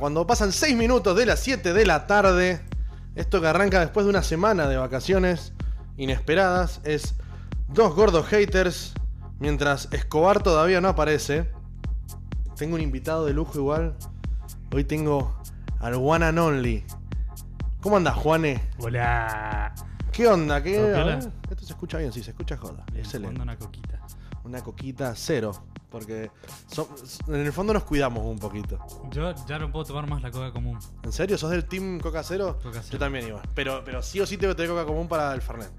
Cuando pasan 6 minutos de las 7 de la tarde, esto que arranca después de una semana de vacaciones inesperadas, es dos gordos haters, mientras Escobar todavía no aparece. Tengo un invitado de lujo igual. Hoy tengo al One and Only. ¿Cómo andas, Juane? Hola. ¿Qué onda? ¿Qué? ¿Todo a ver, piola? esto se escucha bien, sí, se escucha joda. Bien, Excelente. tomando una coquita. Una coquita cero. Porque so- en el fondo nos cuidamos un poquito. Yo ya no puedo tomar más la coca común. ¿En serio? ¿Sos del team Coca Cero? Coca Cero. Yo también iba. Pero, pero sí o sí tengo que tener Coca común para el Fernet.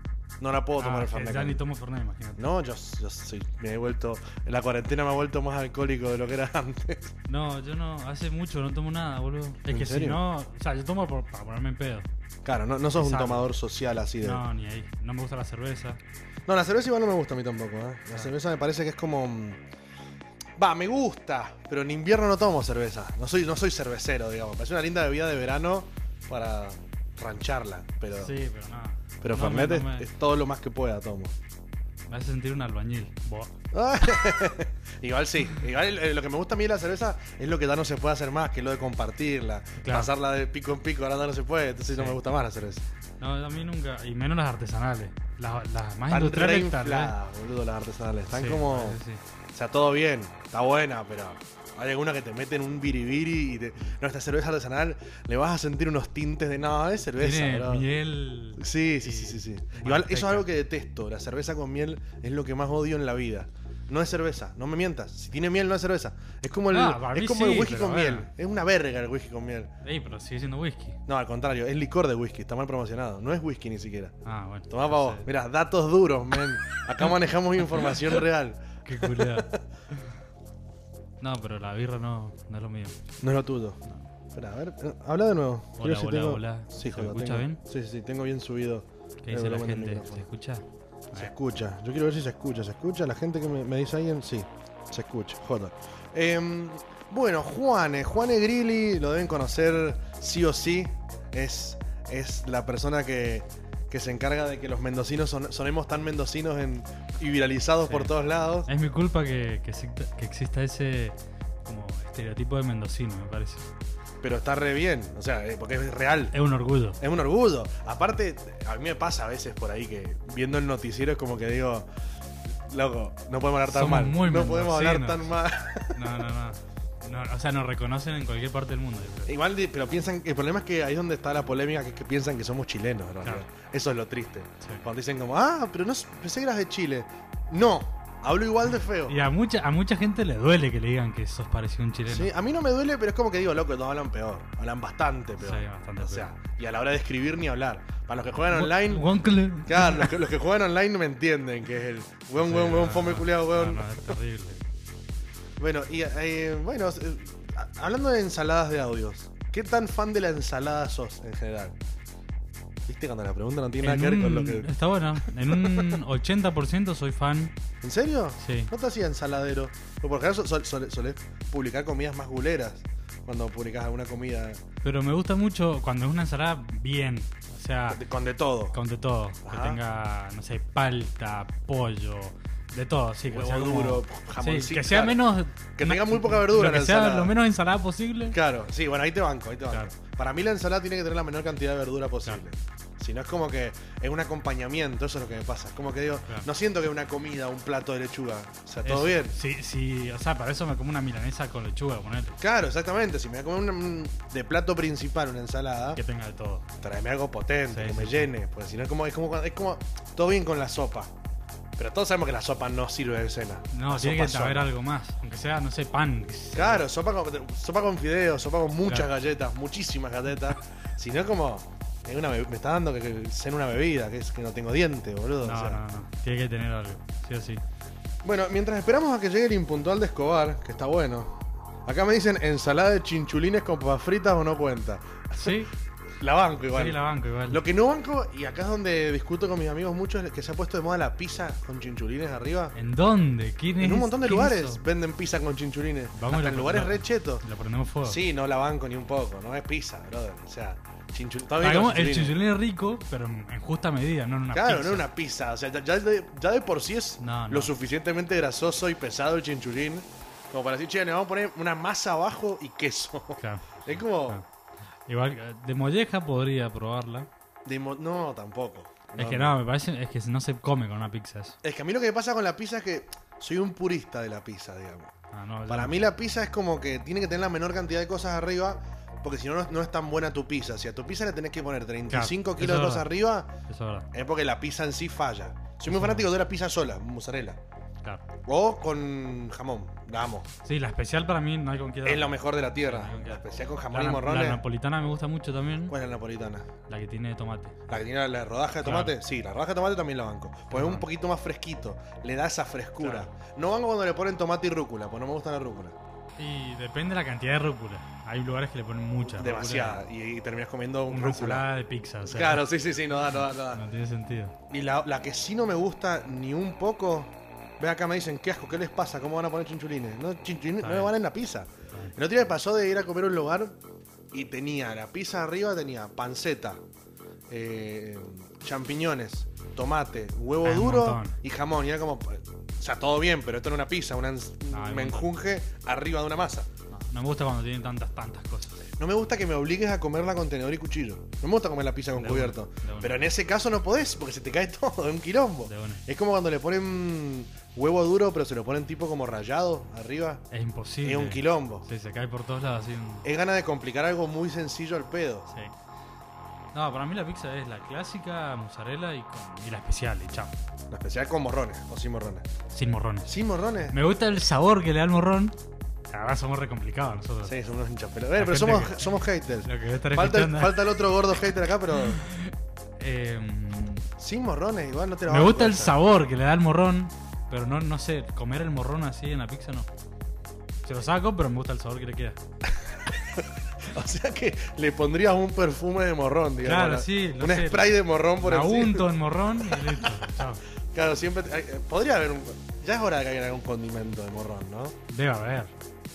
No la puedo tomar Ah, el que Fernet. ya con- ni tomo Fernet, imagínate. No, yo, yo soy- me he vuelto. En la cuarentena me he vuelto más alcohólico de lo que era antes. No, yo no, hace mucho no tomo nada, boludo. Es ¿En que si serio? no, o sea, yo tomo por- para ponerme en pedo. Claro, no, no sos Exacto. un tomador social así de. No. No, ni ahí. No me gusta la cerveza. la cerveza igual no me gusta a mí tampoco. ¿eh? La cerveza me parece que es como. mm, Va, me gusta, pero en invierno no tomo cerveza. No soy, no soy cervecero, digamos. Parece una linda bebida de verano para rancharla. Pero, Sí, pero nada. pero No me- Fernet es- no me- es todo lo más que pueda tomo. me hace sentir un albañil. Buah. igual sí, igual eh, lo que me gusta a mí de la cerveza es lo que ya no se puede hacer más, que es lo de compartirla, Claro. pasarla de pico en pico, ahora ya no se puede, entonces no Sí. Ah, me gusta más la cerveza. No, a mí nunca. Y menos las artesanales. Las, las más Están industriales tal vez. reinfladas, boludo, las artesanales, están ¿eh? Sí, como, parece, sí. o sea, todo bien, está buena, pero hay alguna que te meten un biribiri y te, no, esta cerveza artesanal le vas a sentir unos tintes de no, es cerveza, Tiene bro. miel. Sí, sí, y sí, sí, sí. Igual eso es algo que detesto. La cerveza con miel es lo que más odio en la vida. No es cerveza, no me mientas. Si tiene miel, no es cerveza. Es como el, Ah, para es mí como el sí, whisky pero con bueno. miel. Es una verga el whisky con miel. manteca. Ey, pero sigue siendo whisky. No, al contrario, es licor de whisky, está mal promocionado. No es whisky ni siquiera. Ah, bueno. Tomá pa' vos. Mirá, datos duros, men. Acá manejamos información real. Qué culiado. no, pero la birra no, no es lo mío. No es lo tuyo. Espera, a ver, eh, habla de nuevo. Hola, Quiero ver hola, hola. Sí, ¿Se joder, escucha tengo- bien? Sí, sí, sí, tengo bien subido. ¿Qué el dice la volumen del gente? micrófono. ¿Se escucha? Se escucha. Yo quiero ver si se escucha. ¿Se escucha? La gente que me, me dice alguien, sí. Se escucha. Joder. Em, bueno, Juane. Juane Grilli lo deben conocer sí o sí. Es, es la persona que, que se encarga de que los mendocinos son- sonemos tan mendocinos en- y viralizados Sí. por todos lados. Es mi culpa que, que, exista, que exista ese como estereotipo de mendocino, me parece. Pero está re bien. O sea, eh, porque es real. Es un orgullo. Es un orgullo. Aparte, a mí me pasa a veces por ahí que viendo el noticiero es como que digo, loco, no podemos hablar tan Somos mal. muy no podemos hablar tan mendocinos. mal. No, no, no. No, o sea, nos reconocen en cualquier parte del mundo. yo creo. Igual, de- pero piensan que el problema es que ahí es donde está la polémica, que, es que piensan que somos chilenos, en realidad. Eso es lo triste. Sí. Cuando dicen como, ah, pero no, s- pensé que eras de Chile. No, hablo igual de feo. Y a mucha, a mucha gente le duele que le digan que sos parecido a un chileno. Sí, a mí no me duele, pero es como que digo, loco, todos hablan peor. Hablan bastante peor. Sí, bastante o sea, y a la hora de escribir ni hablar. Para los que juegan Wo- online, Wonkle. claro, los que, los que juegan online me entienden que es el weón, Sí, weón, no, weón, fome no, culiado, weón. no, no, es terrible. Bueno, y eh, bueno, eh, a- hablando de ensaladas de audios, ¿qué tan fan de la ensalada sos en general? Viste cuando la pregunta no tiene nada En que ver con lo un- que. Está bueno. En un 80% soy fan. ¿En serio? Sí. No te hacía ensaladero. Porque por ejemplo solés publicar comidas más guleras cuando publicás alguna comida Pero me gusta mucho cuando es una ensalada bien. O sea, de- con de todo. Ah. con de todo. Ajá. Que tenga, no sé, palta, pollo, de todo. Sí, que Huevo sea como- duro, Sí, jamoncito, que sea claro. menos. Que no- tenga muy poca verdura lo Que la sea ensalada. lo menos ensalada posible. Claro, sí, bueno, ahí te banco, ahí te banco. Claro. Para mí la ensalada tiene que tener la menor cantidad de verdura posible. Si no es como que es un acompañamiento, eso es lo que me pasa. Es como que digo, Claro. no siento que una comida, un plato de lechuga. O sea, todo Eso. bien. Sí, sí, o sea, para eso me como una milanesa con lechuga, ponele. Claro, exactamente. Si me voy a comer una- de plato principal una ensalada, Que tenga de todo. tráeme algo potente, Sí, que sí, me sí. llene. Porque si no, es como, es, como, cuando- es como todo bien con la sopa. Pero todos sabemos que la sopa no sirve de cena. No, La tiene sopa que haber sola. algo más. Aunque sea, no sé, pan. Claro, sopa con, sopa con fideos, sopa con muchas Claro. galletas, muchísimas galletas. si no, es como. es una be- me está dando que, que cena una bebida, que es que no tengo diente, boludo. No, o sea. no, no. Tiene que tener algo. Sí o sí. Bueno, mientras esperamos a que llegue el impuntual de Escobar, que está bueno. Acá me dicen ensalada de chinchulines con papas fritas o no cuenta. Sí, La banco igual. sí, la banco igual. Lo que no banco, y acá es donde discuto con mis amigos muchos, es que se ha puesto de moda la pizza con chinchulines arriba. ¿En dónde? ¿Quién En es- un montón de quién lugares hizo? venden pizza con chinchulines. Vamos y Hasta lo en lugares compramos. re chetos. Lo prendemos fuego. Sí, no la banco ni un poco, no es pizza, brother. O sea, chinchul- está bien con Hagamos el chinchulines. chinchulín rico, pero en en justa medida, no en una Claro, pizza. no es una pizza. O sea, ya, ya de, ya de por sí es No, no. lo suficientemente grasoso y pesado el chinchulín. Como para decir, che, le vamos a poner una masa abajo y queso. Claro. Es como. Igual, eh, de molleja podría probarla. de mo- no, tampoco. es que no, me parece, es que no se come con una pizza eso. Es que a mí lo que me pasa con la pizza es que soy un purista de la pizza, digamos. Ah, no, Para yo- mí la pizza es como que tiene que tener la menor cantidad de cosas arriba, porque si no, no, es- no es tan buena tu pizza. Si a tu pizza le tenés que poner 35 Claro, kilos de eso es cosas arriba, Eso es verdad, es porque la pizza en sí falla. Soy muy Eso fanático de la pizza sola, mozzarella. claro. O con jamón, la amo. Sí, la especial para mí no hay con qué Es darle. lo mejor de la tierra. Claro. La especial con La, jamón y na- la morrones. napolitana me gusta mucho también. ¿Cuál es la napolitana? La que tiene tomate. ¿La que tiene la rodaja de Claro. tomate? Sí, la rodaja de tomate también la banco. Pues es un Ajá. poquito más fresquito. Le da esa frescura. No banco cuando le ponen tomate y rúcula, pues no me gusta la rúcula. Y depende de la cantidad de rúcula. Hay lugares que le ponen mucha. rúcula. Demasiada. Y, y terminas comiendo un Una rúcula. ensalada de pizza. o sea, Claro, sí, sí, sí, no da, no da, no da. No tiene sentido. Y la, la que sí no me gusta ni un poco. Ve acá, me dicen, qué asco, ¿qué les pasa? ¿Cómo van a poner chinchulines? No, chinchulines Está no le bien. van en la pizza. El otro día me pasó de ir a comer a un lugar y tenía la pizza arriba, tenía panceta, eh, champiñones, tomate, huevo Ah, un duro montón. y jamón. Y era como, o sea, todo bien, pero esto no es una pizza, una, ens- Ah, un un menjunje arriba de una masa. No, no me gusta cuando tienen tantas, tantas cosas. No me gusta que me obligues a comerla con tenedor y cuchillo. No me gusta comer la pizza con De una, cubierto. de una. Pero en ese caso no podés, porque se te cae todo, es un quilombo. De una. Es como cuando le ponen huevo duro, pero se lo ponen tipo como rayado arriba. Es imposible. Es un quilombo. Sí, se cae por todos lados así. un- Es ganas de complicar algo muy sencillo al pedo. Sí. No, para mí la pizza es la clásica, mozzarella y, con- y la especial, y chao. La especial con morrones o sin morrones. Sin morrones. ¿Sin morrones? Me gusta el sabor que le da el morrón. La verdad somos re complicados nosotros. Sí, son unos hinchas pelotas. Bueno, La pero gente somos, que- somos haters. Lo que voy a estar Falta el, escuchando- falta el otro gordo hater acá, pero Eh, sin morrones, igual no te la me banco gusta el esa. sabor que le da el morrón, pero no, no sé, comer el morrón así en la pizza no. Se lo saco, pero me gusta el sabor que le queda. O sea que le pondrías un perfume de morrón, digamos. Claro, ¿no? sí, lo Un sé. spray de morrón por Me encima. unto en morrón y listo. chao. Claro, siempre. hay- eh, podría haber un. Ya es hora de que haya algún condimento de morrón, ¿no? Debe haber.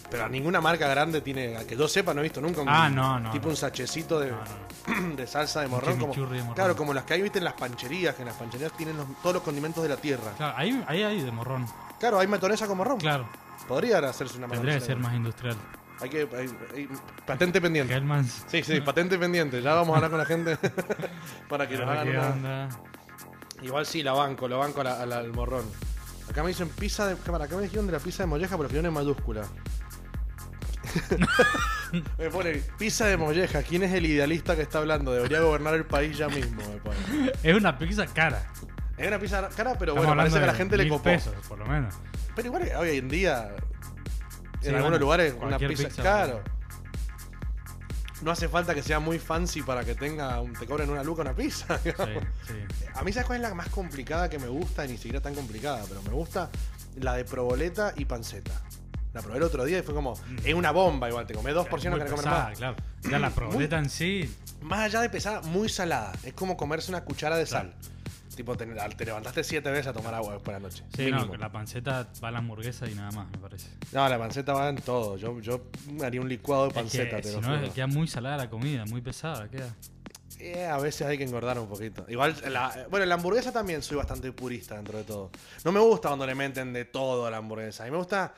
Pero ninguna marca grande tiene. a que yo sepa, no he visto nunca un. Ah, no, no, Tipo no. un sachecito de, No, no, no. de salsa de morrón, como, chimichurri de morrón. Claro, como las que hay, viste, en las pancherías, que en las pancherías tienen los- todos los condimentos de la tierra. Claro, ahí, ahí hay de morrón. Claro, hay matonesa con morrón. Claro, Podría hacerse una tendría que matonesa. ser más industrial. Hay que. hay- hay- patente pendiente. Hellmans. Sí, sí, patente pendiente. Ya vamos a hablar con la gente para que nos hagan Ah, ¿Qué una- onda? Igual sí, la banco, la banco a la- a la- al morrón. Acá me dicen pizza de. Cámara, acá me dijeron de la pizza de molleja, pero escribieron en mayúscula. me pone pizza de molleja. ¿Quién es el idealista que está hablando? Debería gobernar el país ya mismo, me pone. Es una pizza cara. Es una pizza cara, pero Estamos bueno, hablando parece que a la de gente le mil copó. pesos, por lo menos. Pero igual hoy en día, en Sí, algunos bueno, lugares, una cualquier pizza es pizza, caro. No hace falta que sea muy fancy para que tenga un- te cobren una luca una pizza. Sí, digamos. sí. A mí, ¿sabes cuál es la más complicada que me gusta? Ni siquiera tan complicada, pero me gusta la de proboleta y panceta. La probé el otro día y fue como, es una bomba igual, te comés dos porciones que Mm. no Muy comer pesada, más. claro. Ya la proboleta en sí. Más allá de pesada, muy salada. Es como comerse una cuchara de sal. Tipo, te, te levantaste siete veces a tomar agua después de la noche. Sí, mínimo. no, que la panceta va a la hamburguesa y nada más, me parece. Es No, la panceta va en todo. Yo, yo haría un licuado de que panceta, te si lo no, juro. queda muy salada la comida, muy pesada queda. Eh, a veces hay que engordar un poquito. Igual, la, bueno, la hamburguesa también soy bastante purista dentro de todo. No me gusta cuando le meten de todo a la hamburguesa. A mí me gusta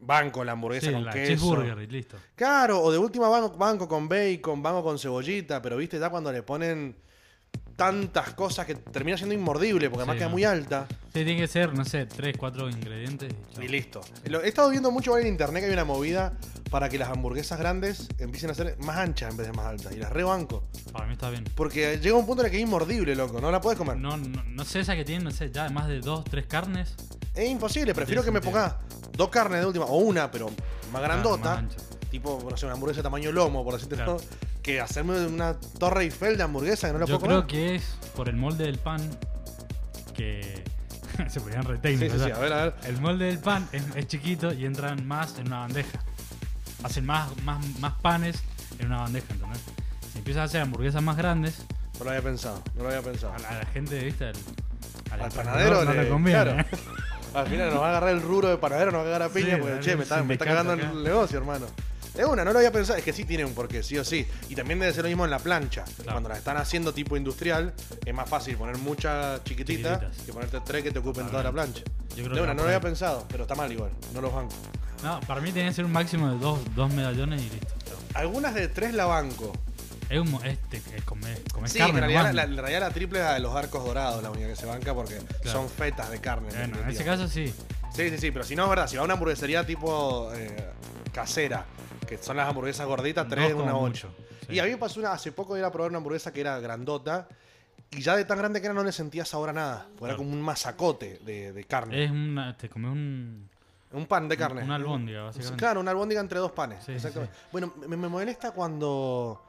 banco la hamburguesa Sí, con la cheeseburger queso. y listo. Claro, o de última banco, banco con bacon, banco con cebollita, pero viste, ya cuando le ponen tantas cosas que termina siendo inmordible porque además Sí, queda no. muy alta. Sí, tiene que ser, no sé, 3, 4 ingredientes. y chao. Y listo. Lo- He estado viendo mucho en internet que hay una movida para que las hamburguesas grandes empiecen a ser más anchas en vez de más altas. Y las rebanco. Para mí está bien. Porque llega un punto en el que es inmordible, loco. No la puedes comer. No, no, no sé, esa que tienen, no sé, ya más de 2, 3 carnes. Es imposible. Prefiero que me sentido. pongas dos carnes de última. O una, pero más grandota. más ancha. tipo, no sé, una hamburguesa tamaño lomo, por decirte Ah, Claro. todo, Que hacerme una torre Eiffel de hamburguesa que no la Yo puedo creo comer. que es por el molde del pan que se ponían re Sí, técnicos, sí, sí. ya. A ver, a ver. El molde del pan es, es chiquito y entran más en una bandeja. Hacen más, más, más panes en una bandeja, ¿entendés? Si empiezas a hacer hamburguesas más grandes, No lo había pensado. No lo había pensado. a la, a la gente, ¿viste? Al, al Al emprendedor panadero no le- le conviene. claro. ¿eh? Al final nos va a agarrar el rubro de panadero, nos va a agarrar a piña, Sí, porque dale, che, me está, sí, me está me cagando encanta el acá. negocio, hermano. Es una, no lo había pensado, es que sí tiene un porqué, sí o sí. Y también debe ser lo mismo en la plancha. Cuando la están haciendo tipo industrial, es más fácil poner muchas chiquititas Chiquititas. que ponerte tres que te ocupen toda la plancha. Yo creo de que una, va no lo por había ahí. pensado, pero está mal igual, no los banco. No, para mí tiene que ser un máximo de dos, dos medallones y listo. algunas de tres la banco. Es un. Este, es comer, comer Sí, carne. en, realidad, nomás. la, la- en realidad la triple es la de los arcos dorados, la única que se banca porque son fetas de carne. Bueno, en ese definitiva. caso sí. Sí, sí, sí, pero si no es verdad, si va a una hamburguesería tipo eh, casera, que son las hamburguesas gorditas, tres, Dos como una ocho. mucho, sí. Y a mí me pasó una, hace poco ir a probar una hamburguesa que era grandota y ya de tan grande que era no le sentías sabor a nada, porque era Claro. como un masacote de, de carne. Es una. Te comes un. un pan de carne. Una albóndiga, Sí, básicamente. Claro, una albóndiga entre dos panes. Sí, exactamente. Bueno, me, me molesta cuando,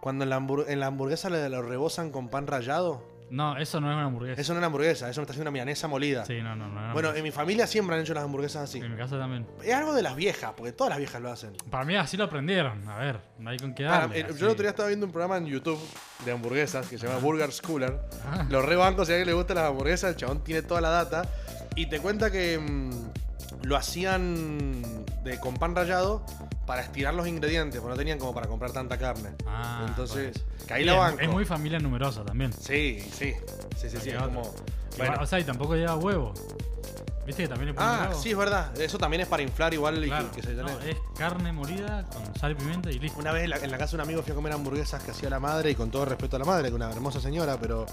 cuando en, la hambur- en la hamburguesa le lo rebosan con pan rallado. No, eso no es una hamburguesa. Eso no es una hamburguesa, eso me está haciendo una milanesa molida. Sí, no, no, no. no. bueno, eh, en mi familia siempre han hecho las hamburguesas así. en mi casa también. Es algo de las viejas, porque todas las viejas lo hacen. Para mí así lo aprendieron. A ver, no hay con qué Ah, darle. eh, así. yo el otro día estaba viendo un programa en YouTube de hamburguesas que se llama Burger Schooler. Ah. Los rebancos, si a alguien le gustan las hamburguesas, el chabón tiene toda la data. Y te cuenta que mm, lo hacían de, con pan rallado para estirar los ingredientes, porque no tenían como para comprar tanta carne. Ah, Entonces, pues. que ahí Y la es- banco. Es muy familia numerosa también. Sí, sí. Sí, sí, sí. Hay es otra. como- Y bueno. va- O sea, y tampoco lleva huevo. ¿Viste que también le ponen Ah, huevo? sí, es verdad. Eso también es para inflar igual y Claro. que se No, es carne molida con sal y pimienta y listo. Una vez en la, en la casa de un amigo fui a comer hamburguesas que hacía la madre, y con todo respeto a la madre, que una hermosa señora, pero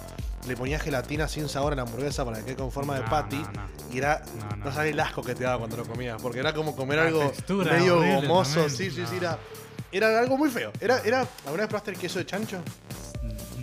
le ponía gelatina sin sabor a la hamburguesa para que quede con forma de No, patty. no, no. Y era. No, No, no. sabes el asco que te daba cuando lo comías, porque era como comer La algo textura medio horrible gomoso. también, Sí, sí, sí, no. era. Era algo muy feo. Era, era, ¿Alguna vez probaste el queso de chancho?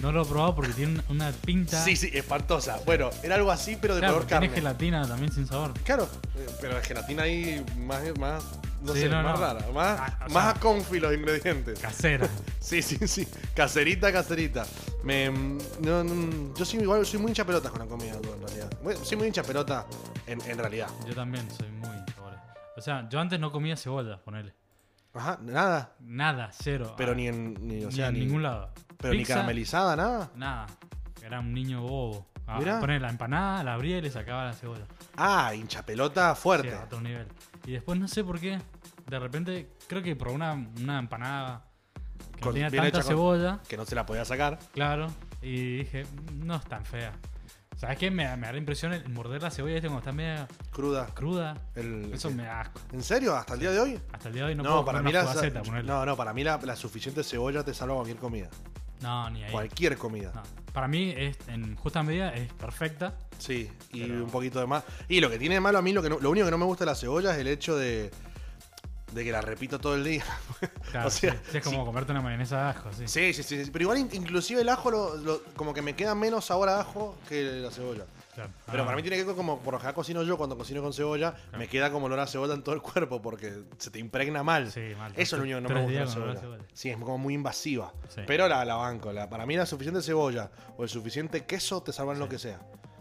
No lo he probado porque tiene una pinta. Sí, sí, espantosa. Bueno, era algo así, pero de Claro, color porque tiene carne. gelatina también sin sabor. Claro, eh, pero la gelatina ahí más, más no Sí, sé, no, más no. rara, más, Ah, o más sea- confi los ingredientes. Casera. Sí, sí, sí, caserita, caserita. Me, mm, no, no, yo soy igual, soy muy hincha pelotas con la comida, tú, en realidad. Bueno, Soy muy hincha pelota, en, en realidad. yo también soy muy cebola. O sea, yo antes no comía cebolla, ponele. Ajá, nada, Nada, cero. pero Ah, ni en, ni, o ni sea, en ni- ningún lado. pero ni Pizza, caramelizada, nada. Nada. Era un niño bobo. Ah, Mirá. ponele la empanada, la abría y le sacaba la cebolla. Ah, hincha pelota Sí, fuerte. a otro nivel. Y después no sé por qué, de repente, creo que probé una, una empanada que Con- no tenía bien tanta hecha con- cebolla, Que no se la podía sacar. claro, y dije, no es tan fea. ¿Sabes qué? Me, me da la impresión el morder la cebolla, ¿viste? Cuando está media Cruda. cruda. El- Eso me da asco. ¿En serio? ¿Hasta el día de hoy? Hasta el día de hoy no, No, puedo para comer mí una la, fugaceta, ponele. no, no, para mí la, la suficiente cebolla te salva cualquier comida. No, ni ahí. Cualquier comida. No. Para mí, es, en justa medida, es perfecta. Sí, y Pero- un poquito de más. Y lo que tiene de malo a mí, lo, que no- lo único que no me gusta de la cebolla es el hecho de, de que la repito todo el día. Claro, O sea, sí. Sí, es como comerte una mayonesa de ajo, sí. sí, sí, sí, sí, Pero igual in- inclusive el ajo lo- lo- como que me queda menos sabor a ajo que la cebolla. Claro. Pero Ah, para mí tiene que ver como por acá cocino yo cuando cocino con cebolla, me queda como olor a cebolla en todo el cuerpo porque se te impregna mal. Sí, mal. Eso es lo único que no me Tres gusta de la días con olor cebolla. a cebolla. Sí, es como muy invasiva. Sí. Pero la, la banco. la- para mí la suficiente cebolla o el suficiente queso te salvan lo que sea.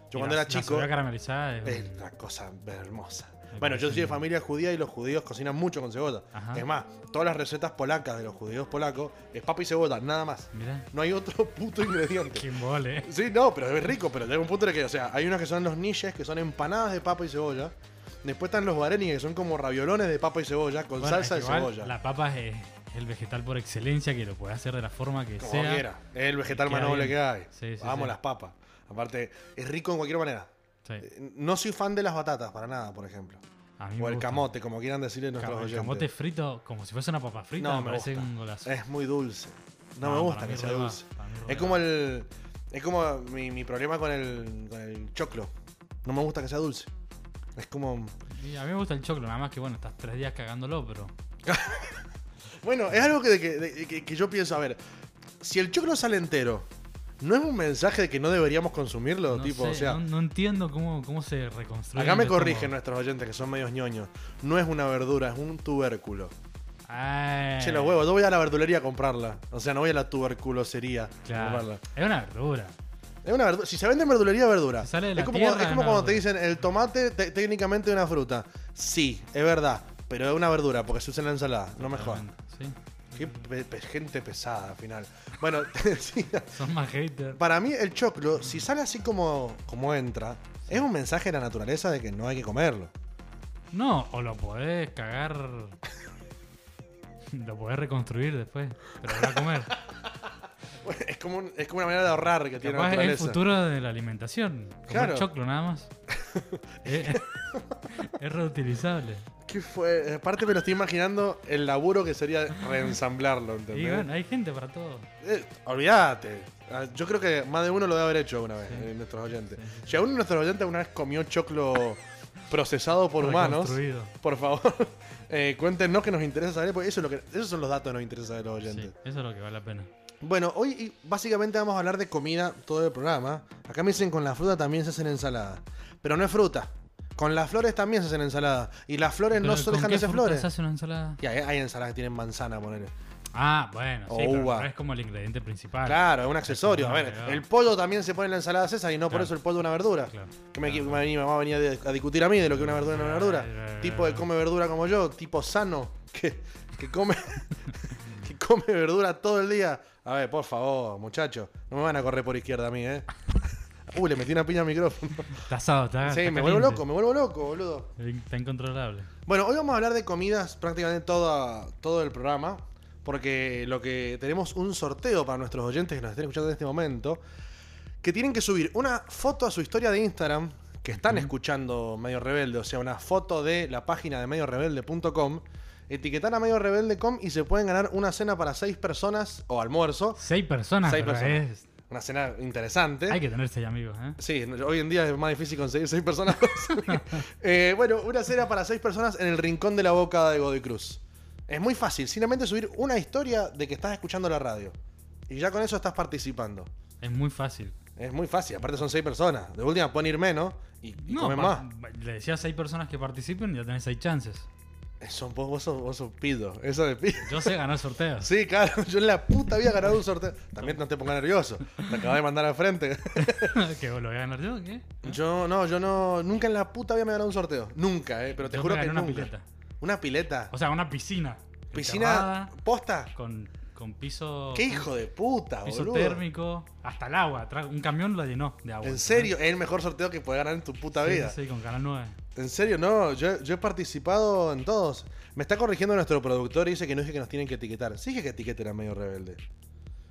Yo Y cuando la- era chico... La cebolla caramelizada es- Es una cosa hermosa. Me Bueno, yo parece soy de bien. familia judía y los judíos cocinan mucho con cebolla. Ajá. Es más, todas las recetas polacas de los judíos polacos es papa y cebolla, nada más. Mirá. No hay otro puto ingrediente. Qué embole, eh. Sí, no, pero es rico, pero llega un punto en el que, o sea, hay unos que son los niches, que son empanadas de papa y cebolla. Después están los vareni, que son como raviolones de papa y cebolla, con Bueno, salsa es de que igual cebolla. La papa es es el vegetal por excelencia que lo puede hacer de la forma que Como sea. quiera. Es el vegetal más queda noble bien. que hay. Sí, sí, Vamos sí. las papas. Aparte, es rico en cualquier manera. Sí, Eh, No soy fan de las batatas, para nada, por ejemplo. a mí O me el gusta. camote, como quieran decirle Ca- nuestros el oyentes. camote frito, como si fuese una papa frita, No, me, me parece gusta. un golazo. Es muy dulce. No, No, me para gusta mí que sea re va, dulce. para mí re Es va. como el. Es como mi, mi problema con el, con el choclo. No me gusta que sea dulce. Es como. Y a mí me gusta el choclo, nada más que bueno, estás tres días cagándolo, pero. Bueno, es algo que, de que- de que- que yo pienso. A ver, si el choclo sale entero, ¿no es un mensaje de que no deberíamos consumirlo? No, tipo, sé, o sea. no, no entiendo cómo, cómo se reconstruye. Acá me corrigen nuestros oyentes que son medios ñoños. No es una verdura, es un tubérculo. Che, Eh. los huevos, yo voy a la verdulería a comprarla. O sea, no voy a la tuberculosería a comprarla. Es una verdura. Es una verdura. Si se vende en verdulería, es verdura. Si sale de es la como, cuando- tierra, es como es cuando una te dicen el tomate te- técnicamente es una fruta. Sí, es verdad. Pero es una verdura porque se usa en la ensalada. No me jodan. Sí. Qué pe- pe- gente pesada al final. Bueno, sí, Son más haters. para mí el choclo, si sale así como, como entra, es un mensaje de la naturaleza de que no hay que comerlo. No, o lo podés cagar. Lo podés reconstruir después, pero lo vas a comer. Bueno, Es como, un- es como una manera de ahorrar que tiene la Capaz es el naturaleza. futuro de la alimentación. Comer Claro. choclo nada más. es, es Eh, reutilizable. ¿Qué fue? Aparte me lo estoy imaginando el laburo que sería reensamblarlo, ¿entendés? Y bueno, hay gente para todo. Eh, olvídate. Ah, Yo creo que más de uno lo debe haber hecho alguna vez, eh, nuestros oyentes. Si alguno de nuestros oyentes alguna vez comió choclo procesado por humanos, Reconstruido. por favor, eh, cuéntenos que nos interesa saber, porque eso es lo que, esos son los datos que nos interesa de los Sí, oyentes. eso es lo que vale la pena. Bueno, hoy y- básicamente vamos a hablar de comida todo el programa. Acá me dicen con la fruta también se hacen ensaladas. Pero no es fruta. Con las flores también se hacen ensaladas. Y las flores no Pero, se ¿con dejan qué de ser fruta flores. se hace una ensalada? Y hay, hay ensaladas que tienen manzana, ponele. Ah, bueno, sí, O pero uva. no es como el ingrediente principal. Claro, es un accesorio. A ver, claro. el pollo también se pone en la ensalada César y no por Claro. eso el pollo es una verdura. Claro. Que me, me- mi mamá venía de- a discutir a mí de lo que una verdura es una verdura. Claro. Tipo que come verdura como yo, tipo sano, que, que come que come verdura todo el día. A ver, por favor, muchachos, no me van a correr por izquierda a mí, ¿eh? Uy, le metí una piña al micrófono. Está asado, está. sí, Ah, está me vuelvo caliente. loco, me vuelvo loco, boludo. Está incontrolable. Bueno, hoy vamos a hablar de comidas prácticamente toda, todo el programa, porque lo que tenemos un sorteo para nuestros oyentes que nos estén escuchando en este momento, que tienen que subir una foto a su historia de Instagram, que están escuchando Medio Rebelde, o sea, una foto de la página de mediorebelde.com, etiquetar a Medio Rebelde.com y se pueden ganar una cena para seis personas o almuerzo, Seis personas. Seis pero personas. es- una cena interesante. Hay que tener seis amigos, ¿eh? Sí, no- hoy en día es más difícil conseguir seis personas. Eh, bueno, una cena para seis personas en el rincón de la boca de Godoy Cruz. Es muy fácil, simplemente subir una historia de que estás escuchando la radio. Y ya con eso estás participando. Es muy fácil. Es muy fácil, aparte son seis personas. De última pueden ir menos y, y comen pa- más. le decía a seis personas que participen y ya tenés seis chances. Eh, Son, vos, vos sos, vos sos pido, eso de pido. Yo sé ganar sorteos. Sí, claro, yo en la puta había ganado un sorteo. También no te pongas nervioso, te acabas de mandar al frente. ¿Que vos lo voy a ganar yo? ¿Qué? Yo no, yo no, nunca en la puta había ganado un sorteo. Nunca, eh, pero te Yo me juro que gané una nunca. pileta. Una pileta. O sea, una piscina. Piscina Enterrada, posta. con, con piso. Qué hijo de puta, Piso boludo. térmico. Hasta el agua. tra- Un camión lo llenó de agua. En serio, es el mejor sorteo que puedes ganar en tu puta Sí, vida. sí, con Canal 9. En serio, no, yo, yo he participado en todos. Me está corrigiendo nuestro productor y dice que no dije que nos tienen que etiquetar. Sí dije que etiqueten a Medio Rebelde.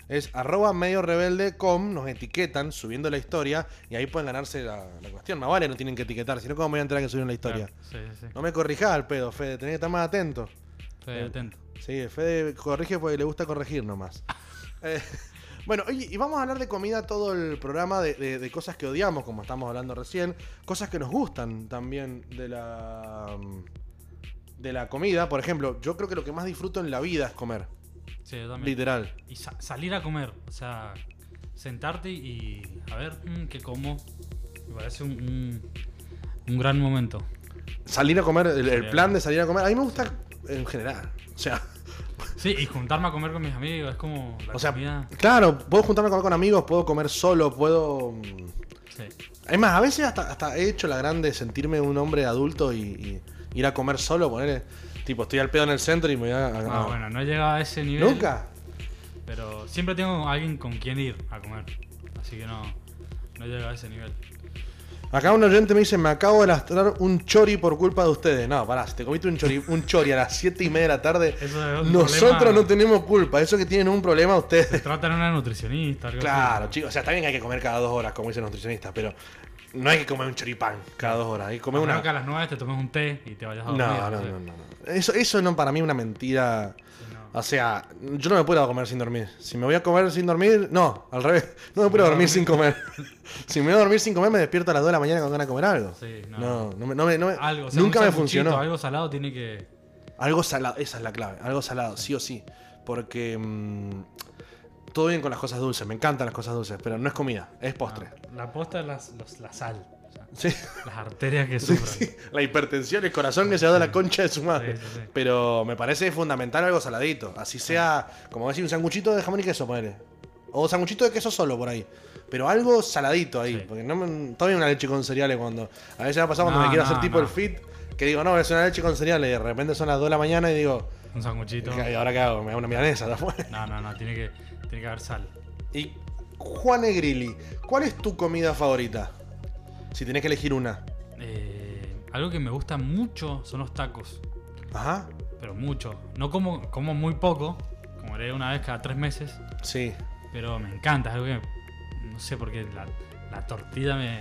Es arroba medio rebelde.com, nos etiquetan subiendo la historia y ahí pueden ganarse la, la cuestión. Más vale, no tienen que etiquetar, sino como me voy a enterar que subieron la historia. Claro, sí, sí, sí. No eh, me corrijas al pedo, Fede, tenés que estar más atento. Estoy atento. Sí, Fede corrige porque le gusta corregir nomás. Eh, bueno, oye, y vamos a hablar de comida todo el programa, de, de- de cosas que odiamos, como estamos hablando recién, cosas que nos gustan también de la mm, de la comida. Por ejemplo, yo creo que lo que más disfruto en la vida es comer, Sí, yo también. literal. Y sa- salir a comer. O sea, sentarte y a ver mm, qué como. Me parece un, un, un gran momento. Salir a comer, el, el Sí. plan de salir a comer, a mí me gusta en general. O sea, Sí, y juntarme a comer con mis amigos es como la o sea comida. claro, puedo juntarme a comer con amigos, puedo comer solo, puedo... mm, Sí. Es más, a veces hasta, hasta he hecho la grande sentirme un hombre adulto y, y ir a comer solo, poner tipo, estoy al pedo en el centro y me voy a. a- Ah, a- bueno, no he llegado a ese nivel. Nunca. Pero siempre tengo alguien con quien ir a comer. Así que no, no he llegado a ese nivel. Acá un oyente me dice, me acabo de lastrar un chori por culpa de ustedes. No, pará, si te comiste un chori, un chori a las 7 y media de la tarde, Eso es un nosotros problema. no tenemos culpa. Eso que tienen un problema ustedes. Se trata de una nutricionista. Algo Claro, así. chicos. O sea, está bien que hay que comer cada dos horas, como dicen los nutricionistas, pero no hay que comer un choripán cada dos horas. Hay que comer A una. menos que a las 9 te tomes un té y te vayas a No, dormir. no, no, sí. no, no. Eso, eso no, para mí es una mentira. Sí, no. O sea, yo no me puedo comer sin dormir. Si me voy a comer sin dormir, no, al revés. No me puedo dormir sin comer. si me voy a dormir sin comer, me despierto a las 2 de la mañana con ganas de comer algo. Sí, no. no. no me- no me- no me- Algo, o sea, nunca un me sanguchito, funcionó. Algo... Algo salado tiene que. salado, esa es la clave. Algo salado, sí o sí. Porque mm, todo bien con las cosas dulces, me encantan las cosas dulces, pero no es comida, es postre. La posta es las- los- la sal. o sea, Sí. las arterias que sufren. La hipertensión, el corazón que se da la concha de su madre. Sí, sí, sí. Pero me parece fundamental algo saladito. Así sea, como decir, un sanguchito de jamón y queso, ponele. O sanguchito de queso solo por ahí. Pero algo saladito ahí. Sí. Porque no me, todavía una leche con cereales cuando. A veces me ha pasado cuando No, me quiero no, hacer tipo no. el fit. Que digo, no, es una leche con cereales. Y de repente son las 2 de la mañana y digo, Un sanguchito. "¿Y ahora qué hago? Me hago una milanesa de afuera. No, no, no, tiene que, tiene que haber sal. Y Juan Egrilli, ¿cuál es tu comida favorita? Si tenés que elegir una. Eh, algo que me gusta mucho son los tacos. Ajá. Pero mucho. No como, como muy poco. Comeré una vez cada tres meses. Sí. Pero me encanta. Es algo que. No sé por qué. La, la tortilla me.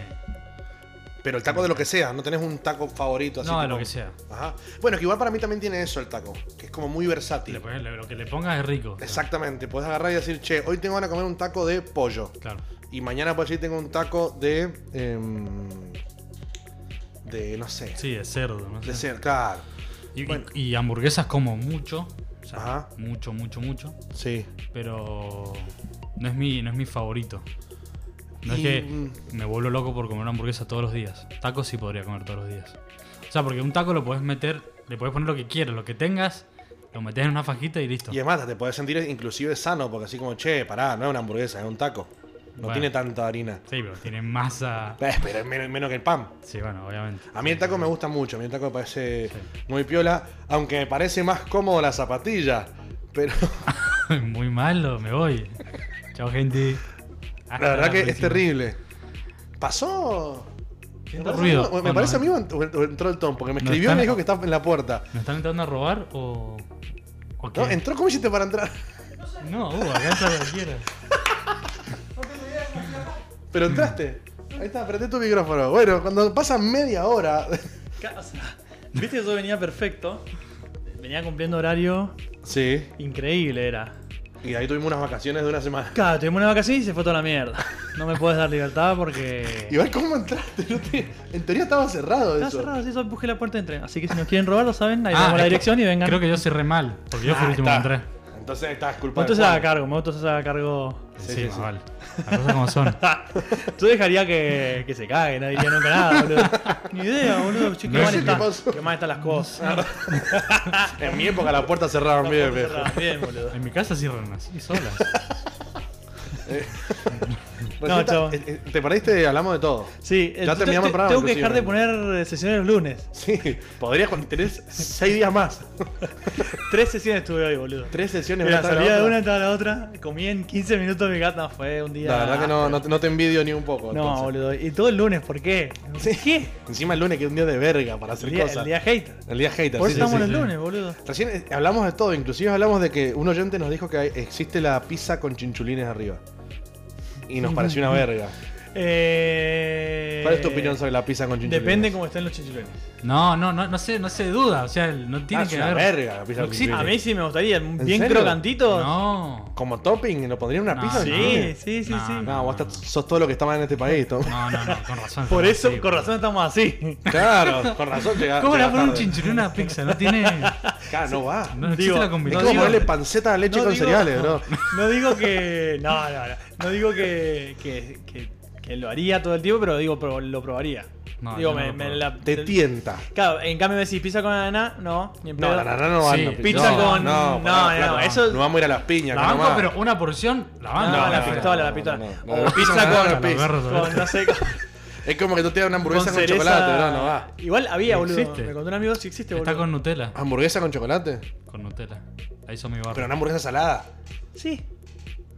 Pero el taco de lo que sea, no tenés un taco favorito así. No, de tipo- lo que sea. Ajá. Bueno, que igual para mí también tiene eso el taco, que es como muy versátil. Le pones- le- lo que le pongas es rico. Exactamente, podés agarrar y decir, che, hoy tengo ganas de comer un taco de pollo. Claro. Y mañana por allí tengo un taco de. em, de, no sé. Sí, de cerdo. ¿no? De ser, claro. Y, y- bueno. y hamburguesas como mucho. O sea, Ajá. mucho, mucho, mucho. Sí. Pero no es mi, no es mi favorito. No Y- mm. es que me vuelvo loco por comer una hamburguesa todos los días. Tacos sí podría comer todos los días. O sea, porque un taco lo podés meter, le podés poner lo que quieras, lo que tengas, lo metes en una fajita y listo. Y es más, te podés sentir inclusive sano, porque así como, che, pará, no es una hamburguesa, es un taco. No Bueno. tiene tanta harina. Sí, pero tiene masa. Eh, Pero es menos, menos que el pan. Sí, bueno, obviamente. A mí el taco me gusta mucho, a mí el taco me parece Sí. muy piola, aunque me parece más cómodo la zapatilla. Pero Muy malo, me voy. Chao, gente. la Hasta verdad que es próxima. terrible. Pasó. Siento Me parece- ruido. Me Oh, no, parece eh. a mí o ent- o entró el Tom, porque me No, escribió y está- me dijo que está en la puerta. ¿Nos están entrando a robar o.? o qué? ¿No? ¿Entró? ¿Cómo hiciste para entrar? No, uh, acá entra cualquiera. Pero entraste. Ahí está, apreté tu micrófono. Bueno, cuando pasa media hora. Ca- o sea, Viste que yo venía perfecto. Venía cumpliendo horario Sí. increíble, era. Y ahí tuvimos unas vacaciones de una semana. Claro, tuvimos una vacación y se fue toda la mierda. No me puedes dar libertad porque. Igual, ¿cómo entraste? No te- En teoría estaba cerrado Está eso. cerrado, sí, yo empujé la puerta y entré. Así que si nos quieren robar, lo saben, ahí Ah, damos la es que- dirección y vengan. Creo que yo cerré mal, porque yo fui Ah, el último que está. entré. Entonces estabas culpable. Moto se haga cargo, Moto se haga cargo. Ah, Sí, sí, más sí. vale. Las cosas como son. Yo dejaría que, que se cague, no diría nunca nada, boludo. Ni idea, boludo. Che, No qué, mal sé qué está- pasó. qué mal están las cosas. En mi época la puerta cerraron bien, Bien, viejo. bien, boludo. En mi casa cierran así, solas. Resulta- No, chavo. eh, eh, te perdiste, hablamos de todo. Sí, eh, Ya te- terminamos el te- programa, Tengo que dejar de inclusive. poner eh, sesiones los lunes. Sí, podrías cuando tenés seis días más. Tres sesiones tuve hoy, boludo. Tres sesiones. Mira, una tras la salía de otra. una, entraba la otra. Comí en 15 minutos mi gata. Fue un día. La verdad que no, no, te- no te envidio ni un poco. No, entonces. boludo. Y todo el lunes, ¿por qué? Sí. ¿Qué? Encima el lunes que es un día de verga para hacer El día, cosas. el día hater. El día hater. Por sí, eso sí, estamos sí. los sí. lunes, boludo. Recién eh, hablamos de todo, inclusive hablamos de que un oyente nos dijo que hay- existe la pizza con chinchulines arriba. Y nos pareció una verga. Eh, ¿Cuál es tu opinión sobre la pizza con chinchulines? Depende cómo estén los chinchulones. No, no, no, no sé, no se duda. O sea, el- no tiene Ah, es que una haber. verga la pizza no con existe. chinchulines. A mí sí me gustaría. Bien serio? crocantito. No. Como topping, ¿lo pondrían en una No, pizza? no. con Sí, chinchulines? sí, sí, No, sí. No, vos estás- sos todo lo que está mal en este país, Tom. No, no, no, con razón. Por estamos eso, así, con boludo. razón estamos así. Claro, con razón llega- ¿Cómo le va a llega poner tarde. un chinchulín a una pizza? No tiene. Claro, no va. No existe Digo, la es combinación. como digo- ponerle panceta de leche No con digo- cereales, bro. No digo que. No, no, no. No digo que, que, que- que lo haría todo el tiempo, pero digo, pro- lo probaría. No, yo digo, no me, lo me probo. la. Te tienta. Claro, en cambio me decís pizza con ananá, no, ni en No, pedo. la nana no va. Sí, no, pizza no, con- No, no, pará, no, flaco, no, eso- No vamos a ir a las piñas, La acá banco, nomás. pero una porción, la No, banco. Ah, la la pistola, la pistola. no, no, no. O No, no, pizza con. no, La agarro con- todavía. no sé, con, Es como que tú te das una hamburguesa con, cereza- chocolate, no, no va. Igual había, No boludo. existe. Me contó un amigo si existe, boludo. Está con Nutella. ¿Hamburguesa con chocolate? Con Nutella. La hizo mi Pero barra. una hamburguesa salada. Sí.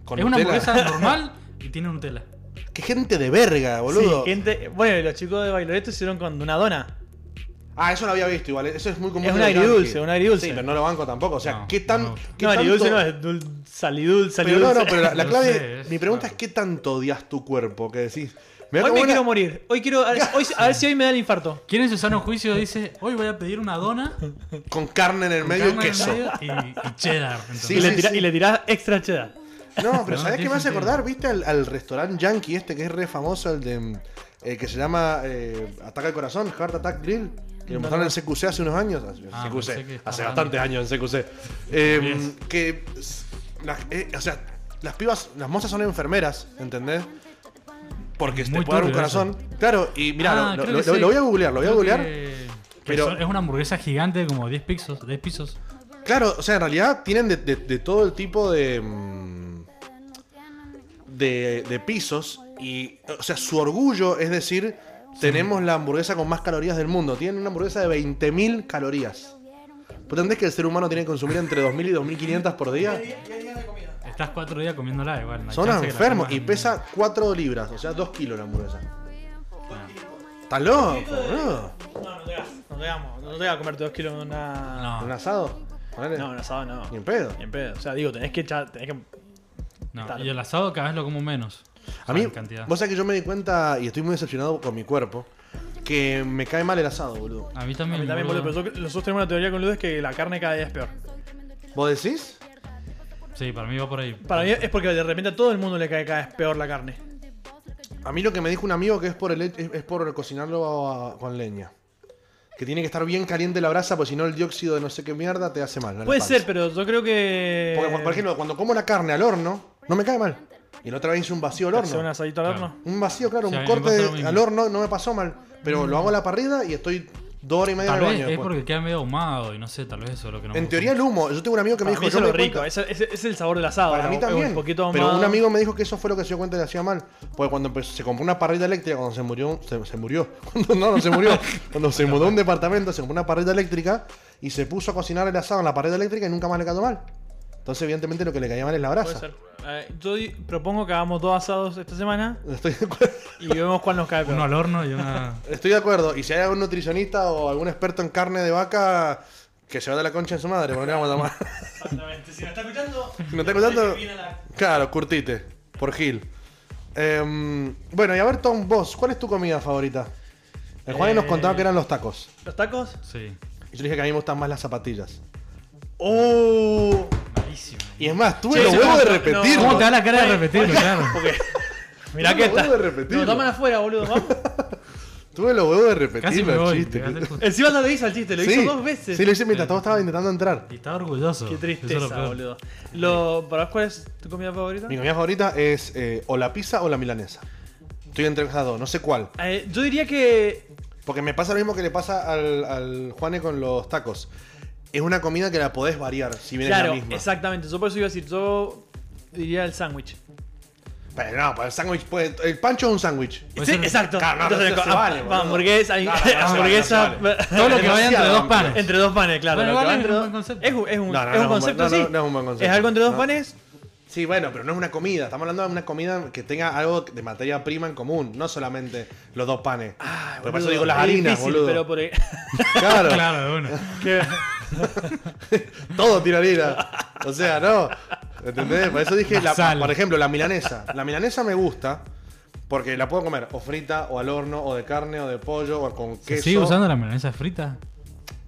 Con es una Nutella. hamburguesa normal y tiene Nutella. ¡Qué gente de verga, boludo! Sí, gente- bueno, los chicos de Bailoreto hicieron con una dona. Ah, eso lo había visto igual. Eso es muy común. Es un en el agridulce, yankee. un agridulce. Sí, pero no lo banco tampoco. O sea, No, ¿qué tan. no. qué No, agridulce tanto- no, es dul, salidul, Pero salidulce. no, no, pero la, la No clave. sé, es- mi pregunta claro. es: ¿qué tanto odias tu cuerpo? Que decís. mirá Hoy cómo me era- quiero morir. Hoy quiero. A ver, hoy- a ver si hoy me da el infarto. ¿Quién en su sano juicio dice, hoy voy a pedir una dona Con carne en el con medio y carne en queso. medio y, y cheddar? ¿entendés? Sí, Y le, sí, tira- sí. y le tirás extra cheddar. No, pero ¿sabés No, tiene qué me hace sentido. acordar? ¿Viste al, al restaurante yankee este que es re famoso, el de. mm, eh, que se llama eh, Ataca al Corazón, Heart Attack Grill? Que lo mostraron en CQC hace unos años. Hace, Ah, CQC, pensé que estaba hace hablando. bastantes años en CQC. Eh, que. s- las- eh, o sea, las pibas, las mozas son enfermeras, ¿entendés? Porque te Muy puede dar un turbio eso. corazón. Claro, y mirá, Ah, lo, creo lo- que lo- sí. lo voy a googlear, lo voy a Creo googlear. que- que pero- son- es una hamburguesa gigante de como 10 pisos. 10 pisos. Claro, o sea, en realidad tienen de, de- de todo el tipo de, mm, de. de pisos. Y. O sea, su orgullo es decir. Tenemos la hamburguesa con más calorías del mundo. Tienen una hamburguesa de 20.000 calorías. ¿Pretendés que el ser humano tiene que consumir entre 2.000 y 2.500 por día? Estás cuatro días comiéndola igual. no hay Son chance que la enfermos comas. y pesa 4 libras, o sea, 2 kilos la hamburguesa. ¿Estás loco, boludo? No, no te hagas. No te hagamos. No te hagas comerte dos kilos de una. ¿Un Ah. No, asado? Ponele. No, un asado no. Ni en pedo. Ni en pedo. O sea, digo, tenés que echar. Tenés que. no. Y el asado cada vez lo como menos. O A sea, mí, en cantidad. vos sabés que yo me di cuenta y estoy muy decepcionado con mi cuerpo. que me cae mal el asado, boludo. A mí A también. mí también, boludo, pero yo- nosotros tenemos una teoría con Ludo es que la carne cada día es peor. ¿Vos decís? Sí, para mí va por ahí. Para mí es porque de repente a todo el mundo le cae cada vez peor la carne. A mí lo que me dijo un amigo que es por el he- es, es por cocinarlo a- con leña. Que tiene que estar bien caliente la brasa, porque si no el dióxido de no sé qué mierda te hace mal. a la Puede panza. ser, pero yo creo que. Porque, por- por ejemplo, cuando como la carne al horno, no me cae mal. Y la otra vez hice un vacío al ¿Te hace un horno. asadito al Claro. horno. Un vacío, claro, Sí, a un mí me pasa lo corte mismo. al horno no me pasó mal. Pero lo hago a la parrida y estoy dos horas y media Tal en el vez baño. es después. porque queda medio ahumado y no sé, tal vez eso es lo que no me En gusta teoría el mucho. humo. Yo tengo un amigo que me dijo... Para mí eso yo es me lo di rico, cuenta- ese- ese- ese es el sabor del asado. Para mí un- Un también. poquito pero ahumado. un amigo me dijo que eso fue lo que se dio cuenta que le hacía mal. Porque cuando empezó- se compró una parrilla eléctrica, cuando se murió, se, se murió. Cuando, no, no se murió. cuando se mudó a un departamento, se compró una parrilla eléctrica y se puso a cocinar el asado en la parrilla eléctrica y nunca más le cayó mal. Entonces, evidentemente, lo que le caía mal es la Puede brasa. ser. Eh, yo di- propongo que hagamos dos asados esta semana Estoy de, acuerdo, y vemos cuál nos cae Uno peor. al horno y una. estoy de acuerdo. Y si hay algún nutricionista o algún experto en carne de vaca, que se va de la concha en su madre, porque no le vamos a tomar. Exactamente. Si nos está escuchando. Si nos está escuchando- Claro, curtite. Por Gil. Em, bueno, y a ver, Tom, vos, ¿cuál es tu comida favorita? El Juan nos Eh, contaba que eran los tacos. ¿Los tacos? Sí. Y yo le dije que a mí me gustan más las zapatillas. ¡Oh! Malísimo. Y es más, tuve Che, los no, huevos de no, repetirlo. ¿Cómo te da la cara de Oye, repetirlo, claro? Porque. Mirá No, que no está. vuelvo a repetirlo. No, toman afuera, boludo. Vamos. Tuve los huevos de Casi repetirlo me el voy. chiste. cagaste el chiste. Encima no lo hizo el chiste, lo Sí, hizo dos veces. Sí, lo hice mientras todos estaban intentando entrar. Y estaba orgulloso. Qué Eso es lo tristeza, peor. boludo. Lo, ¿Para vos cuál es tu comida favorita? Mi comida favorita es eh, o la pizza o la milanesa. Estoy entre esas dos, no sé cuál. Eh, yo diría que. Porque me pasa lo mismo que le pasa al, al Juane con los tacos. Es una comida que la podés variar, si bien Claro, es la misma. exactamente. Yo por eso iba a decir, yo diría el sándwich. Pero no, pues el sándwich puede. El pancho es un sándwich. Puede Sí, ser- exacto. Claro, no, no, Entonces, no se ah, vale, ah, boludo. hamburguesa, No, no, no se vale, hamburguesa. no se vale. Todo lo que vaya entre Demasiado dos amplio. panes. Entre dos panes, claro. Bueno, lo que igual va es entre un dos- buen concepto. Es un, es un- No, no, es un no, concepto, no, sí. no, no es un buen concepto. Es algo entre dos No. panes. Sí, bueno, pero no es una comida. Estamos hablando de una comida que tenga algo de materia prima en común, no solamente los dos panes. Ay, Pero por eso boludo, digo las es harinas, difícil, boludo. Pero por ahí- Claro, Claro, de una. que- todo tiene harina. O sea, no. ¿Entendés? Por eso dije, Más la- sal. por ejemplo, la milanesa. La milanesa me gusta porque la puedo comer o frita, o al horno, o de carne, o de pollo, o con ¿Se queso. sigue usando la milanesa frita?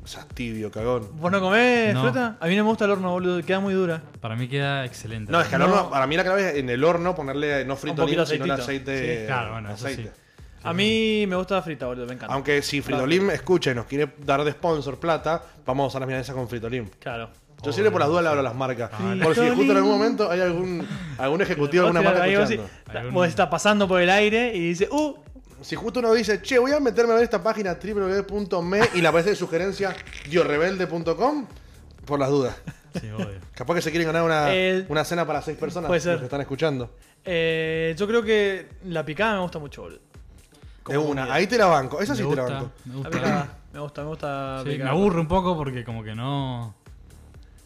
Seas tibio, cagón. ¿Vos no comés No. fruta? A mí no me gusta el horno, boludo. Queda muy dura. Para mí queda excelente. No, es que al No. horno, para mí la clave es en el horno ponerle no frito poquito ni sino el aceitito. aceite. Sí, claro, bueno, eso aceite. sí. A mí me gusta la frita, boludo. Me encanta. Aunque si Fritolim escucha y nos quiere dar de sponsor plata, vamos a usar las milanesas con Fritolim. Claro. Yo siempre por las dudas le hablo a las marcas. Ah, Fritolim. Por si justo en algún momento hay algún, algún ejecutivo de Vos alguna tirás marca ahí, vos, escuchando. sí, Hay un- vos estás pasando por el aire y dices, ¡uh! Si justo uno dice, che, voy a meterme a ver esta página www.me y le aparece de sugerencia diorrebelde.com por las dudas. Sí, obvio. Capaz que se quieren ganar una, El- una cena para seis personas Eh, Puede ser. los que están escuchando. Eh, yo creo que la picada me gusta mucho, boludo. De Como una, comida. ahí te la banco. Esa Me sí te la gusta, banco. me La gusta. picada. Me gusta, me gusta. Sí, picada. me aburre un poco porque como que no...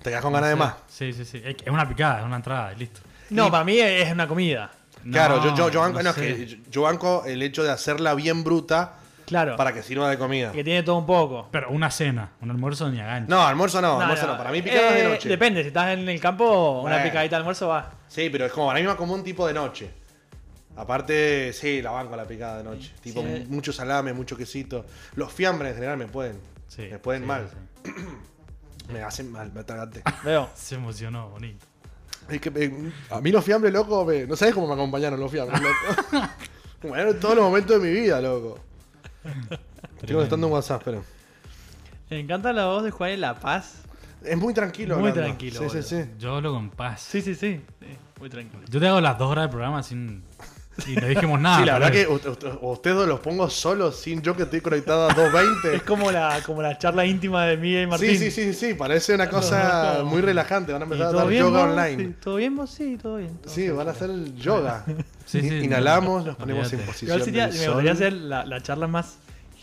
Te quedas con ganas de más. Sí, sí, sí. Es que es una picada, es una entrada, y listo. No, para mí es una comida. Claro, No, yo, yo, yo banco, no no, es sé. que yo- yo banco el hecho de hacerla bien bruta Claro. para que sirva de comida. Que tiene todo un poco. Pero una cena, un almuerzo ni agancha. No, almuerzo no, almuerzo no. Para mí picada es de eh, noche. Depende, si estás en el campo, una Bueno. picadita de almuerzo va. Sí, pero es como para mí más como un tipo de noche. Aparte, sí, la banco la picada de noche. Tipo, Sí. m- mucho salame, mucho quesito. Los fiambres en general me pueden. Sí, me pueden sí, mal. sí. Me hacen mal, me atragante. Veo. Se emocionó, bonito. Es que me- a mí los fiambres, loco, me- no sabes cómo me acompañaron los fiambres, loco. Me acompañaron en todos los momentos de mi vida, loco. Estoy contestando un WhatsApp, pero. Me encanta la voz de Juan en La Paz. Es muy tranquilo, Muy hablando. tranquilo, Sí, sí, boludo. sí. Yo hablo con paz. Sí, sí, sí. sí, muy tranquilo. Yo te hago las dos horas del programa sin... Y no dijimos nada. sí, la tal verdad vez. que ust- ust- ustedes dos los pongo solos sin yo que estoy conectado a 220. Es como la, como la charla íntima de Miguel y Martín. Sí, sí, sí, sí, parece una No, cosa no, no. muy relajante. Van a ¿Y empezar a ¿Todo dar bien, yoga vos? Sí, online. ¿Todo bien vos? Sí, todo bien. todo Sí, bien. van a hacer el yoga. Sí, sí, In- Inhalamos, no, nos ponemos en olvídate. posición. Igual sería, del me sol. gustaría ser la, la charla más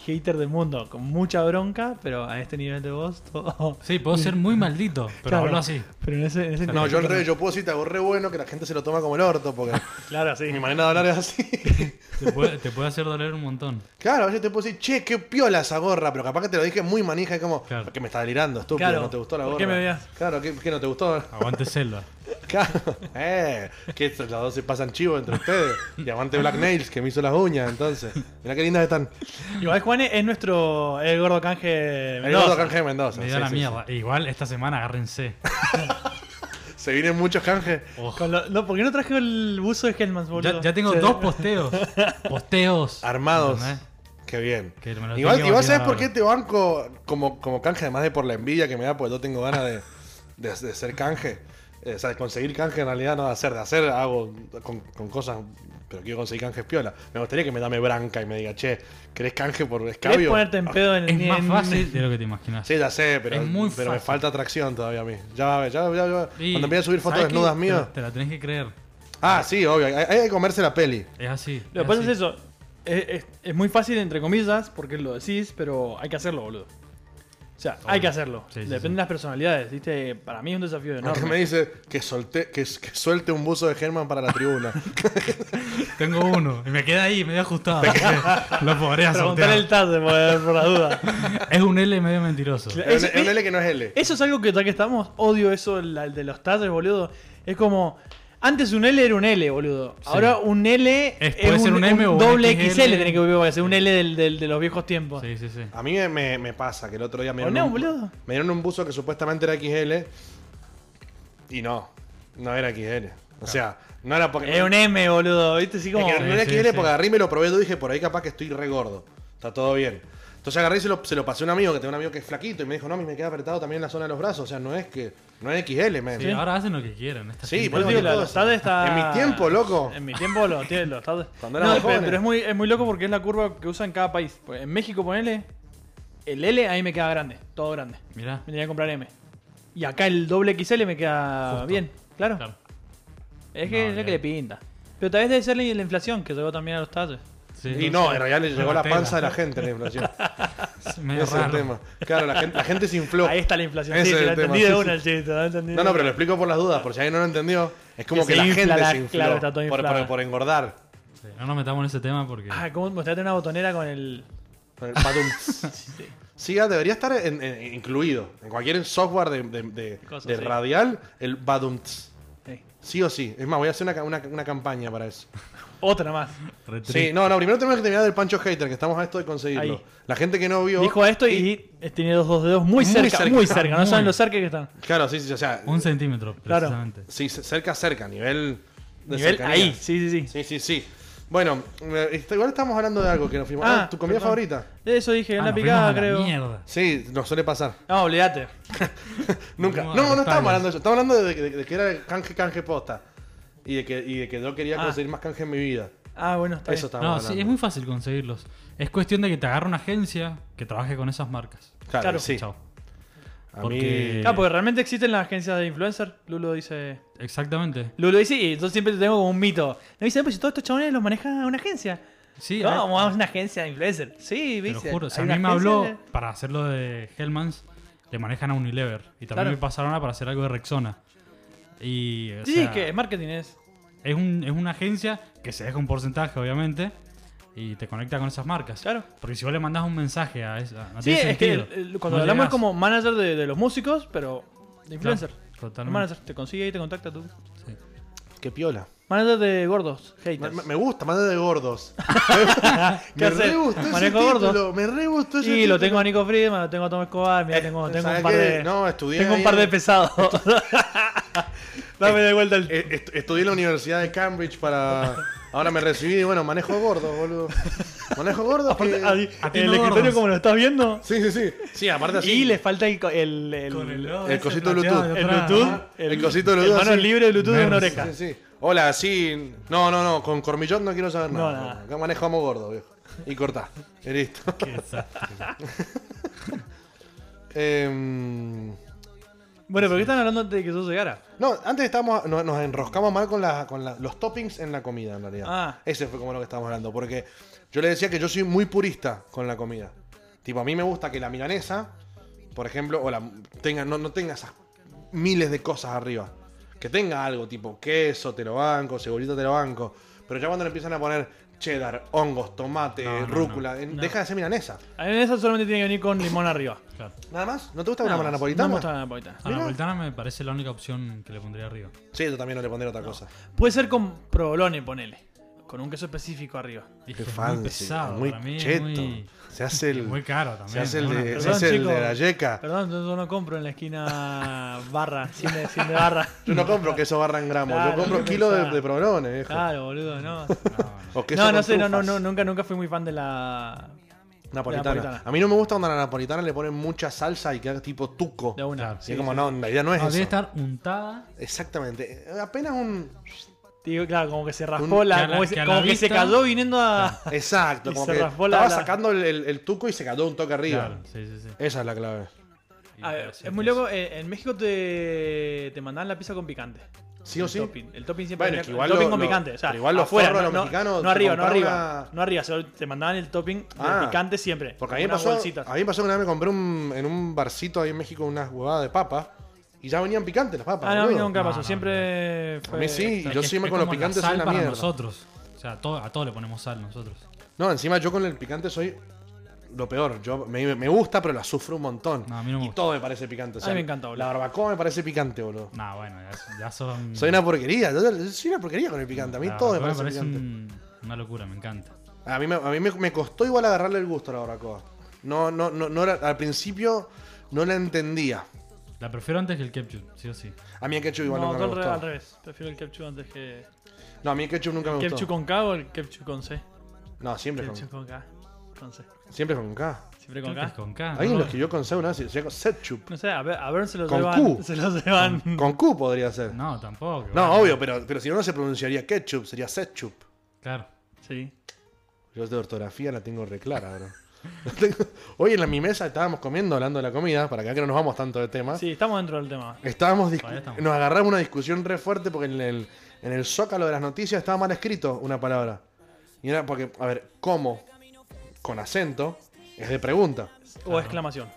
hater del mundo, con mucha bronca, pero a este nivel de voz, todo. Sí, puedo ser muy maldito, pero Claro. hablo así. Pero en ese, en ese No, yo al revés, yo puedo decir, te hago re bueno que la gente se lo toma como el orto, porque Claro, sí. mi manera de hablar es así. Te puede, te puede hacer doler un montón. Claro, a veces te puedo decir, che, qué piola esa gorra, pero capaz que te lo dije muy manija, es como, Claro. que me está delirando, estúpido, Claro, no te gustó la gorra. ¿por qué me veías? Claro, ¿qué, qué no te gustó? Aguante selva. Claro, eh, que estos- los dos se pasan chivos entre ustedes. Y aguante Black Nails, que me hizo las uñas, entonces. Mirá qué lindas están. Igual Juan Iván es nuestro. El gordo canje. de El Mendoza. gordo canje de Mendoza. Me dio sí, la sí, mierda. Igual esta semana agárrense. sí. Se vienen muchos canjes. Oh. Con lo- no, ¿Por qué no traje el buzo de Hellman, Ya, ya tengo dos posteos. Posteos. Armados. ¿Entendés? Qué bien. eh. Que me los Igual, tengo igual que ¿sabes imaginar por qué ahora. te banco como, como canje? Además de por la envidia que me da, porque yo tengo ganas de, de- de ser canje. Eh, o sea, de conseguir canje en realidad no de hacer. De hacer hago con, con cosas, pero quiero conseguir canje piola. Me gustaría que me dame branca y me diga, che, ¿querés canje por ¿Querés escabio? Ah, ponerte en pedo en Es más en- fácil de lo que te imaginas. Sí, ya sé, pero, Es muy pero me fácil. falta atracción todavía a mí. Ya va a ver, ya, ya, ya. Y, Cuando empiece a subir fotos ¿sabes qué? desnudas Te- mías. Te la tenés que creer. Ah, sí, obvio. Hay, hay que comerse la peli. Es así. Lo que pasa es eso. Es, es- es muy fácil, entre comillas, porque lo decís, pero hay que hacerlo, boludo. O sea, hay que hacerlo. Sí, sí, Depende sí. de las personalidades, ¿viste? Para mí es un desafío Acá me enorme. dice que, solté, que, que suelte un buzo de Germán para la tribuna. eso. Tengo uno. Y me queda ahí, medio ajustado. lo podría Preguntar sortear. el TAS de- por, por la duda. Es un L medio mentiroso. Claro. es, Es- un- es un L que no es L. Eso es algo que ya que estamos, odio eso el, el de los TAS, boludo. Es como. Antes un L era un L, boludo. Ahora un L Es- puede ser un M o un doble XL. XL, tenés que volver a hacer un L del, del- de los viejos tiempos. Sí, sí, sí. A mí me, me pasa que el otro día me Oh, ¿O dieron, no, un, boludo? me dieron un buzo que supuestamente era XL y no, no era XL. O sea, no era porque... Es un M, boludo, ¿viste? Así como. Es que no era Sí, XL sí, porque sí. agarré y me lo probé y dije, por ahí capaz que estoy re gordo. Está todo bien. Entonces agarré y se lo, se lo pasé a un amigo, que tengo un amigo que es flaquito, y me dijo, no, a mí me queda apretado también en la zona de los brazos. O sea, no es que... No es XL, men. Sí, ah, ahora hacen lo que quieran. esta Sí, gente. boludo. Yo digo, la- los TAS está- En mi tiempo, loco. En mi tiempo lo tiene los TAS. Cuando éramos No, pe- jóvenes. pero es muy, es muy loco porque es la curva que usa en cada país. Pues En México, ponele. El L ahí me queda grande, todo grande. Mirá. Me tenía que comprar M. Y acá el doble XL me queda Justo. bien, claro. Claro. Es que No, es lo bien. que le pinta. Pero tal vez debe ser la la inflación que llegó también a los TAS. Sí, Y no, en realidad le Una llegó la tela. panza de la gente la inflación. Es Ese medio es el raro. tema. Claro, la gente, la gente se infló. Ahí está la inflación. Ese Sí, es sí, el la tema, entendí sí, de sí. una, el chiste. la entendí No, de no, pero lo una. explico por las dudas, por si alguien no lo entendió. Es como Que que, se la infla gente la- se infló claro, está todo por, por, inflado. por engordar. Sí, No nos metamos en ese tema porque. Ah, ¿cómo mostraste una botonera con el. Con el padum. Sí, ya debería estar en- en- incluido en cualquier software de, de- de- Cosas, de sí. radial, el badumts. Sí. Sí o sí. Es más, voy a hacer una, ca- una- una campaña para eso. Otra más. Re Sí, triste. no, no, primero tenemos que terminar del Pancho Hater, que estamos a esto de conseguirlo. Ahí. La gente que no vio. Dijo esto y tiene los dos dedos Muy muy, cerca, cerca. Muy cerca. No Muy. saben lo cerca que están. Claro, sí, sí, o sea. Un centímetro, Claro. precisamente. Sí, cerca, cerca, nivel. de Nivel cercanía. ahí. Sí, sí, sí. Sí, sí, sí. Bueno, eh, está- igual estamos hablando de algo que nos fuimos. Ah, ¿Tu comida perdón. favorita? Eso dije, en Ah, la nos fuimos a picada, la creo. Mierda. Sí, nos suele pasar. No, olvídate. Nunca. No, No, no, estábamos no estamos. hablando de eso. Estamos hablando de, de- de que era canje, canje posta. Y de que, y de que yo quería Ah. conseguir más canje en mi vida. Ah, bueno, está Eso bien. estábamos No, hablando. sí, es muy fácil conseguirlos. Es cuestión de que te agarre una agencia que trabaje con esas marcas. Claro, claro. sí. Chao. A Porque- mí. Ah, porque realmente existen las agencias de influencer. Lulo dice. Exactamente. Lulo dice, y yo siempre tengo como un mito. No dice, pues si todos estos chabones los maneja una agencia. Sí, no, hay- vamos a una agencia de influencer. Sí, te lo viste. juro. O sea, a Hay mí una me agencia habló de- para hacer lo de Hellmans, le manejan a Unilever. Y también Claro. me pasaron a para hacer algo de Rexona. Y. o Sí, sea, sí, que es marketing es. es, un- es una agencia que se deja un porcentaje, obviamente, y te conecta con esas marcas. Claro. Porque si vos le mandás un mensaje a esa. No sí, tiene es que sentido. el- el- cuando No hablamos llegás. es como manager de, de los músicos, pero de Claro, influencer. El totalmente. manager te consigue y te contacta tú. Sí. Qué piola. Manager de gordos, Me, haters. me- me gusta, manda de gordos. ¿Qué me hacer? re gustó ese Manejo gordo. título, Me re gustó ese y lo título. tengo a Nico Friedman, lo tengo a Tom Escobar, mira, Eh, tengo, tengo ¿sabes un par qué? de. No, estudié tengo ahí un par de en- pesados. Dame de vuelta el. Eh, est- estudié en la Universidad de Cambridge para. Ahora me recibí y bueno, manejo gordo, boludo. Manejo gordo. Aparte, que- ahí, a ti en el no escritorio gordos. como lo estás viendo. Sí, sí, sí. Sí, aparte así. Y le falta el. co- el, el- el ese cosito Bluetooth. plateado de el atrás, Bluetooth. ajá. El cosito de Bluetooth, manos así. libres de Bluetooth de una Mercy. oreja. Sí, sí. Hola, sí. No, no, no. Con Cormillón no quiero saber nada. No, nada. Acá manejamos gordo, viejo. Y cortá. Y listo. Qué desastre. Em, Bueno, pero ¿qué están hablando antes de que yo llegara? no, antes estábamos, no- nos enroscamos mal con, la- con la- los toppings en la comida, en realidad. Ah. Ese fue como lo que estábamos hablando. Porque yo le decía que yo soy muy purista con la comida. Tipo, a mí me gusta que la milanesa, por ejemplo, o la, tenga, no, no tenga esas miles de cosas arriba. Que tenga algo, tipo queso, te lo banco, cebollita, te lo banco. Pero ya cuando le empiezan a poner cheddar, hongos, tomate, No, no, rúcula, en- No. deja de ser milanesa. A mí en esa solamente tiene que venir con limón arriba. Claro. ¿Nada más? ¿No te gusta Nada una más. banana No napolitana? me gusta la napolitana. A la napolitana me parece la única opción que le pondría arriba. Sí, yo también no le pondría otra cosa. Puede ser con provolone, ponele. con un queso específico arriba. Dije, Qué es fancy, muy pesado. muy para mí es cheto. muy, Se hace el, muy caro también. se hace el ¿no? de, Una- se hace Eh, el chicos. de la yeca. Perdón, yo yo no compro en la esquina barra, sin de, sin de barra. Yo no compro queso barra en gramos, Claro, yo compro ¿qué kilos de, pensás? de provolone, viejo. Claro, boludo, no. O queso No, con no sé, no, no, trufas. no, nunca, nunca fui muy fan de la. Napolitana. Napolitana. A mí no me gusta cuando a la napolitana le ponen mucha salsa y queda tipo tuco. de una. Claro, Y sí, es como, no, la idea no es eso. No, Ah, debe estar untada. Exactamente. Apenas un. Digo, claro, como que se raspó Un- la. que a la- como que, se- que a la como que se vista- cayó viniendo a. Exacto, Y como se que raspó la- estaba la- sacando el, el- el tuco y se cayó un toque arriba. Claro, sí, sí, sí. Esa es la clave. A ver, Ah, es muy loco. eh, en México te, te mandaban la pizza con picante. ¿Sí o el sí? Topping. El topping siempre Bueno, venía que con- igual el topping lo- con lo- picante. O sea, pero igual los afuera, forros no, los no- mexicanos No te arriba, no compraban arriba. una- No arriba, solo te mandaban el topping de Ah. picante siempre. Porque a con mí, me unas pasó, bolsitas. a mí me pasó que una vez me compré un- en un barcito ahí en México unas huevadas de papas y ya venían picantes las papas. Ah, no, a mí boludo. nunca No, pasó. no, siempre A fue. mí sí, Es yo que sí es me con los como la picantes soy sal una para mierda. nosotros. O sea, a todo- a todos le ponemos sal nosotros. No, encima yo con el picante soy lo peor. Yo me, me gusta, pero la sufro un montón. No, a mí no me y gusta. todo me parece picante. O sea, A mí me encanta, boludo. La barbacoa me parece picante, boludo. Nah, bueno, ya, ya son. Soy una porquería. Yo, yo soy una porquería con el picante. A mí la todo me barbacoa parece, picante. un- una locura, me encanta. A mí, me, a mí me, me costó igual agarrarle el gusto a la barbacoa. No, no, no, no era- al principio no la entendía. La prefiero antes que el ketchup, sí o sí. A mí el ketchup No, igual nunca yo me al, re- al gustó. revés. Prefiero el ketchup antes que. No, a mí el ketchup nunca me ¿Ketchup gustó. con K o el ketchup con C? No, siempre Ketchup con, con K. Con C. siempre con K. Siempre Creo con que es K. con K. Alguien Ah, ¿no? lo escribió con C una vez y decía con ketchup. No sé, a ver, a ver se los Con llevan. Q. Se los llevan. Con Q podría ser. No, No, tampoco. bueno. obvio, pero, pero si no, no se pronunciaría ketchup, sería ketchup. Claro. Sí. Yo de ortografía la tengo reclara, bro. La tengo- Hoy en la, mi mesa estábamos comiendo, hablando de la comida, para que acá no nos vamos tanto de tema. Sí, estamos dentro del tema. Estábamos discu- Todavía estamos. Nos agarramos una discusión re fuerte porque en el, en el zócalo de las noticias estaba mal escrito una palabra. Y era porque, a ver, ¿cómo? Con acento es de pregunta O exclamación.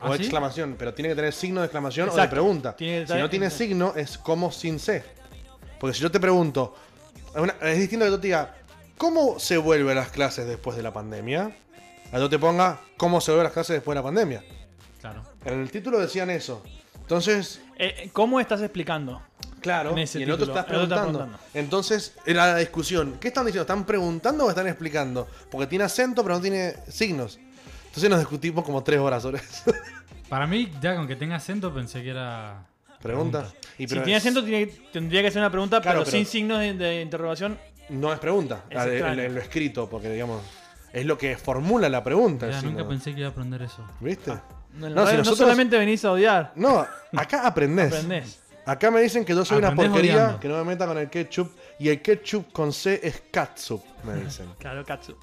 o ¿Ah, sí? exclamación, pero tiene que tener signo de exclamación o de Exacto. pregunta. Tiene que si no tener- tiene signo, es como sin C. Porque si yo te pregunto, es una- es distinto que yo te diga, ¿cómo se vuelven las clases después de la pandemia? A yo te ponga, ¿cómo se vuelven las clases después de la pandemia? Claro. En el título decían eso. Entonces, Eh, ¿Cómo estás explicando? Claro, En y ese el otro título. estás El otro está preguntando. preguntando. Entonces, era la discusión. ¿Qué están diciendo? ¿Están preguntando o están explicando? Porque tiene acento, pero no tiene signos. Entonces nos discutimos como tres horas sobre eso. Para mí, ya con que tenga acento, pensé que era. Pregunta. Y si pero tiene es- acento, tiene- tendría que ser una pregunta, Claro, pero, pero- sin signos de, de interrogación. No es pregunta. Es la de- extraño. en lo escrito, porque digamos. Es lo que formula la pregunta. el Ya, signo. nunca pensé que iba a aprender eso. ¿Viste? Ah, No, en No, la si radio no nosotros- solamente venís a odiar, No, acá aprendés. aprendés. Acá me dicen que yo soy una Aprendés porquería, odiando. que no me meta con el ketchup. Y el ketchup con C es catsup, Ah, me dicen. Claro, Katsu.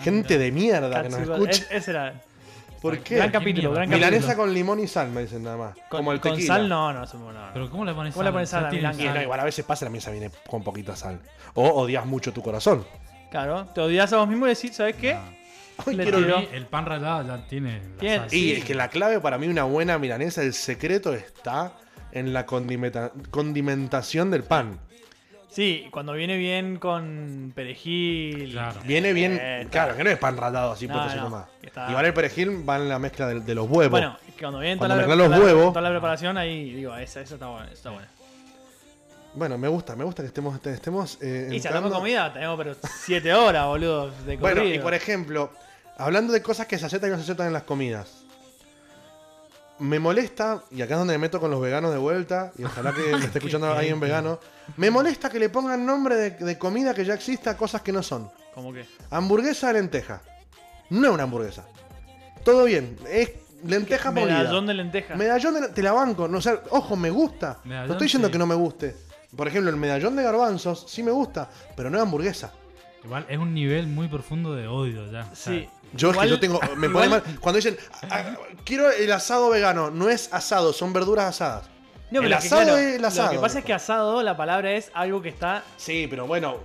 Gente de mierda que nos Katsu escucha. es- ese era. ¿Por qué? Gran capítulo, mierda. gran capítulo. Milanesa con limón y sal, me dicen nada más. Con, como el con tequila. sal, no, no, eso no, no. Pero ¿cómo le pones ¿Cómo le pones sal a la tiene Y milanga? no, igual a veces pasa, la mesa viene con poquita sal. O odias mucho tu corazón. Claro, te odias a vos mismo y decís, ¿sabes qué? Ay, Le quiero- Para tiró. mí, el pan rallado ya tiene. la Bien. sal, Y sí. es que la clave para mí, una buena milanesa, el secreto está en la condimenta- condimentación del pan. Sí, cuando viene bien con perejil. Claro. Viene bien. Eh, claro, que no es pan ratado así, No, puesto así no, nomás. está- Igual el perejil va en la mezcla del- de, los huevos. Bueno, cuando viene toda Cuando la, mezclas los toda la- huevos. toda la preparación, ahí digo, esa, esa está buena. Está buena. Bueno, me gusta, me gusta que estemos. te- estemos eh, Y si entrando- hablamos de comida, tenemos pero 7 horas, boludo, de corrido. Bueno, y por ejemplo, hablando de cosas que se aceptan y no se aceptan en las comidas. Me molesta, y acá es donde me meto con los veganos de vuelta, y ojalá que me esté escuchando alguien vegano. Me molesta que le pongan nombre de, de comida que ya exista a cosas que no son. ¿Cómo que? Hamburguesa de lenteja. No es una hamburguesa. Todo bien, es lenteja molida. Medallón de lenteja. Medallón de- te la banco, no, o sea, ojo, me gusta. Medallón, no estoy diciendo sí. que no me guste. Por ejemplo, el medallón de garbanzos sí me gusta, pero no es hamburguesa. Igual es un nivel muy profundo de odio ya. o sea, Sí. Yo es que Igual- yo tengo. Me pone igual- mal. Cuando dicen, "Ah, ah, quiero el asado vegano, no es asado, son verduras asadas. No, pero el lo que, asado claro, es el asado. Lo que pasa es que asado, la palabra es algo que está. Sí, pero bueno.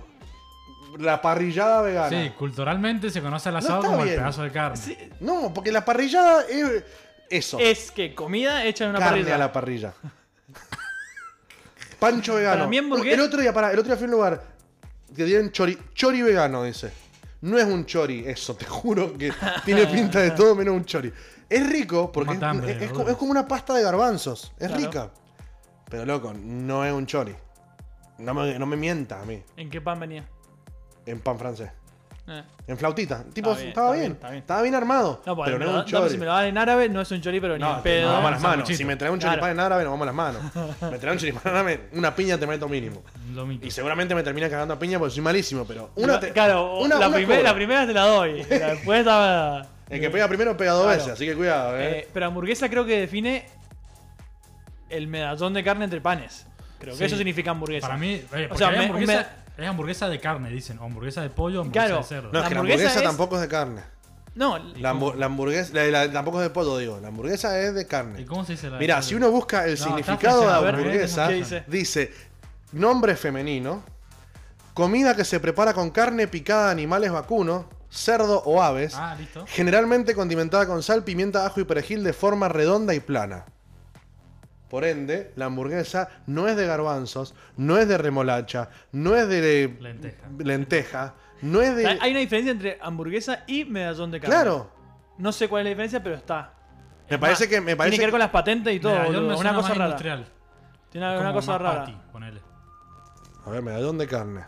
La parrillada vegana. Sí, culturalmente se conoce al asado está como bien. el pedazo de carne. Sí, No, porque la parrillada es. Eso. es que comida hecha en una carne parrilla. a la parrilla. Pancho vegano. Para mí hamburgues- El otro día, pará, el otro día fui a un lugar que dieron chori, chori vegano, dice. No es un chori, eso, te juro que tiene pinta de todo menos un chori. Es rico porque es, Mata hambre, es- es boludo. co- es como una pasta de garbanzos. Es Claro. rica. Pero loco, no es un chori. No me, no me mienta a mí. ¿En qué pan venía? en pan francés. Eh. En flautita. Tipo, Está bien, estaba está bien, bien, está bien. Estaba bien armado. No, pues, pero me no era lo un dan- dame chori. si me lo dan en árabe, no es un chori, pero ni en No, pedo. eh. nos vamos a las un manos. sanguchito. Si me traes un Claro. choripán en árabe, nos vamos a las manos. Me traes un choripán en árabe, una piña te meto mínimo. Lomito. Y seguramente me termina cagando a piña porque soy malísimo, pero una te- claro, una- la, una primera, cobra. la primera te la doy. la después estaba. El que pega primero pega dos Claro. veces, así que cuidado, eh. Eh, pero hamburguesa creo que define el medallón de carne entre panes. Creo que Sí. eso significa hamburguesa. Para mí, oye, porque sea, hay me- hamburguesa, es hamburguesa de carne, dicen. O hamburguesa de pollo, hamburguesa Claro. de cerdo. no, es la que la hamburguesa hamburguesa es- tampoco es de carne. No, La, hambu- la hamburguesa, la- la- tampoco es de pollo, digo. La hamburguesa es de carne. ¿Y cómo se dice la Mira, si uno busca el No, significado de está funcionando, hamburguesa, ¿qué dice? dice nombre femenino, comida que se prepara con carne picada de animales vacunos, cerdo o aves, Ah, listo. generalmente condimentada con sal, pimienta, ajo y perejil de forma redonda y plana. Por ende, la hamburguesa no es de garbanzos, no es de remolacha, no es de Lenteja. lenteja, no es de... hay una diferencia entre hamburguesa y medallón de carne. Claro, No sé cuál es la diferencia, pero está. Me Es parece más, que- me parece Tiene que ver que- con las patentes y todo. Medallón boludo. me Una suena cosa más rara. industrial. Tiene Es una como cosa más rara. patty, ponele. A ver, medallón de carne.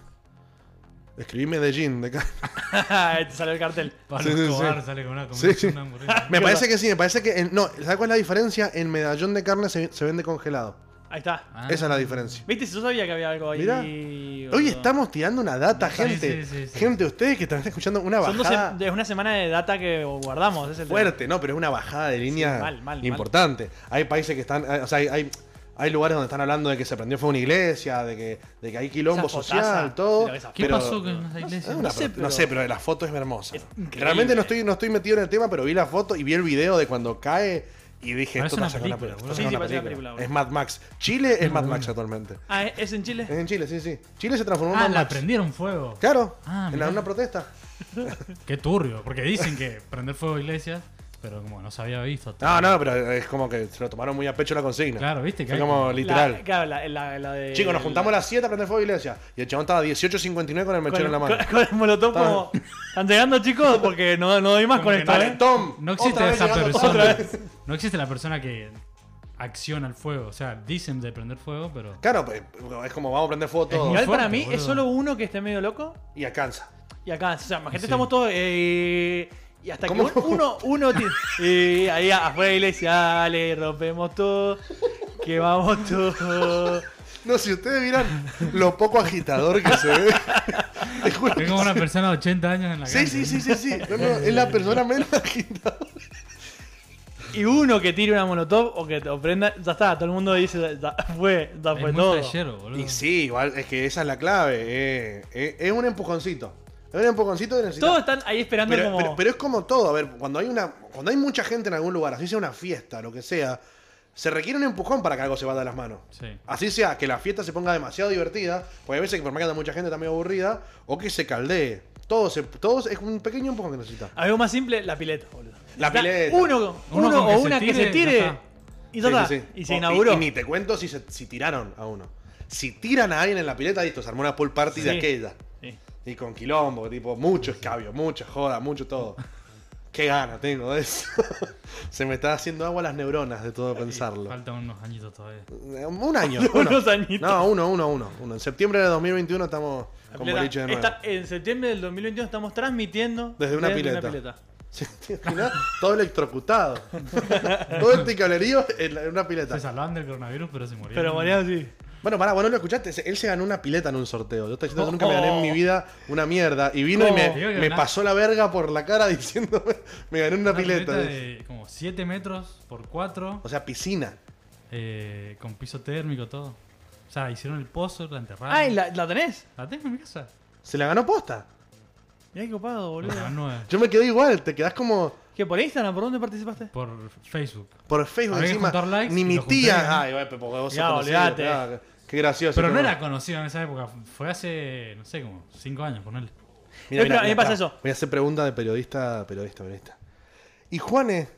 Escribí Medellín de Ah, carne. Ahí te salió el cartel. Pablo Sí, sí, Escobar sí. sale con una Sí, comida, sí. una hamburguesa. Me parece que sí, me parece que. en- no, ¿sabes cuál es la diferencia? En medallón de carne se, se vende congelado. Ahí está. Ah. Esa es la diferencia. ¿Viste? Si yo sabía que había algo ahí. Mirá. boludo. Hoy estamos tirando una data, Sí, gente. sí, sí, sí. Gente, ustedes que están escuchando una Son dos bajada sem- es una semana de data que guardamos. Es el tema. fuerte, ¿no? Pero es una bajada de línea Sí, mal, mal, mal. importante. Hay países que están. eh, O sea, hay, hay, hay lugares donde están hablando de que se prendió fue una iglesia, de que, de que hay quilombo Esa fotaza, social, todo. pero esa- ¿Qué pero- pasó con esa Es iglesia? una No sé, pro- pero- no sé, pero la foto es hermosa. increíble. Realmente no estoy, no estoy metido en el tema, pero vi la foto y vi el video de cuando cae y dije, esto está Parece una sacado una película, película. boludo. Sí, sí, parece una película, boludo. es Mad Max. Chile es Mad Max actualmente. Ah, ¿es- ¿es en Chile? Es en Chile, sí, sí. Chile se transformó en Ah, Mad la Max. prendieron fuego. Claro, Ah, en mirá. una protesta. Qué turbio, porque dicen que prender fuego a iglesias, pero como no se había visto. No, no, pero es como que se lo tomaron muy a pecho la consigna. Claro, viste que Fue hay- como literal. La, claro, la, la- Eh, la de- Chicos, nos juntamos a las 7 a prender fuego a iglesia. Y el chabón estaba a 18.59 con el con, mechón en la mano. con- con el molotov Está- como. ¿Están llegando, chicos? Porque no, no doy más Como con que esto, no- ¿eh? Tom, No otra existe vez esa llegando- persona. otra vez. No existe la persona que acciona el fuego. O sea, dicen de prender fuego, pero. Claro, pues, es como vamos a prender fuego todo. muy Igual para fuerte, mí es boludo. solo uno que esté medio loco Y alcanza. y acá. O sea, imagínate, Sí. estamos todos. eh, y hasta ¿Cómo? que un- uno, uno tiene. Y ahí afuera de la iglesia, dale, rompemos todo. Que vamos todos. No, si ustedes miran lo poco agitador que se ve. Te juro. Es como una persona de 80 años en la Sí, calle. sí, sí, sí, sí. No, no, es la persona menos agitadora. Y uno que tire una molotov o que te ofrenda, ya está, todo el mundo dice, ya fue, ya Es fue muy todo. flashero, boludo. Y sí, igual, es que esa es la clave. eh, eh, es un empujoncito. Es un empujoncito que necesitas. Todos están ahí esperando pero, como. pero- pero es como todo. A ver, cuando hay una, cuando hay mucha gente en algún lugar, así sea una fiesta, lo que sea, se requiere un empujón para que algo se vaya de las manos. Sí. Así sea que la fiesta se ponga demasiado divertida, porque a veces que por más que haya mucha gente está medio aburrida, o que se caldee. Todo, se- todo es un pequeño empujón que necesita. Algo más simple, la pileta, boludo. La Está pileta. Uno, Uno uno, con que o se una que tire, se ya tire. está. Y ya Sí, está. sí, sí. Y se O- inauguró. Y, ni te cuento si, se, si tiraron a uno. Si tiran a alguien en la pileta, listo, se armó una pool party de Sí. aquella. Sí. Y con quilombo, tipo, mucho escabio, mucha joda, mucho todo. Qué gana tengo de eso. se me está haciendo agua las neuronas de todo pensarlo. Faltan unos añitos todavía. Un año. uno. Unos añitos. No, uno, uno, uno, uno. En septiembre de 2021 estamos La con pileta. boliche de nuevo. Está- en septiembre del 2021 estamos transmitiendo Desde una pileta. Sí, ¿te imaginas? todo electrocutado. todo este cablerío en la- en una pileta. Se salvaban del coronavirus, pero se morían. Pero Mariano sí. Bueno, pará, vos no lo escuchaste. Se- Él se ganó una pileta en un sorteo. Yo te diciendo que nunca me Oh. gané en mi vida una mierda. Y vino ¿Cómo? y Te digo me, que me ganás. pasó la verga por la cara diciéndome me gané una, Una pileta. pileta de como 7 metros por 4, O sea, piscina. eh, con piso térmico, todo. O sea, hicieron el pozo, la enterraron. Ah, ¿y la, la tenés? La tengo en mi casa. Se la ganó posta. Mirá qué copado, boludo. Las nueve. Yo me quedé igual. Te quedás como ¿Qué por Instagram? ¿Por dónde participaste? Por Facebook. por Facebook Había que encima. juntar likes ni y mi lo junté, ¿no? tía. Ay, güey, porque vos sos Ya, conocido, olvidate. claro. Qué gracioso. Pero no cómo- era conocida en esa época. Fue hace, no sé, como 5 años, ponele. Mira, mira, Eh, pero a mí mira, me pasa pará. eso. Voy a hacer pregunta de periodista, periodista, periodista. Y Juanes,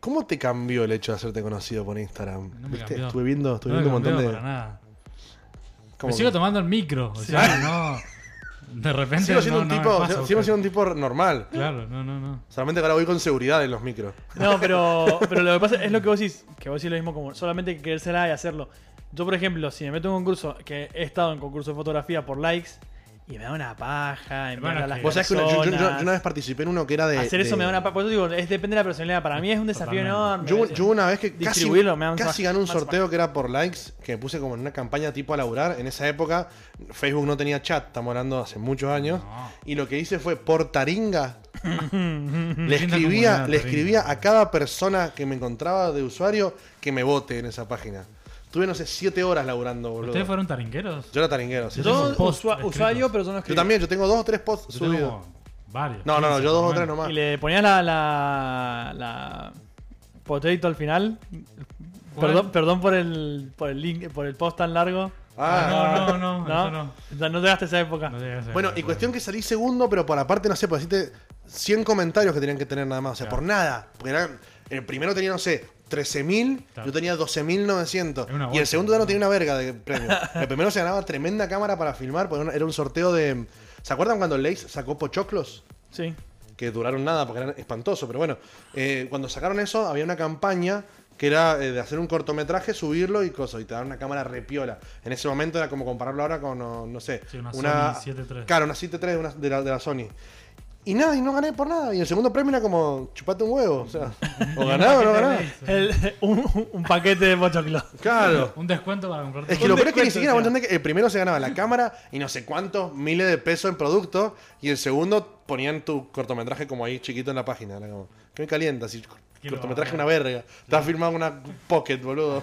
¿cómo te cambió el hecho de hacerte conocido por Instagram? No me Viste, cambió. Estuve viendo, estuve no me viendo un montón cambió de. para nada. como Me sigo que- tomando el micro. O sea, no. De repente. Sigo siendo no, un no me tipo, pasa, sigo- porque- sigo siendo un tipo normal. Claro, no, no, no. Solamente que ahora voy con seguridad en los micros. No, pero, pero lo que pasa es lo que vos decís, que vos decís lo mismo como solamente hay que creérsela y hacerlo. Yo, por ejemplo, si me meto en un concurso, que he estado en concurso de fotografía por likes, Y me da una paja, enviar Hermano, a las que- Vos sabés que una- yo, yo- yo- yo una personas. vez participé en uno que era de. Hacer eso de- me da una paja. Por eso digo, es, depende de la personalidad. Para mí es un desafío Totalmente. enorme. Yo, yo una vez que casi, Distribuirlo, me da un casi más- gané un más sorteo que era por likes, que me puse como en una campaña tipo a laburar. En esa época Facebook no tenía chat, estamos hablando hace muchos años. No. Y lo que hice fue por taringa. le Linda escribía, comunidad, le taringa. escribía a cada persona que me encontraba de usuario que me vote en esa página. Tuve, no sé, siete horas laburando, boludo. ¿Ustedes fueron tarinqueros? Yo era taringuero, sí. Yo Yo, tengo Yo un post usua- escrito. usuario, pero son los que. también, yo tengo dos o tres posts Yo tengo subidos. varios. No, no, no, quince, yo dos por o lo tres menos. nomás. Y le ponías la. la, la potato al final. ¿Cuál? Perdón, perdón por el por el link, por el post tan largo. Ah. Ah, no, no, no, eso no. No, no llegaste a esa época. No llegué a ese Bueno, y nivel, cuestión que salí segundo, pero por aparte, no sé, pues hiciste 100 comentarios que tenían que tener nada más. O sea, Claro. por nada. Porque eran, el primero tenía, no sé, 13.000, Claro. yo tenía 12.900. Es una Y el bolsa, segundo ¿no? no tenía una verga de premio. el primero se ganaba tremenda cámara para filmar, porque era un- era un sorteo de... ¿Se acuerdan cuando Lace sacó Pochoclos? Sí. que duraron nada porque eran espantosos, pero bueno, eh, cuando sacaron eso había una campaña que era eh, de hacer un cortometraje, subirlo y cosas, y te daban una cámara repiola. En ese momento era como compararlo ahora con, no, no sé, Sí, una Sony 7.3. Claro, una 7.3 de, una- de la, de la Sony. Y nada, y no gané por nada. Y el segundo premio era como, chupate un huevo, o sea, o ganaba o no ganaba. El- un, un paquete de pochoclo. Claro. Un descuento para comprarte. Es que lo un peor es que ni descuento siquiera vos encima. entendés que el primero se ganaba la cámara y no sé cuántos miles de pesos en producto y el segundo ponían tu cortometraje como ahí chiquito en la página. Era como, ¿qué me calienta? Si Qué cortometraje una bárbaro. verga. Te has filmado una pocket, boludo.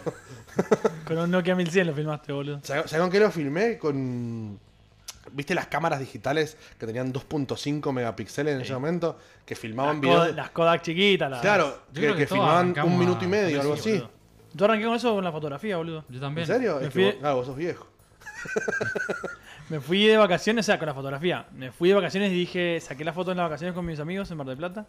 Con un Nokia 1100 lo filmaste, boludo. ¿Sabes sabés con qué lo filmé? Con... ¿Viste las cámaras digitales que tenían 2.5 megapíxeles en ese momento? Que Las, filmaban Kodak- videos... las Kodak chiquitas. Las... Claro, Yo que, creo que que todos filmaban arrancamos un minuto y a- medio o algo sí, así. boludo. Yo arranqué con eso con la fotografía, boludo. Yo también. ¿En serio? Me Es fui que de- vos, ah, vos sos viejo. Me fui de vacaciones, o sea, con la fotografía. Me fui de vacaciones y dije, saqué la foto en las vacaciones con mis amigos en Mar del Plata.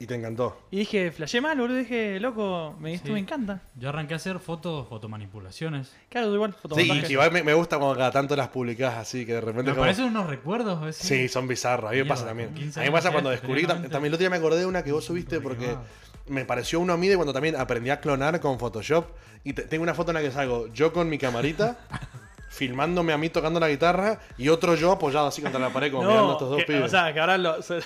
Y te encantó. Y dije, flashé mal, boludo. Dije, loco, me, esto Sí. me encanta. Yo arranqué a hacer fotos, fotomanipulaciones. Claro, igual, Sí, y fotomontaje. que va- me, me gusta cuando cada tanto las publicás así, que de repente... Me como- parecen unos recuerdos. a veces. Sí, son bizarros. A mí me Mierda, pasa también. con 15 A mí me pasa años cuando ya, descubrí. tam- tremendamente. También el otro día me acordé de una que vos subiste porque Privado. me pareció uno a mí de cuando también aprendí a clonar con Photoshop. Y te- tengo una foto en la que salgo yo con mi camarita. Filmándome a mí tocando la guitarra y otro yo apoyado así contra la pared como mirando a estos dos que- pibes. O sea, que ahora lo, se-